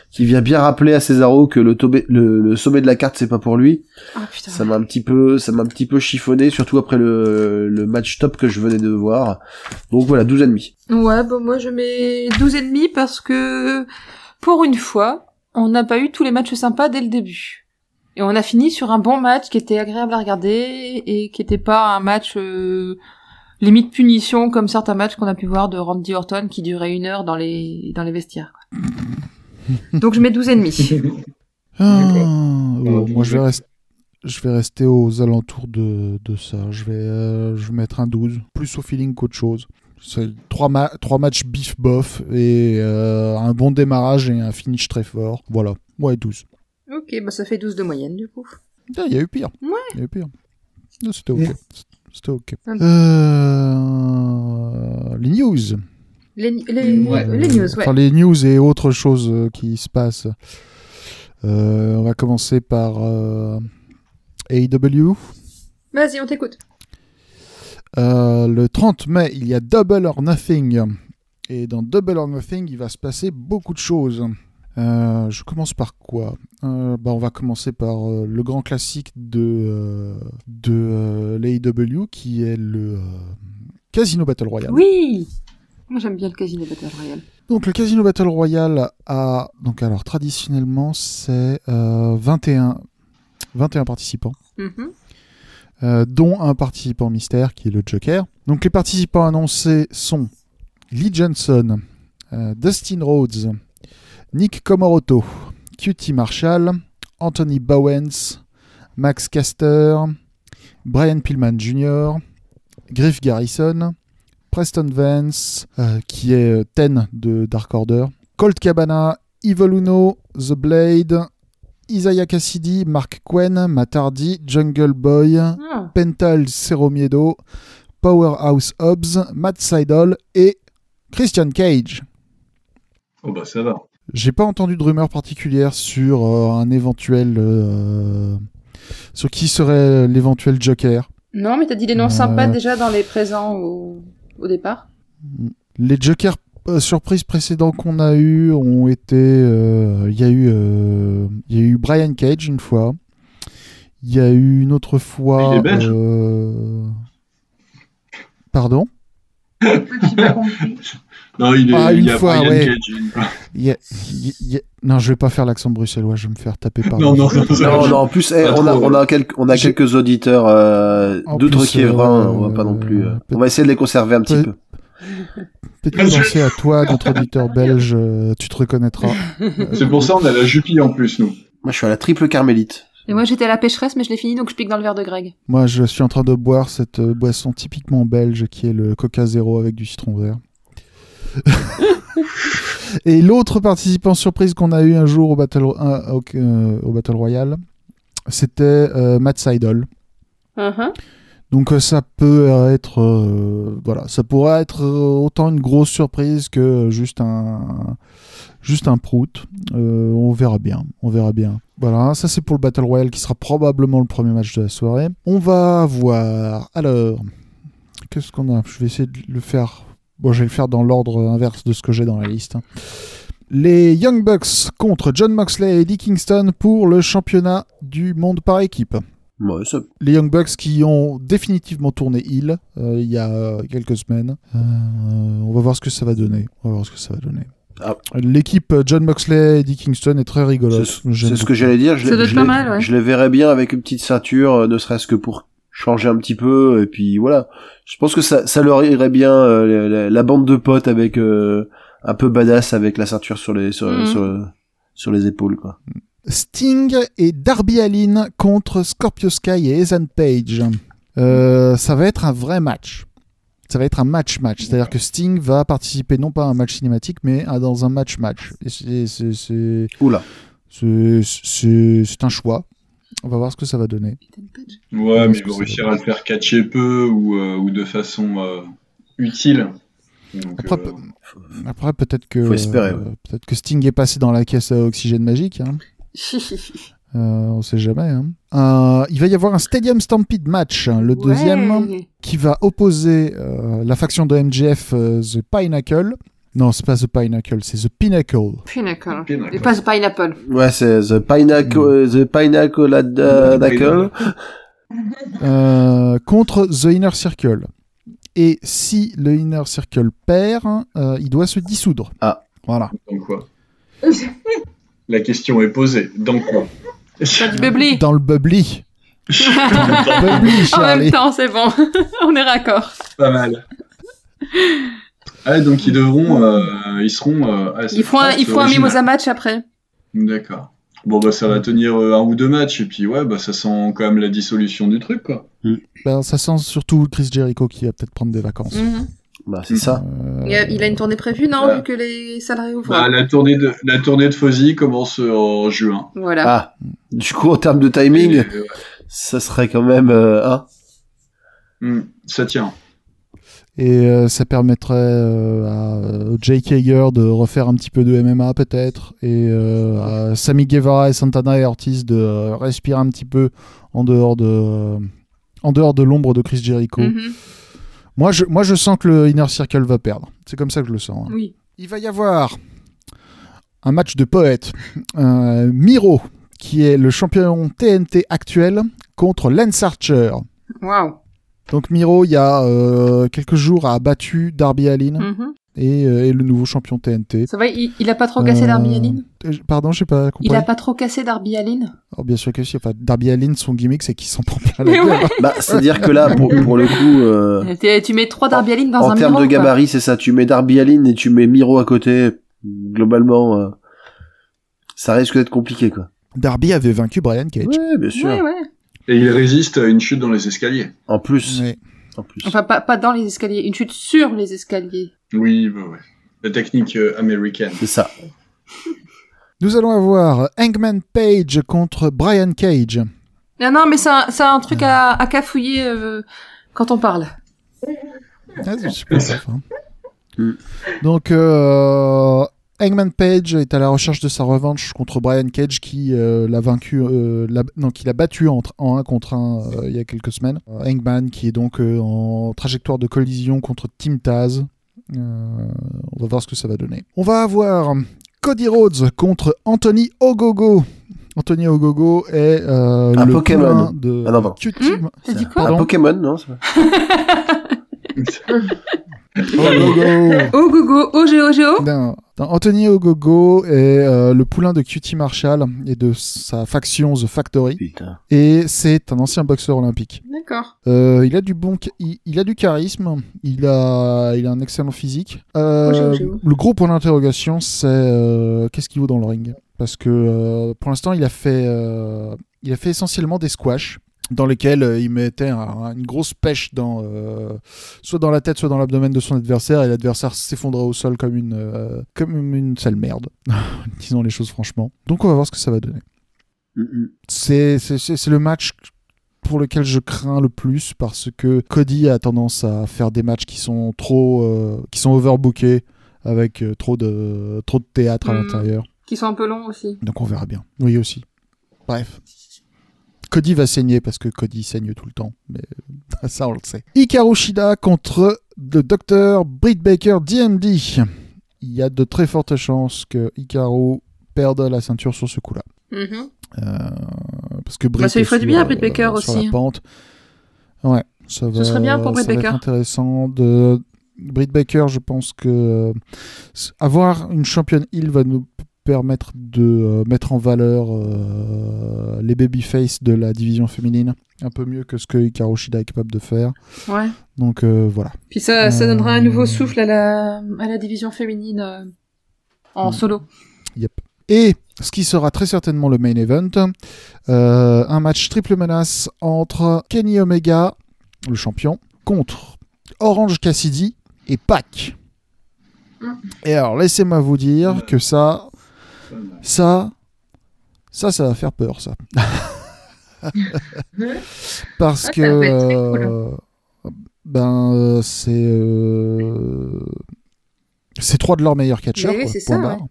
F: qui vient bien rappeler à Cesaro que le, tobé- le, le sommet de la carte c'est pas pour lui.
D: Ah putain.
F: Ça m'a un petit peu, ça m'a un petit peu chiffonné, surtout après le, le match top que je venais de voir. Donc voilà, 12 et demi.
D: Ouais, bon moi je mets 12 et demi parce que pour une fois, on n'a pas eu tous les matchs sympas dès le début. Et on a fini sur un bon match qui était agréable à regarder et qui n'était pas un match euh, limite punition comme certains matchs qu'on a pu voir de Randy Orton qui durait une heure dans les dans les vestiaires. quoi. Donc je mets 12 et demi.
E: Ah,
C: D'accord.
E: euh, moi, je vais,
C: Ouais.
E: rest- je vais rester aux alentours de, de ça. Je vais, euh, je vais mettre un 12, plus au feeling qu'autre chose. C'est trois, ma- trois matchs bif-bof et euh, un bon démarrage et un finish très fort. Voilà. Ouais, 12.
D: Ok, bah ça fait 12 de moyenne du coup.
E: Ah, Il y a eu pire.
D: Ouais.
E: Il y a eu pire. Non, c'était
F: Ouais.
E: ok. C'était ok.
D: Ah.
E: Euh, Les news.
D: Les, les,
C: Ouais.
D: les news, ouais.
E: Enfin, les news et autres choses euh, qui se passent. Euh, on va commencer par euh, E AEW.
D: Vas-y, on t'écoute.
E: Euh, le 30 mai, il y a Double or Nothing. Et dans Double or Nothing, il va se passer beaucoup de choses. Euh, je commence par quoi Euh, bah, On va commencer par euh, le grand classique de, euh, de euh, l'AEW qui est le euh, Casino Battle Royale.
D: Oui Moi j'aime bien le casino Battle Royale.
E: Donc le Casino Battle Royale a donc alors traditionnellement c'est euh, 21 21 participants
D: Mhm.
E: euh, dont un participant mystère qui est le Joker. Donc les participants annoncés sont Lee Johnson, euh, Dustin Rhodes, Nick Comoroto, Cutie Marshall, Anthony Bowens, Max Caster, Brian Pillman Jr., Griff Garrison, Preston Vance, euh, qui est euh, Ten de Dark Order, Colt Cabana, Evil Uno, The Blade, Isaiah Cassidy, Mark Quen, Matt Hardy, Jungle Boy,
D: Ah.
E: Pental Ceromiedo, Powerhouse Hobbs, Matt Seidel et Christian Cage.
C: Oh bah ça va.
E: J'ai pas entendu de rumeur particulière sur euh, un éventuel. euh, sur qui serait l'éventuel Joker.
D: Non, mais t'as dit des noms
E: Euh.
D: sympas déjà dans les présents au, au départ.
E: Les Jokers euh, surprises précédents qu'on a eu ont été. euh, Il y, a eu, euh, il y a eu Brian Cage une fois. Il y a eu une autre fois.
C: Ah, Il est belge
E: euh, Pardon
B: J'ai pas compris.
C: Non, il est,
E: Ah,
C: il y
E: une
C: a
E: fois,
C: Brian
E: ouais.
C: Cage, une fois.
E: Il y a- il y a- Non, je vais pas faire l'accent bruxellois, je vais me faire taper par
C: Non, non, non,
F: Non,
C: non,
F: non, en plus, eh,
C: Pas
F: on, a,
C: trop,
F: on, a quelques, on a
E: J'ai-
F: quelques auditeurs euh,
E: En
F: d'autres
E: plus,
F: Kiévrins,
E: euh,
F: on va pas non plus. euh,
E: peut-
F: on va essayer de les conserver un petit
E: peut-
F: peu.
E: Peut-être penser à toi, notre auditeur belge, euh, tu te reconnaîtras.
C: C'est pour ça on a la jupille en plus, nous.
F: Moi, je suis à la triple carmélite.
D: Et moi j'étais à la pêcheresse, mais je l'ai fini donc je pique dans le verre de Greg.
E: Moi, je suis en train de boire cette euh, boisson typiquement belge qui est le Coca Zéro avec du citron vert. Et l'autre participant surprise qu'on a eu un jour au Battle, Ro- un- au, euh, au Battle Royale, c'était euh, Matt Seidel.
D: Mhm.
E: Donc euh, ça peut euh, être euh, voilà, ça pourrait être euh, autant une grosse surprise que euh, juste un juste un prout. Euh, on verra bien, on verra bien. Voilà, ça c'est pour le Battle Royale qui sera probablement le premier match de la soirée. On va voir. Alors, qu'est-ce qu'on a Je vais essayer de le faire. Bon, je vais le faire dans l'ordre inverse de ce que j'ai dans la liste. hein. Les Young Bucks contre John Moxley et Eddie Kingston pour le championnat du monde par équipe
F: Ouais, ça-
E: les Young Bucks qui ont définitivement tourné heel euh, il y a euh, quelques semaines. Euh, on va voir ce que ça va donner. On va voir ce que ça va donner.
F: Ah.
E: L'équipe euh, John Moxley et Eddie Kingston est très rigolote.
F: c'est
E: J'aime
F: c'est ce
E: beaucoup.
F: que j'allais dire. Je,
D: Ça
F: les-
D: doit être
F: je
D: pas
F: les-
D: mal, ouais.
F: je les verrais bien avec une petite ceinture, euh, ne serait-ce que pour changer un petit peu. Et puis voilà. Je pense que ça, ça leur irait bien euh, la, la bande de potes avec euh, un peu badass avec la ceinture sur les sur,
D: Mhm.
F: sur, sur les épaules quoi.
E: Sting et Darby Allin contre Scorpio Sky et Ethan Page. Euh, ça va être un vrai match. Ça va être un match-match. C'est-à-dire que Sting va participer non pas à un match cinématique, mais à- dans un match-match. Et c'est- c'est- c'est-
F: Oula.
E: c'est- C'est c'est un choix. On va voir ce que ça va donner.
C: Ouais, mais
E: Parce
C: ils
E: que
C: vont
E: ça-
C: réussir à le faire catcher peu ou, euh, ou de façon euh, utile. Donc,
E: Après,
C: euh,
E: pe- après, peut-être que
F: Faut espérer, ouais.
E: euh, peut-être que Sting est passé dans la caisse à oxygène magique. Hein. Euh, on sait jamais. hein. Euh, il va y avoir un Stadium Stampede match, hein, le deuxième,
D: Ouais.
E: qui va opposer euh, la faction de MGF euh, The Pinnacle. Non, c'est pas The Pinnacle, c'est The Pinnacle.
D: Pinnacle.
C: Pinnacle.
D: Et pas ce pineapple.
F: Ouais, c'est the pineapple,
E: Mm.
F: the pineapple la- da- dacle.
E: Euh, contre The Inner Circle. Et si le Inner Circle perd, euh, il doit se dissoudre.
F: Ah.
E: Voilà.
C: dans quoi La question est posée. Dans quoi
D: Pas du bubbly.
E: Ah, Dans le bubbly. Dans le bubbly,
D: En
E: Charlie.
D: même temps, c'est bon. on est raccord.
C: Pas mal. Ah, donc ils devront, euh, ils seront. euh, ah, c'est
D: Ils font un,
C: pas
D: ils font un
C: original.
D: mimosa match après.
C: D'accord. Bon bah ça va tenir euh, un ou deux matchs et puis ouais bah ça sent quand même la dissolution du truc quoi.
E: Ben, ça sent surtout Chris Jericho qui va peut-être prendre des vacances.
D: Mhm.
F: Bah, c'est ça.
E: Euh,
D: Il a, il a une tournée prévue, non,
C: Voilà.
D: vu que les salariés ouvrent.
C: Bah, la tournée de la tournée de Fozzy commence euh, en juin. euh,
D: Voilà.
F: Ah. Du coup, en termes de timing, ça serait quand même, euh, hein.
C: Hmm, ça tient.
E: Et euh, ça permettrait euh, à euh, Jake Hager de refaire un petit peu de MMA peut-être, et euh, à Sammy Guevara et Santana et Ortiz de euh, respirer un petit peu en dehors de, euh, en dehors de l'ombre de Chris Jericho.
D: Mhm.
E: Moi, je, moi, je sens que le Inner Circle va perdre. C'est comme ça que je le sens. hein.
D: Oui.
E: Il va y avoir un match de poètes. Euh, Miro, qui est le champion TNT actuel, contre Lance Archer.
D: Waouh.
E: Donc Miro, il y a euh, quelques jours, a battu Darby Allin
D: Mhm.
E: et, euh, est le nouveau champion TNT.
D: Ça va, il, il a pas trop cassé
E: Euh,
D: Darby Allin
E: Euh, Pardon, j'ai pas compris.
D: Il a pas trop cassé Darby Allin
E: Oh, bien sûr que si. Enfin, Darby Allin, son gimmick, c'est qu'il s'en prend plein la
D: Mais
E: gueule.
D: ouais.
F: Bah, c'est-à-dire que là, pour, pour le coup, euh,
D: T'es- Tu mets trois Darby Allin dans
F: en
D: un
F: termes
D: miroir,
F: de
D: quoi.
F: gabarit, c'est ça. Tu mets Darby Allin et tu mets Miro à côté. Globalement, euh, ça risque d'être compliqué, quoi.
E: Darby avait vaincu Brian Cage.
F: Ouais, bien sûr.
D: Ouais, ouais.
C: Et il résiste à une chute dans les escaliers.
F: En plus,
E: Mais
F: en plus.
D: Enfin, pas, pas dans les escaliers. Une chute sur les escaliers.
C: Oui, bah ouais. La technique euh, américaine.
F: C'est ça.
E: Nous allons avoir Hangman Page contre Brian Cage.
D: Non, non, mais c'est un, c'est un truc à, à cafouiller euh, quand on parle.
E: Ah, c'est super, ça, hein.
F: Mm.
E: Donc, euh, Hangman Page est à la recherche de sa revanche contre Brian Cage qui euh, l'a vaincu, euh, l'a- non, qui l'a battu en, tr- en 1 contre 1 euh, il y a quelques semaines. Euh, Hangman qui est donc euh, en trajectoire de collision contre Tim Taz. Euh, on va voir ce que ça va donner. On va avoir Cody Rhodes contre Anthony Ogogo. Anthony Ogogo est euh,
F: Un
E: le
F: Pokémon.
E: poulain de
F: Ah non, pardon.
E: Cutie-
D: Hmm T'as dit quoi
E: Pardon
F: Un Pokémon, non c'est pas-
E: Ogogo.
D: Oh gogo, oh géo géo.
E: Non. Non, Anthony Ogogo est euh, le poulain de Cutie Marshall et de sa faction The Factory.
F: Putain.
E: Et c'est un ancien boxeur olympique.
D: D'accord.
E: Euh, il a du bon, ca- il, il a du charisme. Il a, il a un excellent physique. Euh,
D: Oh, j'aime, j'aime.
E: le gros point d'interrogation, c'est euh, qu'est-ce qu'il vaut dans le ring Parce que euh, pour l'instant, il a fait, euh, il a fait essentiellement des squash dans lesquels euh, il mettait un- une grosse pêche dans, euh, soit dans la tête, soit dans l'abdomen de son adversaire, et l'adversaire s'effondrait au sol comme une, euh, comme une sale merde. Disons les choses franchement. Donc on va voir ce que ça va donner
F: Mm, mm.
E: c'est c'est- c'est- c'est le match pour lequel je crains le plus parce que Cody a tendance à faire des matchs qui sont trop euh, qui sont overbookés avec euh, trop de trop de théâtre à
D: Mhm.
E: l'intérieur.
D: Qui sont un peu longs aussi.
E: Donc on verra bien. Oui aussi. Bref. Cody va saigner parce que Cody saigne tout le temps, mais ça on le sait. Hikaru Shida contre le docteur Britt Baker DMD. Il y a de très fortes chances que Hikaru perde la ceinture sur ce coup-là.
D: Mhm.
E: Euh, parce que Britt
D: Bah, ça lui ferait
E: est
D: du bien à
E: sur,
D: Britt
E: euh,
D: Baker
E: sur la
D: aussi. hein.
E: pente. Ouais, ça va.
D: serait bien pour
E: ça
D: Britt
E: va être
D: Baker.
E: intéressant de Britt Baker, je pense que s- avoir une championne heel va nous p- permettre de euh, mettre en valeur euh, les babyface de la division féminine un peu mieux que ce que Hikaru Shida est capable de faire.
D: Ouais.
E: Donc euh, voilà.
D: Puis ça, ça
E: Euh,
D: donnera un nouveau souffle à la, à la division féminine euh, en
E: Mm.
D: solo.
E: Et ce qui sera très certainement le main event, euh, un match triple menace entre Kenny Omega, le champion, contre Orange Cassidy et Pac.
D: Mm.
E: Et alors, laissez-moi vous dire que ça, ça, ça, ça va faire peur, ça. Parce
B: Ah, ça
E: que.
B: va être très cool.
E: euh, Ben, euh, c'est. euh, c'est trois de leurs meilleurs catcheurs.
D: Mais oui,
E: quoi,
D: c'est
E: point
D: ça,
E: barre.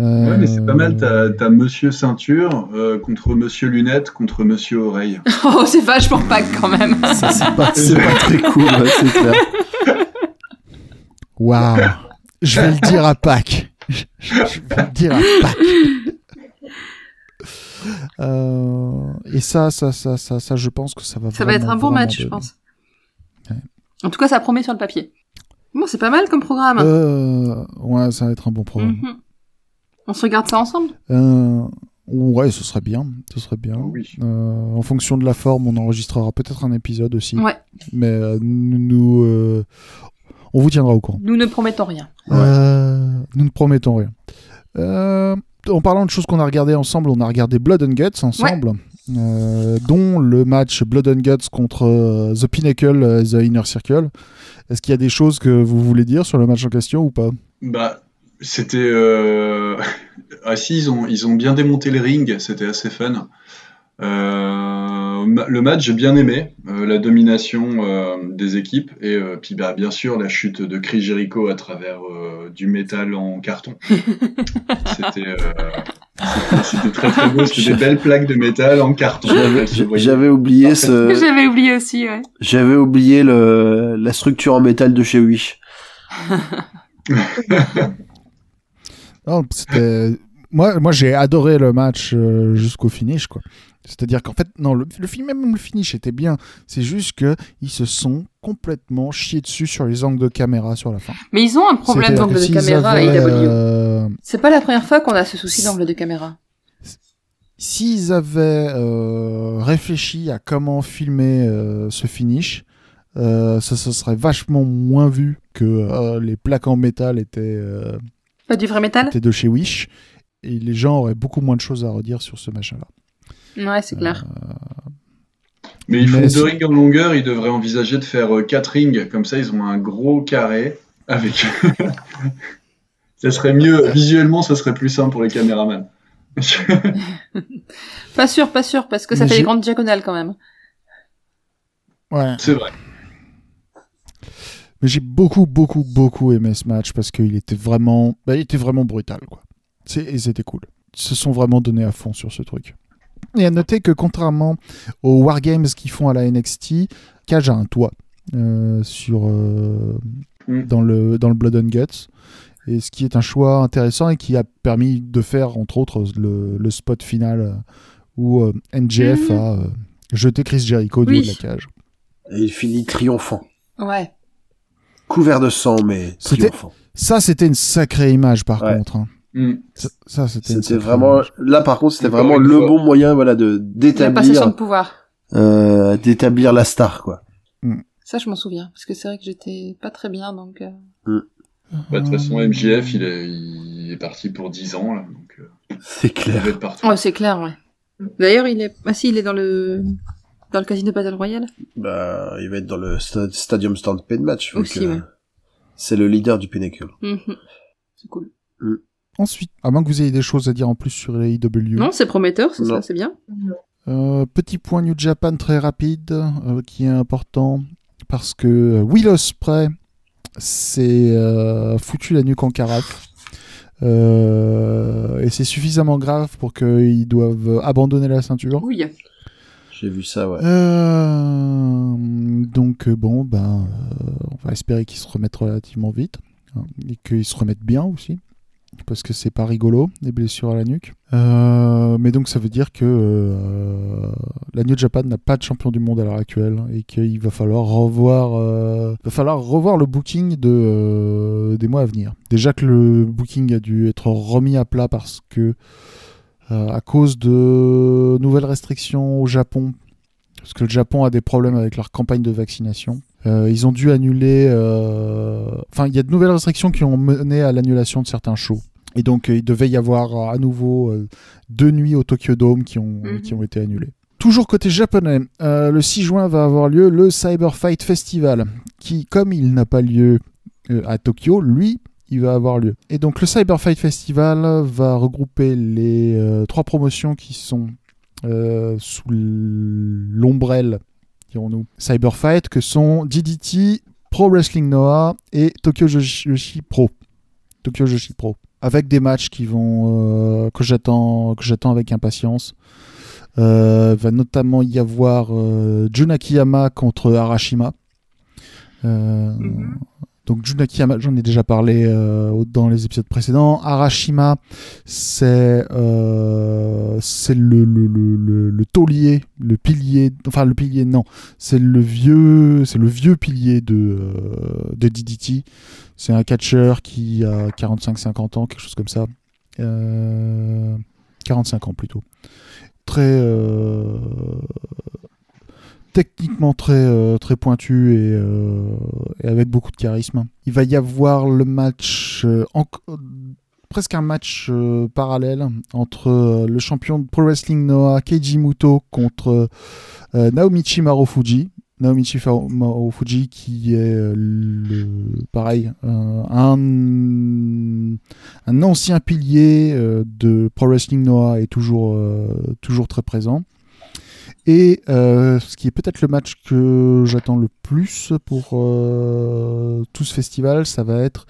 C: Ouais, mais c'est
E: Euh,
C: pas mal. T'as t'as Monsieur Ceinture euh, contre Monsieur Lunette contre Monsieur Oreille.
D: Oh, c'est vachement pack quand même.
F: Ça, c'est pas, c'est pas très cool, ouais, c'est clair.
E: Waouh Je vais le dire à Pâques. Je je vais le dire à Pâques. Euh, et ça, ça, ça, ça, ça, je pense que ça va.
D: Ça va être
E: vraiment,
D: un bon
E: vraiment
D: match, je
E: donner.
D: pense.
E: Ouais.
D: En tout cas, ça promet sur le papier. Bon, c'est pas mal comme programme.
E: Euh, ouais, ça va être un bon programme.
D: Mhm. On se regarde ça ensemble Mhm.
E: Euh, ouais, ce serait bien, ce serait bien.
C: Oui.
E: Euh, en fonction de la forme, on enregistrera peut-être un épisode aussi.
D: Ouais.
E: Mais euh, nous, nous, euh, on vous tiendra au courant.
D: Nous ne promettons rien.
E: Euh, nous ne promettons rien. Euh, en parlant de choses qu'on a regardées ensemble, on a regardé Blood and Guts ensemble. euh, dont le match Blood and Guts contre euh, The Pinnacle, euh, The Inner Circle. Est-ce qu'il y a des choses que vous voulez dire sur le match en question ou pas
C: Bah, c'était. Euh... Ah si, ils ont, ils ont bien démonté le ring, c'était assez fun. Euh, ma- le match, j'ai bien aimé, euh, la domination euh, des équipes, et euh, puis bah, bien sûr la chute de Chris Jericho à travers euh, du métal en carton. c'était euh, c'était- c'était très très beau, c'était des belles plaques de métal en carton.
F: J'avais-
C: Elles se voyaient.
F: J'avais oublié ce,
D: J'avais oublié aussi, ouais.
F: j'avais oublié le, la structure en métal de chez Wish.
E: Non, c'était- Moi, moi j'ai adoré le match euh, jusqu'au finish, quoi. C'est-à-dire qu'en fait, non, le, le film, même le finish était bien. C'est juste que ils se sont complètement chiés dessus sur les angles de caméra sur la fin.
D: Mais ils ont un problème
E: C'est-à-dire
D: d'angle
E: que
D: de
E: s'ils
D: caméra à
E: avaient,
D: AEW.
E: euh,
D: C'est pas la première fois qu'on a ce souci d'angle de caméra.
E: S'ils avaient euh, réfléchi à comment filmer euh, ce finish, euh, ça se serait vachement moins vu que euh, les plaques en métal étaient, euh,
D: Pas du vrai métal
E: étaient de chez Wish. Et les gens auraient beaucoup moins de choses à redire sur ce machin-là.
D: Ouais, c'est clair.
E: Euh,
C: Mais ils font deux
E: Mais c'est-
C: rings en longueur, ils devraient envisager de faire euh, quatre rings, comme ça ils ont un gros carré avec. ça serait mieux, visuellement ça serait plus simple pour les caméramans.
D: Pas sûr, pas sûr, parce que ça
E: Mais
D: fait
E: j'ai-
D: des grandes diagonales quand même.
E: Ouais.
C: C'est vrai.
E: Mais j'ai beaucoup, beaucoup, beaucoup aimé ce match parce qu'il était vraiment, bah, il était vraiment brutal, quoi. C'est- Et c'était cool. Ils se sont vraiment donnés à fond sur ce truc. Et à noter que contrairement aux Wargames qu'ils font à la NXT, Cage a un toit euh, sur, euh,
C: Mm.
E: dans, le, dans le Blood and Guts. Et ce qui est un choix intéressant et qui a permis de faire, entre autres, le, le spot final euh, où euh, MJF
D: Mhm.
E: a euh, jeté Chris Jericho du
D: Oui.
E: haut de la cage.
F: Et il finit triomphant.
D: Ouais.
F: Couvert de sang, mais
E: C'était-
F: triomphant.
E: Ça, c'était une sacrée image, par
F: Ouais.
E: contre. hein.
C: Hmm.
E: Ça, ça, c'était. une
F: C'était
E: sacrée
F: vraiment,
E: image.
F: là par contre, c'était
C: Encore
F: vraiment
C: une
F: le
C: fois.
F: bon moyen, voilà, de,
D: La passation de
F: d'établir,
D: pouvoir.
F: euh, d'établir la star, quoi.
D: Ça, je m'en souviens, parce que c'est vrai que j'étais pas très bien, donc. euh,
C: Bah, de toute façon, MJF, il est, il est parti pour 10 ans, là, donc euh,
F: C'est
C: il
F: clair.
C: va être parti.
D: Ouais, c'est clair, ouais. D'ailleurs, il est. Ah si, il est dans le. Dans le casino Battle Royale.
F: Bah, il va être dans le sta- Stadium Stampede match. vu
D: Aussi,
F: que
D: ouais.
F: C'est le leader du Pinnacle.
D: Mhm. C'est cool.
E: Ensuite, à moins que vous ayez des choses à dire en plus sur les IW.
D: Non, c'est prometteur, c'est
F: Non.
D: ça, c'est bien.
E: Euh, petit point New Japan très rapide euh, qui est important parce que euh, Will Ospreay s'est euh, foutu la nuque en carafe. Euh, et c'est suffisamment grave pour qu'ils doivent abandonner la ceinture.
D: Oui.
F: J'ai vu ça, ouais.
E: Euh, donc euh, bon, ben, euh, on va espérer qu'ils se remettent relativement vite hein, et qu'ils se remettent bien aussi, parce que c'est pas rigolo les blessures à la nuque. Euh, mais donc ça veut dire que euh, la New Japan n'a pas de champion du monde à l'heure actuelle et qu'il va falloir revoir, euh, va falloir revoir le booking de euh, des mois à venir. Déjà que le booking a dû être remis à plat parce que euh, à cause de nouvelles restrictions au Japon parce que le Japon a des problèmes avec leur campagne de vaccination. Euh, ils ont dû annuler. euh, Enfin, il y a de nouvelles restrictions qui ont mené à l'annulation de certains shows. Et donc, euh, il devait y avoir euh, à nouveau euh, deux nuits au Tokyo Dome qui ont,
D: Mhm.
E: qui ont été annulées. Toujours côté japonais, euh, le 6 juin va avoir lieu le Cyber Fight Festival, qui, comme il n'a pas lieu euh, à Tokyo, lui, il va avoir lieu. Et donc, le Cyber Fight Festival va regrouper les euh, trois promotions qui sont euh, sous l'ombrelle, dirons-nous, Cyberfight, que sont DDT, Pro Wrestling Noah et Tokyo Joshi Pro. Tokyo Joshi Pro. Avec des matchs qui vont, euh, que j'attends que j'attends avec impatience. Euh, va notamment y avoir euh, Jun Akiyama contre Arashima. Euh,
D: Mhm.
E: Donc Jun Akiyama, j'en ai déjà parlé euh, au- dans les épisodes précédents. Arashima, c'est euh, c'est le, le, le, le, le taulier, le pilier, enfin le pilier non, c'est le vieux, c'est le vieux pilier de, euh, de DDT. C'est un catcheur qui a 45-50 ans, quelque chose comme ça. Euh, 45 ans plutôt. Très euh, techniquement très euh, très pointu et, euh, et avec beaucoup de charisme. Il va y avoir le match euh, en- presque un match euh, parallèle entre euh, le champion de Pro Wrestling Noah Keiji Muto contre euh, Naomichi Marufuji. Naomichi Fa- Marufuji qui est euh, le- pareil euh, un, un ancien pilier euh, de Pro Wrestling Noah est toujours euh, toujours très présent. Et euh, ce qui est peut-être le match que j'attends le plus pour euh, tout ce festival, ça va être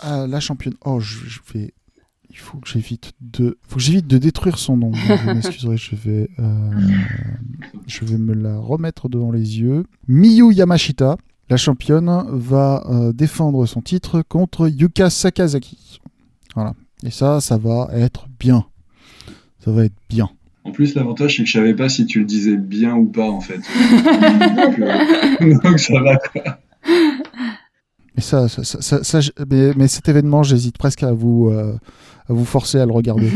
E: ah, la championne. Oh, je, je vais. Il faut que j'évite de. faut que j'évite de détruire son nom. Vous m'excuserez, je vais. euh, Je vais me la remettre devant les yeux. Miyu Yamashita, la championne, va euh, défendre son titre contre Yuka Sakazaki. Voilà. Et ça, ça va être bien. Ça va être bien.
C: En plus, l'avantage, c'est que je savais pas si tu le disais bien ou pas, en fait. donc, euh, donc ça va. quoi.
E: Mais ça, ça, ça- ça- ça, je- mais, mais cet événement, j'hésite presque à vous, euh, à vous forcer à le regarder.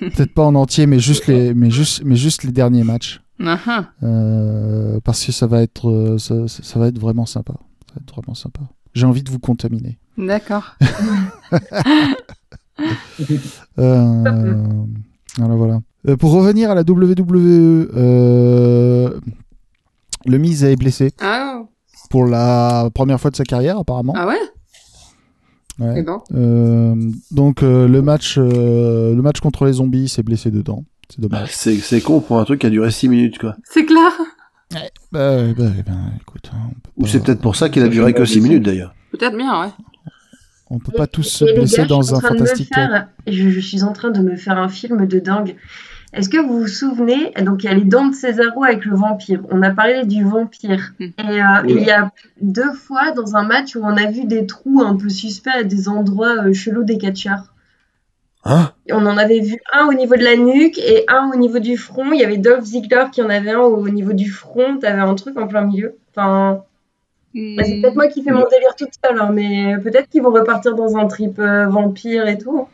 E: Peut-être pas en entier, mais juste les, mais juste, mais juste les derniers matchs,
G: Ah, ah.
E: Euh, parce que ça va être, euh, ça, ça- ça va être vraiment sympa. Ça va être vraiment sympa. J'ai envie de vous contaminer.
D: D'accord.
E: Euh, voilà, voilà. Euh, pour revenir à la WWE, euh, le Miz est blessé
D: Ah,
E: pour la première fois de sa carrière, apparemment.
D: ah ouais Eh ben.
E: Ouais.
D: Et bon.
E: Euh, donc euh, le match, euh, le match contre les zombies, il s'est blessé dedans. C'est dommage.
F: Bah, C'est c'est con pour un truc qui a duré 6 minutes, quoi.
D: C'est clair.
E: Bah, ouais, bah, eh ben, écoute, hein, on peut
F: Ou
E: pas-
F: c'est peut-être pour ça qu'il a duré que 6 minutes, d'ailleurs.
D: Peut-être bien, ouais.
E: on peut pas tous se
B: Et les gars,
E: blesser
B: je suis
E: dans
B: en
E: un
B: train de me
E: fantastique. euh,
B: faire- je, je suis en train de me faire un film de dingue. Est-ce que vous vous souvenez Donc il y a les dents de Césaro avec le vampire. On a parlé du vampire.
D: Hmm.
B: Et euh, il y a deux fois dans un match où on a vu des trous un peu suspects à des endroits euh, chelous des catcheurs.
F: Hein
B: Et On en avait vu un au niveau de la nuque et un au niveau du front. Il y avait Dolph Ziggler qui en avait un au niveau du front. T'avais un truc en plein milieu. Enfin, bah, c'est
D: Hmm.
B: peut-être moi qui fais mon délire toute seule, hein, mais peut-être qu'ils vont repartir dans un trip euh, vampire et tout.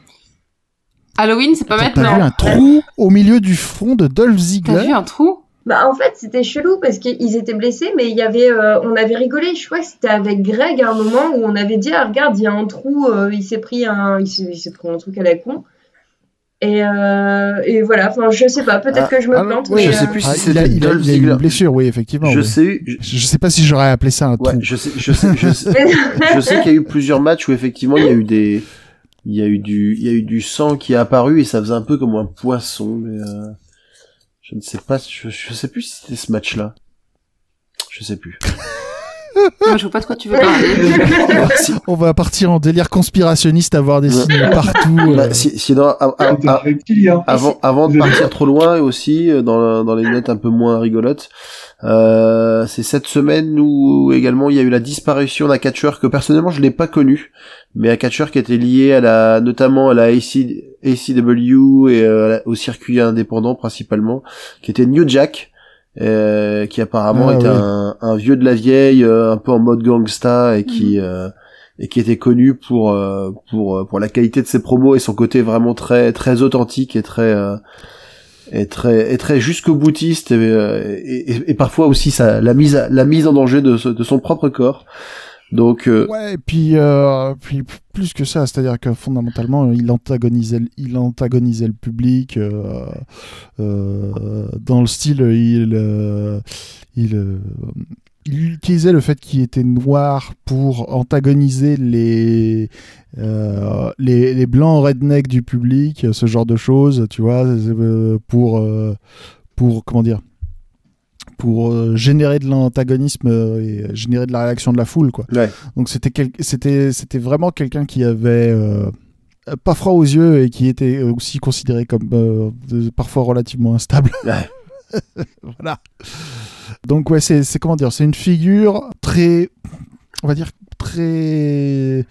D: Halloween, c'est pas
E: T'as
D: mettre
E: pas vu
D: non.
E: un trou au milieu du front de Dolph
D: T'as
E: Ziggler
D: vu un trou
B: Bah en fait c'était chelou parce qu'ils étaient blessés mais il y avait euh, on avait rigolé je crois que c'était avec Greg à un moment où on avait dit ah, regarde il y a un trou euh, il s'est pris un il s'est, il s'est pris un truc à la con et, euh, et voilà enfin je sais pas peut-être
F: Ah,
B: que je me
E: ah,
B: plante
E: oui,
F: je
B: mais,
F: sais
B: euh,
F: plus.
E: Ah,
F: si
E: il, a,
F: c'était
E: il a-
F: Dolph
E: il a eu
F: Ziggler.
E: une blessure, oui, effectivement.
F: Je
E: oui.
F: sais, eu- je-
E: Je sais pas si j'aurais appelé ça un
F: ouais,
E: trou.
F: je sais, je sais, je sais, je sais qu'il y a eu plusieurs matchs où effectivement il y a eu des, il y a eu du, il y a eu du sang qui est apparu et ça faisait un peu comme un poisson. Mais euh, je ne sais pas, je, je sais plus si c'était ce match-là. Je sais plus.
D: Non, Je vois pas de quoi tu veux parler.
F: Ah, si,
E: On va partir en délire conspirationniste, avoir des
F: Ouais.
E: signes partout. euh.
F: bah, si, si dans- a- a-
C: T'as
F: a-
C: fait petit, hein.
F: avant, avant de partir trop loin et aussi euh, dans, la- dans les notes un peu moins rigolotes, euh, c'est cette semaine où également il y a eu la disparition d'un catcheur que personnellement je l'ai pas connu, mais un catcheur qui était lié à la, notamment à la AC ACW et euh, à la- au circuit indépendant principalement, qui était New Jack. euh, qui apparemment
E: Ah,
F: était
E: oui.
F: un, un vieux de la vieille, euh, un peu en mode gangsta et qui euh, et qui était connu pour euh, pour euh, pour la qualité de ses promos et son côté vraiment très très authentique et très euh, et très et très jusqu'au boutiste et, euh, et, et- et parfois aussi sa, la mise à- la mise en danger de, ce- de son propre corps. Donc euh,
E: Ouais, et puis, euh, puis p- plus que ça, c'est-à-dire que fondamentalement, il antagonisait, le- il antagonisait le public euh, euh, dans le style, il, euh, il, euh, il utilisait le fait qu'il était noir pour antagoniser les, euh, les, les blancs redneck du public, ce genre de choses, tu vois, euh, pour, euh, pour comment dire, pour euh, générer de l'antagonisme euh, et générer de la réaction de la foule, quoi.
F: ouais.
E: Donc c'était quel- c'était c'était vraiment quelqu'un qui avait euh, pas froid aux yeux et qui était aussi considéré comme euh, de- parfois relativement instable.
F: Ouais.
E: voilà. Donc ouais, c'est c'est- comment dire, c'est une figure très on va dire très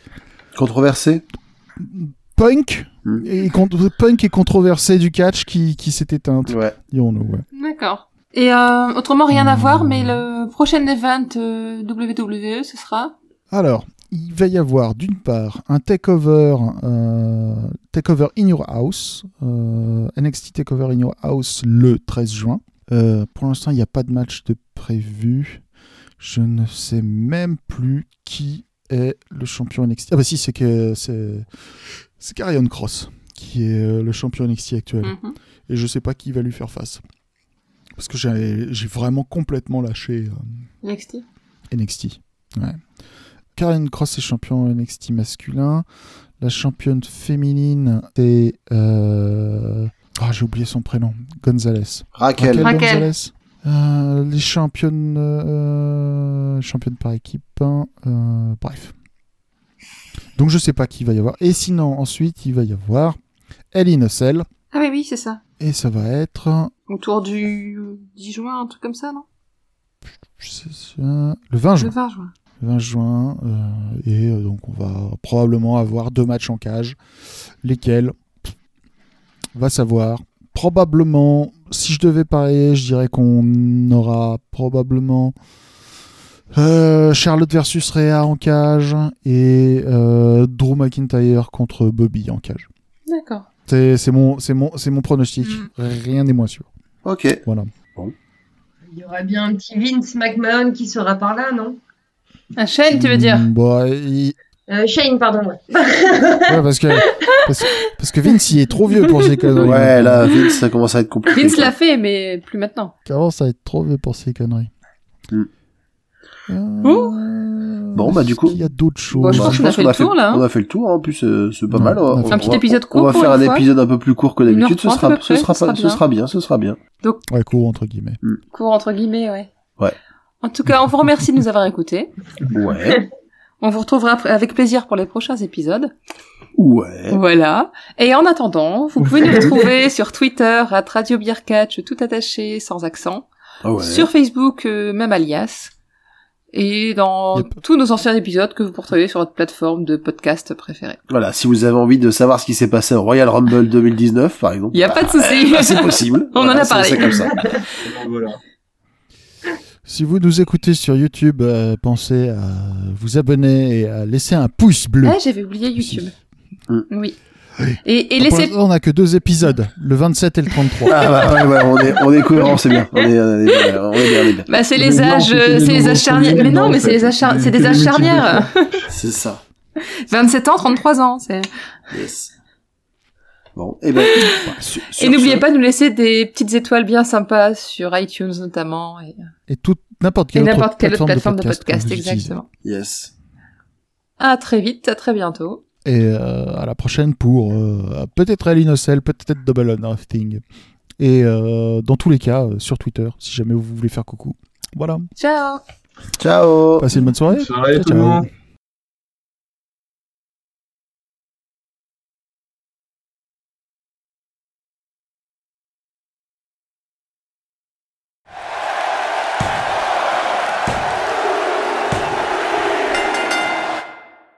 F: controversé.
E: punk
F: Mm.
E: et con- punk et controversé du catch qui qui s'est éteinte.
F: Ouais.
E: Dirons-nous, ouais.
D: D'accord. Et euh, autrement, rien à voir, mais le
E: Hmm.
D: prochain event euh, WWE, ce sera
E: Alors, il va y avoir d'une part un takeover, euh, takeover in your house, euh, NXT takeover in your house le 13 juin. Euh, pour l'instant, il n'y a pas de match de prévu. Je ne sais même plus qui est le champion NXT. Ah bah si, c'est que c'est c'est Carrion Cross qui est euh, le champion NXT actuel.
D: Mhm.
E: Et je sais pas qui va lui faire face. Parce que j'ai j'ai vraiment complètement lâché euh,
D: NXT.
E: NXT. Ouais. Karen Cross est champion NXT masculin. La championne féminine, c'est. euh, Ah, j'ai oublié son prénom. Gonzalez.
F: Raquel.
D: Raquel.
E: Gonzalez. Euh, les championnes. euh, championnes par équipe. hein, euh, bref. Donc je sais pas qui il va y avoir. Et sinon, ensuite, il va y avoir Ellie Nussel.
D: Ah oui, oui, c'est ça.
E: Et ça va être.
D: Autour du 10 juin, un truc comme ça, non
E: je sais ça, le 20
D: Le
E: juin.
D: 20 juin.
E: Le 20 juin. euh, et euh, donc on va probablement avoir deux matchs en cage. Lesquels pff, Va savoir. Probablement, si je devais parier, je dirais qu'on aura probablement euh, Charlotte versus Rhea en cage et euh, Drew McIntyre contre Bobby en cage.
D: D'accord.
E: C'est c'est mon, c'est mon, c'est mon pronostic.
D: Mm.
E: Rien n'est moins sûr.
F: Ok.
E: Voilà.
B: Il y aura bien un petit Vince McMahon qui sera par là, non
D: Un chaîne, tu veux dire
E: Mm, bah, il-
B: Euh, Shane, pardon. ouais.
E: Ouais, parce que, parce, parce que Vince, il est trop vieux pour ces conneries.
F: Ouais, là, Vince, ça commence à être compliqué.
D: Vince
F: quoi.
D: l'a fait, mais plus maintenant.
E: Il commence à être trop vieux pour ces conneries.
F: Mm.
E: Euh,
D: Oh.
F: Bon, bah, du
E: est-ce
F: coup-
E: qu'il y a d'autres choses.
D: Bon, je
F: Bah,
D: pense qu'on a fait
F: qu'on
D: le tour, là, hein.
F: On a fait le tour, hein. en plus, euh, c'est pas
E: Ouais,
F: mal.
E: on a
F: On
E: fait
D: un
F: on
D: petit
F: va-
D: épisode
F: On
D: court
F: va
D: pour
F: faire
D: une
F: un
D: fois.
F: épisode un peu plus court que
D: Une heure
F: d'habitude. Ce
D: trente, à
F: sera,
D: peu
F: ce
D: près,
F: sera
D: ce
F: pas-
D: sera
F: ce
D: bien.
F: sera bien, ce sera bien.
E: Ouais, court entre guillemets.
D: Court entre guillemets, ouais.
F: Ouais.
D: En tout cas, on vous remercie de nous avoir écoutés.
F: Ouais.
D: On vous retrouvera après- avec plaisir pour les prochains épisodes.
F: Ouais.
D: Voilà. Et en attendant, vous pouvez nous retrouver sur Twitter, à Radio Beer Catch, tout attaché, sans accent.
F: Ah ouais.
D: Sur Facebook, euh, même alias. Et dans
E: Yep.
D: tous nos anciens épisodes que vous poursuivez sur votre plateforme de podcast préférée.
F: Voilà, si vous avez envie de savoir ce qui s'est passé au Royal Rumble 2019, par exemple.
D: Il n'y a pas de souci.
F: bah, c'est possible.
D: On en
F: Voilà,
D: a
F: c'est-
D: parlé.
F: C'est comme ça.
A: Voilà.
E: Si vous nous écoutez sur YouTube, euh, pensez à vous abonner et à laisser un pouce bleu.
D: Ah, j'avais oublié YouTube.
F: Mm.
D: Oui.
E: Oui.
D: Et, et
E: Pour
D: laissez...
E: l'instant, On n'a que deux épisodes, le 27 et le 33.
F: Ah bah ouais, ouais, on est, on est cohérent, c'est bien. On est, on est bien, on est bien, on est bien.
D: Bah, c'est
A: Mais
D: les
A: non,
D: âges,
A: c'était des
D: euh, c'est les
A: numéros
D: âges charnières.
A: combinaisons,
D: Mais non,
A: en
D: mais c'est
A: fait.
D: les âges, char- c'est des
A: Que
D: âges
A: des multiples
D: charnières.
F: C'est ça.
D: 27 ans, 33 ans. c'est-
F: Yes. Bon, et ben. bah, sur-
D: Et
F: sur
D: n'oubliez
F: ce-
D: pas de nous laisser des petites étoiles bien sympas sur iTunes notamment et,
E: Et toute n'importe
D: et
E: quelle,
D: n'importe quelle autre plateforme de
E: que
D: podcast,
E: vous utilisez.
D: exactement.
F: Yes.
D: À très vite, à très bientôt.
E: Et euh, à la prochaine pour euh, peut-être Aline Ocel, peut-être Double Unrafting. Et euh, dans tous les cas, euh, sur Twitter, si jamais vous voulez faire coucou. Voilà.
D: Ciao
F: Ciao.
E: Passez une bonne soirée.
A: Bonne soirée,
E: Ciao,
A: tout le
E: ciao.
A: monde.